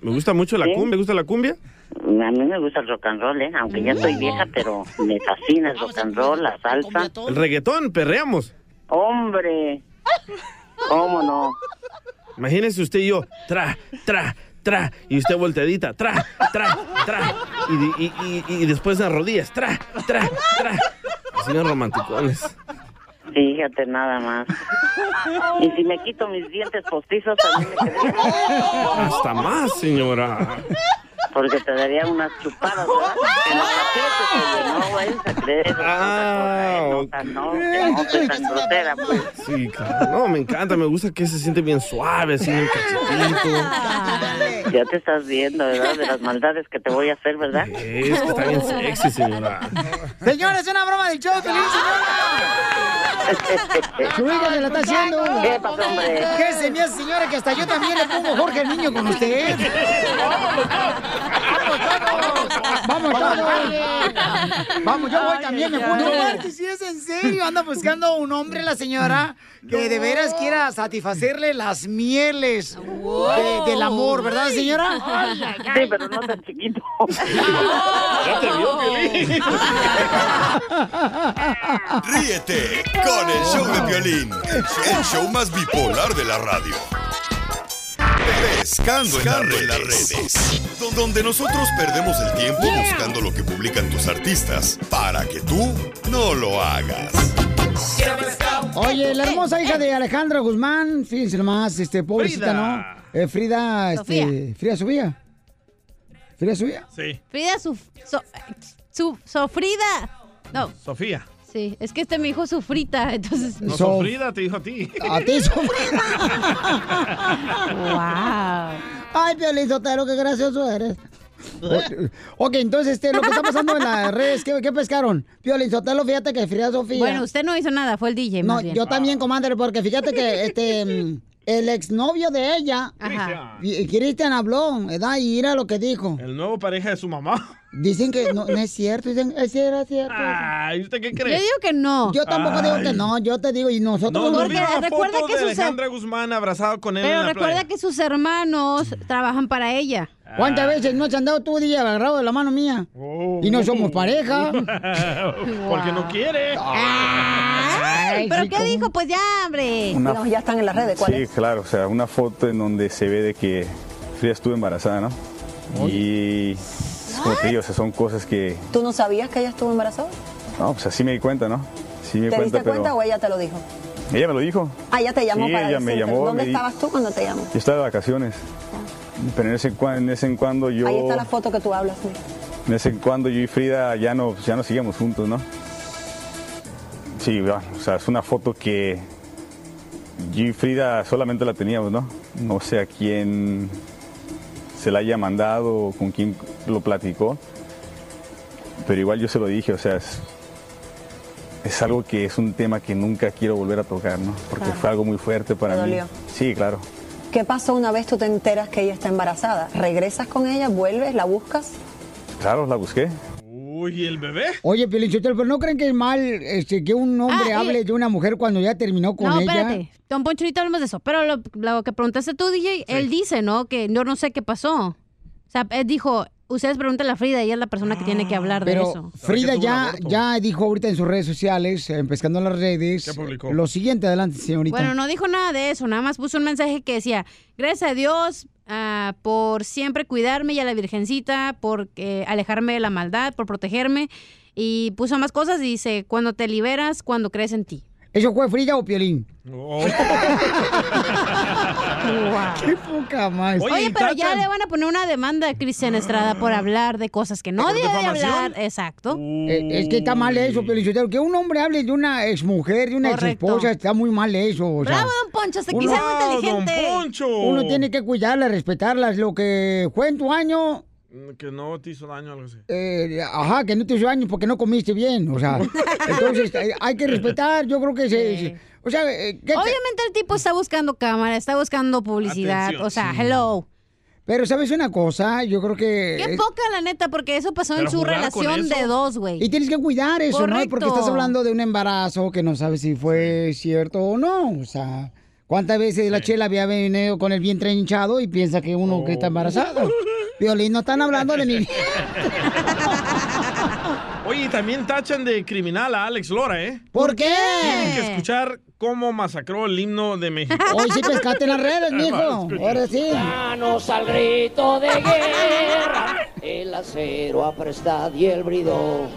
[SPEAKER 5] Me gusta mucho la cumbia. ¿Me gusta la cumbia?
[SPEAKER 18] A mí me gusta el rock and roll, ¿eh? aunque ya soy vieja, pero me fascina el rock and roll, la salsa.
[SPEAKER 5] El reggaetón, perreamos.
[SPEAKER 18] Hombre, ¿cómo no?
[SPEAKER 5] Imagínese usted y yo, tra, tra, tra, y usted volteadita, tra, tra, tra, y, de- y- y- y después en las rodillas, tra, tra, tra. Así no romanticones.
[SPEAKER 18] Fíjate nada más. Y si me quito mis dientes postizos, también me quedaría.
[SPEAKER 5] Hasta más, señora.
[SPEAKER 18] Porque te daría unas chupadas. ¿verdad? Que no te acerques, que no vayas a creer.
[SPEAKER 5] Ah,
[SPEAKER 18] otra cosa, eh, no, tan- no, que no soy tan grosera, pues.
[SPEAKER 5] Sí, claro. No, me encanta, me gusta que se siente bien suave, así bien cachetito.
[SPEAKER 18] Ya te estás viendo, ¿verdad? De las maldades que te voy a hacer, ¿verdad?
[SPEAKER 5] Es que está bien sexy, señora.
[SPEAKER 2] Señores, es una broma del show, Piolín, señora. Su hija se la está haciendo.
[SPEAKER 18] ¿Qué pasó, hombre?
[SPEAKER 2] ¿Qué se me hace, señora, que hasta yo también le pongo Jorge el niño con usted? ¡Vamos todos! Vamos, yo voy también, me pongo. No, marches, si es en serio, anda buscando un hombre la señora que de veras quiera satisfacerle las mieles de- del amor, ¿verdad, señora?
[SPEAKER 18] Sí, pero no tan chiquito.
[SPEAKER 7] Ya te vio, Piolín.
[SPEAKER 10] Ríete con el show de violín, el show más bipolar de la radio. Pescando en las redes, donde nosotros perdemos el tiempo buscando lo que publican tus artistas para que tú no lo hagas.
[SPEAKER 2] Oye, la hermosa hija de Alejandra Guzmán, fíjense nomás, este, pobrecita,
[SPEAKER 3] Frida.
[SPEAKER 2] ¿no? Eh, Frida, este,
[SPEAKER 3] Sofía.
[SPEAKER 2] Frida Sofía. Frida Sofía.
[SPEAKER 5] Sí.
[SPEAKER 3] Frida su, so- su- sofrida. No,
[SPEAKER 5] Sofía.
[SPEAKER 3] sí, es que este me dijo sufrita, entonces.
[SPEAKER 5] No, sufrida te dijo a ti.
[SPEAKER 2] A ti sufrida.
[SPEAKER 3] wow.
[SPEAKER 2] Ay, Piolín Sotero, qué gracioso eres. O- ok, entonces, este, lo que está pasando en las redes, ¿qué, qué pescaron? Piolín Sotelo, fíjate que Frida Sofía.
[SPEAKER 3] Bueno, usted no hizo nada, fue el DJ.
[SPEAKER 2] No,
[SPEAKER 3] más bien.
[SPEAKER 2] yo también, comadre, porque fíjate que este mm, el exnovio de ella,
[SPEAKER 3] Ajá.
[SPEAKER 2] y- Cristian habló, ¿verdad? Y mira lo que dijo.
[SPEAKER 5] El nuevo pareja de su mamá. Ah.
[SPEAKER 2] Dicen que no, no es cierto, dicen, es cierto, es cierto.
[SPEAKER 5] Ay, ¿usted qué cree?
[SPEAKER 2] Yo digo que no. Yo tampoco digo que no, yo te digo, y nosotros
[SPEAKER 5] No, no
[SPEAKER 2] porque
[SPEAKER 5] vieron la
[SPEAKER 3] recuerda
[SPEAKER 5] foto
[SPEAKER 3] que
[SPEAKER 5] de
[SPEAKER 3] sus-
[SPEAKER 5] Alejandra Guzmán abrazado con él en
[SPEAKER 3] Pero
[SPEAKER 5] la
[SPEAKER 3] recuerda
[SPEAKER 5] playa. Mm. Ah.
[SPEAKER 3] que sus hermanos trabajan para ella.
[SPEAKER 2] ¿Cuántas veces no se han dado tú, día agarrado de la mano mía?
[SPEAKER 5] Oh.
[SPEAKER 2] Y no somos pareja.
[SPEAKER 5] Porque no quiere.
[SPEAKER 3] Ah, ¿Pero qué dijo? Pues ya,
[SPEAKER 19] Eh,
[SPEAKER 3] hombre.
[SPEAKER 13] Una- Digamos, ya
[SPEAKER 3] están en las
[SPEAKER 13] Sí, claro, o sea, una foto en donde se ve de que Frida estuvo embarazada, ¿no? Y como te digo, o sea, son cosas que,
[SPEAKER 19] ¿Tú no sabías que ella estuvo embarazada?
[SPEAKER 13] no, pues así me di cuenta, ¿no? Sí me di
[SPEAKER 19] ¿Te
[SPEAKER 13] cuenta,
[SPEAKER 19] diste
[SPEAKER 13] pero
[SPEAKER 19] cuenta o ella te lo dijo?
[SPEAKER 13] ella me lo dijo.
[SPEAKER 19] Ah, ella te llamó
[SPEAKER 13] Sí,
[SPEAKER 19] para
[SPEAKER 13] ella me
[SPEAKER 19] decírtelo.
[SPEAKER 13] llamó,
[SPEAKER 19] ¿Dónde
[SPEAKER 13] me di-
[SPEAKER 19] estabas tú cuando te llamó?
[SPEAKER 13] Yo estaba de vacaciones, pero en ese, cua- en ese en cuando yo,
[SPEAKER 19] Ah. Ahí está la foto que tú hablas. mira.
[SPEAKER 13] en ese en cuando yo y Frida ya no, ya no seguíamos juntos, ¿no? Sí, bueno, o sea, es una foto que yo y Frida solamente la teníamos, ¿no? No sé a quién se la haya mandado o con quién lo platicó, pero igual yo se lo dije, o sea, es, es algo que es un tema que nunca quiero volver a tocar, ¿no? Porque
[SPEAKER 19] Claro.
[SPEAKER 13] fue algo muy fuerte para
[SPEAKER 19] ¿Te
[SPEAKER 13] mí.
[SPEAKER 19] dolió?
[SPEAKER 13] Sí, claro.
[SPEAKER 19] ¿Qué pasó una vez tú te enteras que ella está embarazada? ¿Regresas con ella? ¿Vuelves? ¿La buscas?
[SPEAKER 13] Claro, la busqué.
[SPEAKER 5] Uy, ¿y el bebé?
[SPEAKER 2] Oye, Piolín Sotelo, pero ¿no creen que es mal este, que un hombre
[SPEAKER 3] Ah, y-
[SPEAKER 2] hable de una mujer cuando ya terminó con
[SPEAKER 3] no,
[SPEAKER 2] ella?
[SPEAKER 3] espérate. Don Poncho, ahorita hablamos de eso. Pero lo, lo que preguntaste tú, DJ, él dice, ¿no? Que yo no sé qué pasó. O sea, él dijo, ustedes pregúntenle a Frida, ella es la persona que tiene que hablar de
[SPEAKER 2] Pero
[SPEAKER 3] eso.
[SPEAKER 2] Frida ya, ya dijo ahorita en sus redes sociales, eh, pescando en las redes, lo siguiente, adelante, señorita.
[SPEAKER 3] Bueno, no dijo nada de eso, nada más puso un mensaje que decía, gracias a Dios ah, por siempre cuidarme y a la Virgencita, por eh, alejarme de la maldad, por protegerme. Y puso más cosas y dice, cuando te liberas, cuando crees en ti.
[SPEAKER 2] ¿Eso fue Frida o Piolín? ¡Qué poca más!
[SPEAKER 3] Oye, pero ya le van a poner una demanda a Cristian Estrada por hablar de cosas que no
[SPEAKER 2] ¿Por
[SPEAKER 3] debe de
[SPEAKER 2] difamación?
[SPEAKER 3] hablar. Exacto.
[SPEAKER 2] Eh, es que está mal eso, Piolín Sotelo, Que un hombre hable de una exmujer, de una exesposa, está muy mal eso. o sea.
[SPEAKER 3] Bravo, don Poncho, se
[SPEAKER 2] Uno-
[SPEAKER 3] quizá muy inteligente.
[SPEAKER 2] Uno tiene que cuidarlas, respetarlas. Lo que fue en tu año,
[SPEAKER 5] Mm, Que no te hizo daño algo así.
[SPEAKER 2] eh, ajá, que no te hizo daño porque no comiste bien. O sea, entonces eh, hay que respetar. Yo creo que se. se- o sea, eh, ¿qué te-
[SPEAKER 3] Obviamente el tipo está buscando cámara, está buscando publicidad,
[SPEAKER 2] Atención,
[SPEAKER 3] o sea,
[SPEAKER 2] sí.
[SPEAKER 3] hello.
[SPEAKER 2] Pero sabes una cosa, yo creo que.
[SPEAKER 3] Qué
[SPEAKER 2] es-
[SPEAKER 3] poca la neta, porque eso pasó en
[SPEAKER 2] Pero
[SPEAKER 3] su
[SPEAKER 2] jugar con
[SPEAKER 3] relación
[SPEAKER 2] eso.
[SPEAKER 3] de dos, güey.
[SPEAKER 2] Y tienes que cuidar eso, ¿no? Porque
[SPEAKER 3] Correcto.
[SPEAKER 2] estás hablando de un embarazo que no sabes si fue cierto o no. O sea, ¿cuántas veces la chela había venido con el vientre hinchado y piensa que uno que está embarazado? Violín, no están hablando de mi...
[SPEAKER 5] Oye, y también tachan de criminal a Alex Lora, ¿eh?
[SPEAKER 2] ¿Por qué?
[SPEAKER 5] Tienen que escuchar cómo masacró el himno de México.
[SPEAKER 2] Hoy sí pescaste en las redes, mijo.
[SPEAKER 5] Escucha.
[SPEAKER 2] Ahora sí.
[SPEAKER 7] Manos al grito de guerra, el acero aprestad y el bridón,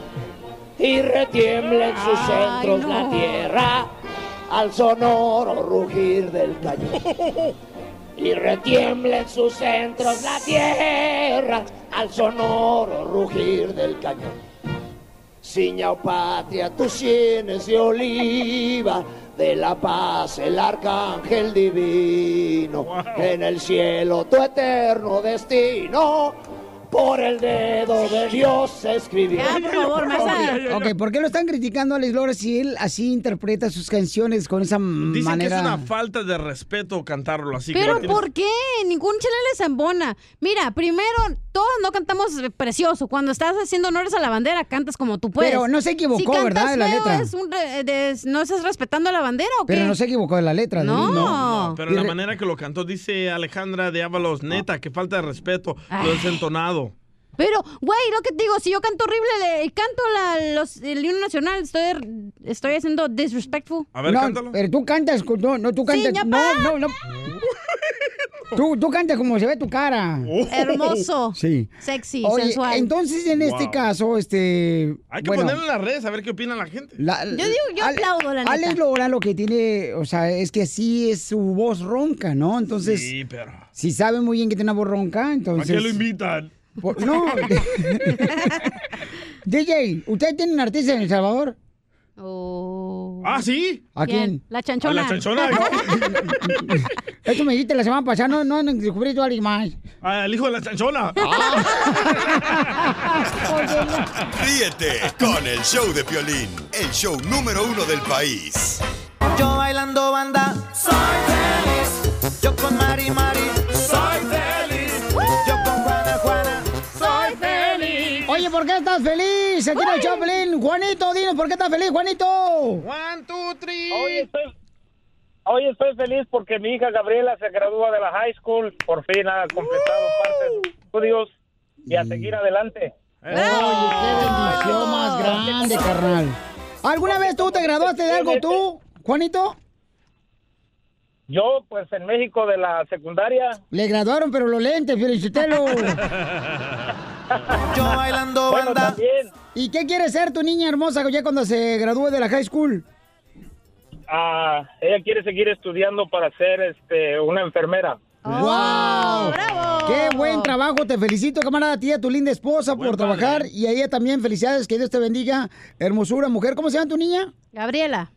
[SPEAKER 7] y retiembla en sus centros la tierra al sonoro rugir del cañón. Y retiembla en sus centros la tierra
[SPEAKER 16] al sonoro rugir del cañón. Ciña o patria, tus sienes de oliva, de la paz el arcángel divino, en el cielo tu eterno destino, por el dedo de Dios se escribió.
[SPEAKER 2] Ok, ¿por qué lo están criticando a Alex Lora si él así interpreta sus canciones con esa
[SPEAKER 5] Dicen
[SPEAKER 2] manera?
[SPEAKER 5] que es una falta de respeto cantarlo así. que
[SPEAKER 3] Pero
[SPEAKER 5] no tienes-
[SPEAKER 3] ¿por qué? Ningún chile les embona. Mira, primero, todos no cantamos precioso. Cuando estás haciendo honores a la bandera, cantas como tú puedes.
[SPEAKER 2] Pero no se equivocó,
[SPEAKER 3] Si cantas
[SPEAKER 2] ¿verdad, de la
[SPEAKER 3] feo,
[SPEAKER 2] letra?
[SPEAKER 3] es un re- des- ¿No estás respetando la bandera o qué?
[SPEAKER 2] Pero no se equivocó de la letra. de-
[SPEAKER 3] No.
[SPEAKER 5] No, pero
[SPEAKER 2] Y
[SPEAKER 5] la
[SPEAKER 2] re-
[SPEAKER 5] manera que lo cantó, dice Alejandra de Ábalos, neta, que falta de respeto, lo desentonado.
[SPEAKER 3] Pero, güey, lo que te digo, si yo canto horrible, le- canto la- los- el himno nacional, estoy, estoy haciendo disrespectful.
[SPEAKER 2] no, pero tú cantas, con- no, no, tú cantas,
[SPEAKER 3] Señor
[SPEAKER 2] no, no, no. Tú, tú cantas como se ve tu cara.
[SPEAKER 5] Oh.
[SPEAKER 3] Hermoso.
[SPEAKER 2] Sí.
[SPEAKER 3] Sexy,
[SPEAKER 2] Oye,
[SPEAKER 3] sensual.
[SPEAKER 2] entonces en este
[SPEAKER 5] Wow.
[SPEAKER 2] caso, este,
[SPEAKER 5] Hay que
[SPEAKER 2] bueno,
[SPEAKER 5] ponerlo en las redes a ver qué opina la gente.
[SPEAKER 2] la-
[SPEAKER 5] Yo digo, yo aplaudo, la neta.
[SPEAKER 2] Alex Lora lo que tiene, o sea, es que así es su voz ronca, ¿no? Entonces,
[SPEAKER 5] Sí, pero.
[SPEAKER 2] si sabe muy bien que tiene una voz ronca,
[SPEAKER 5] ¿Para
[SPEAKER 2] entonces...
[SPEAKER 5] qué lo invitan?
[SPEAKER 2] Por- no. DJ, ¿usted tiene un artista en El Salvador?
[SPEAKER 5] ¿Ah, sí?
[SPEAKER 2] ¿A quién?
[SPEAKER 3] La
[SPEAKER 5] chanchona. ¿A la chanchona?
[SPEAKER 2] Eso me dijiste la semana pasada, no, no, descubrí yo a alguien más.
[SPEAKER 5] Al hijo de la chanchona.
[SPEAKER 2] Ah.
[SPEAKER 10] Ríete con el show de Piolín, el show número uno del país.
[SPEAKER 27] Yo bailando banda soy feliz. Yo con Mari Mari soy feliz. Yo con Juana Juana soy feliz.
[SPEAKER 2] Oye, ¿por qué estás feliz? Aquí en el Chaplin. Juanito, dinos, ¿por qué estás feliz, Juanito?
[SPEAKER 28] One, two, three.
[SPEAKER 4] Hoy estoy, hoy estoy feliz porque mi hija Gabriela se gradúa de la high school. Por fin ha completado parte de sus estudios y a seguir adelante.
[SPEAKER 2] Oye, qué bendición más grande, carnal. ¿Alguna vez tú te graduaste de algo tú, Juanito?
[SPEAKER 4] Yo, pues en México de la secundaria.
[SPEAKER 2] Le graduaron, pero los lentes, felicitelo.
[SPEAKER 27] Yo bailando
[SPEAKER 4] Bueno,
[SPEAKER 27] banda.
[SPEAKER 4] también
[SPEAKER 2] ¿Y qué quiere ser tu niña hermosa ya cuando se gradúe de la high school?
[SPEAKER 4] ah, ella quiere seguir estudiando para ser este, una enfermera.
[SPEAKER 2] ¡Wow! ¡Qué buen trabajo! Te felicito, camarada, a ti, a tu linda esposa por trabajar. Y a ella también, felicidades, que Dios te bendiga. Hermosura, mujer. ¿Cómo se llama tu niña?
[SPEAKER 3] Gabriela.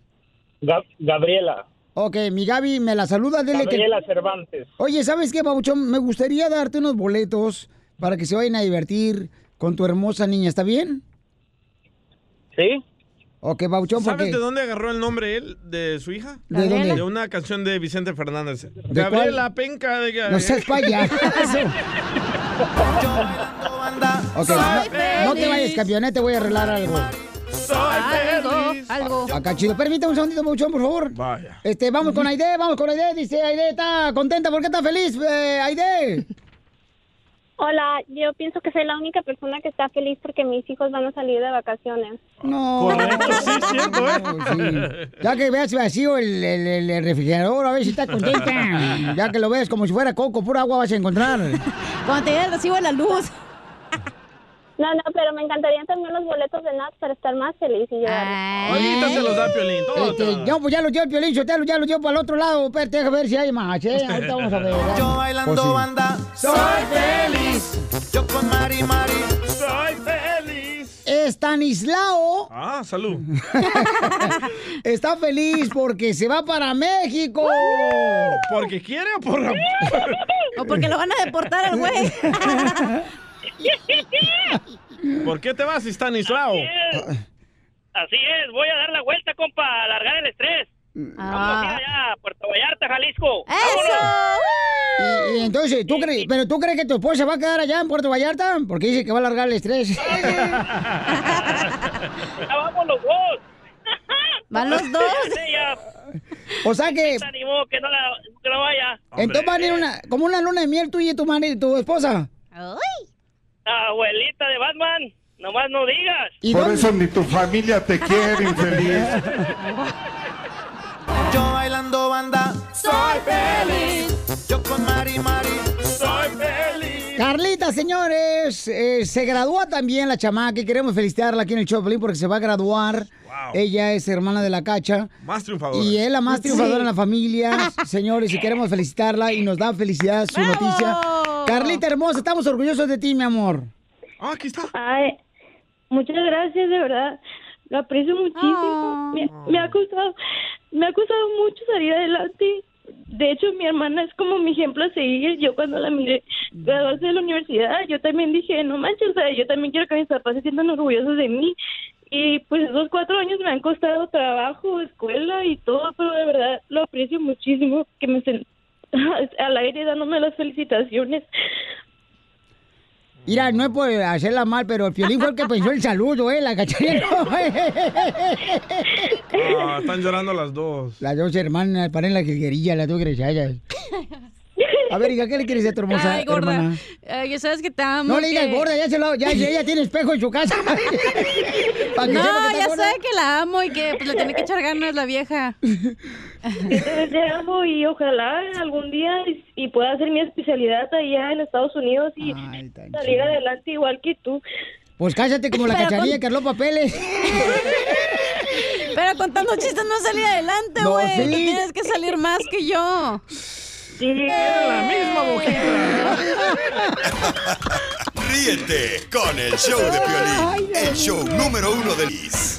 [SPEAKER 4] Ga- Gabriela.
[SPEAKER 2] Ok, mi Gaby, me la saluda, dile que...
[SPEAKER 4] Gabriela Cervantes.
[SPEAKER 2] Oye, ¿sabes qué, Pabuchón? Me gustaría darte unos boletos para que se vayan a divertir con tu hermosa niña, ¿está bien?
[SPEAKER 4] Sí.
[SPEAKER 2] Ok, Pabuchón, porque...
[SPEAKER 5] ¿Sabes de dónde agarró el nombre él de su hija?
[SPEAKER 2] ¿De dónde?
[SPEAKER 5] De una canción de Vicente Fernández.
[SPEAKER 2] ¿De
[SPEAKER 5] Gabriela Penca de
[SPEAKER 2] No seas payaso. Ok, no, no te vayas, campeón, eh, te voy a arreglar algo.
[SPEAKER 3] Algo, algo.
[SPEAKER 2] Acá, chido. Permítame un segundito, Pabuchón, por favor. Vaya. Este, vamos con Aide, vamos con Aide. Dice, Aide está contenta, ¿por qué está feliz, eh, Aide?
[SPEAKER 25] Hola, yo pienso que soy la única persona que está feliz porque mis hijos van a salir de vacaciones.
[SPEAKER 2] No.
[SPEAKER 5] ¿eh?
[SPEAKER 2] Ya que veas vacío el, el- el- el refrigerador, a ver si está contenta. Ya que lo ves como si fuera coco, pura agua vas a encontrar.
[SPEAKER 3] Cuando te llegue el recibo de la luz.
[SPEAKER 25] No, no, pero me encantaría también los boletos de Nats para estar más feliz y llorar.
[SPEAKER 5] Ahorita se los da Piolín. todo te
[SPEAKER 2] Este,
[SPEAKER 5] lo da.
[SPEAKER 2] yo pues ya lo llevo el violín, Sotelo, ya lo llevo para el otro lado. Espérate, deja ver si hay más. ¿eh? Ahorita vamos a ver.
[SPEAKER 27] Yo bailando
[SPEAKER 2] Pues sí.
[SPEAKER 27] banda soy feliz. Yo con Mari Mari
[SPEAKER 5] soy feliz.
[SPEAKER 2] Estanislao
[SPEAKER 5] Ah, salud.
[SPEAKER 2] está feliz porque se va para México.
[SPEAKER 5] ¿Porque quiere o por la...
[SPEAKER 3] O porque lo van a deportar al güey.
[SPEAKER 5] ¿Por qué te vas si están aislado?
[SPEAKER 4] Así es, voy a dar la vuelta, compa, a alargar el estrés.
[SPEAKER 3] Ah.
[SPEAKER 4] Vamos a ir allá a Puerto Vallarta, Jalisco.
[SPEAKER 2] Y, y entonces, ¿tú crees, pero tú crees que tu esposa va a quedar allá en Puerto Vallarta? Porque dice que va a alargar el estrés.
[SPEAKER 4] Ya vamos los dos.
[SPEAKER 2] Van los dos.
[SPEAKER 4] Ella,
[SPEAKER 2] o sea que,
[SPEAKER 4] se animó que no la que no vaya.
[SPEAKER 2] entonces van a ir una, como una luna de miel tú y tu, mari- tu esposa.
[SPEAKER 4] Abuelita de Batman, nomás no digas.
[SPEAKER 1] Por eso ni tu familia te quiere, infeliz.
[SPEAKER 27] Yo bailando banda soy feliz. Yo con Mari Mari soy feliz.
[SPEAKER 2] Carlita, señores, eh, se gradúa también la chamaca y queremos felicitarla aquí en el Choplin porque se va a graduar. Ella es hermana de la cacha.
[SPEAKER 5] Más triunfador.
[SPEAKER 2] Y es la más triunfadora
[SPEAKER 5] Sí.
[SPEAKER 2] en la familia, señores, y queremos felicitarla y nos da felicidad su noticia Carlita hermosa, estamos orgullosos de ti, mi amor.
[SPEAKER 29] Ah, aquí está.
[SPEAKER 14] Ay, muchas gracias, de verdad. Lo aprecio muchísimo. Me, me ha costado, me ha costado mucho salir adelante. De hecho, mi hermana es como mi ejemplo a seguir. Yo cuando la miré graduarse de la universidad, yo también dije, no manches, o sea, yo también quiero que mis papás se sientan orgullosos de mí. Y pues esos cuatro años me han costado trabajo, escuela y todo, pero de verdad lo aprecio muchísimo que me estén al aire dándome las felicitaciones.
[SPEAKER 2] Mira, no es por hacerla mal, pero el Piolín fue el que pensó el saludo, ¿eh? La cacharilla. no, ¿eh?
[SPEAKER 5] Ah, están llorando las dos.
[SPEAKER 2] Las dos hermanas, paren la jilguerilla, las dos grechayas. A ver, hija, ¿qué le quieres decir a tu hermosa
[SPEAKER 3] Ay, gorda.
[SPEAKER 2] hermana?
[SPEAKER 3] eh, yo sabes que te amo.
[SPEAKER 2] No le
[SPEAKER 3] que-
[SPEAKER 2] digas gorda, ya se lo, ya, ya ella tiene espejo en su casa. Pa' que
[SPEAKER 3] no,
[SPEAKER 2] sepa que está
[SPEAKER 3] ya
[SPEAKER 2] gorda.
[SPEAKER 3] sé que la amo y que pues, le tiene que echar ganas la vieja.
[SPEAKER 14] Yo también te amo y ojalá algún día y, y pueda hacer mi especialidad allá en Estados Unidos y salir adelante igual que tú.
[SPEAKER 2] Pues cállate como la
[SPEAKER 14] Pero
[SPEAKER 2] cacharilla
[SPEAKER 14] con-
[SPEAKER 2] que arló papeles.
[SPEAKER 3] Pero contando chistes no salí adelante,
[SPEAKER 2] No,
[SPEAKER 3] güey.
[SPEAKER 2] sí.
[SPEAKER 3] Tú tienes que salir más que yo.
[SPEAKER 14] Sí.
[SPEAKER 3] la
[SPEAKER 14] misma
[SPEAKER 10] Ríete con el show de Piolín, el show número uno del país.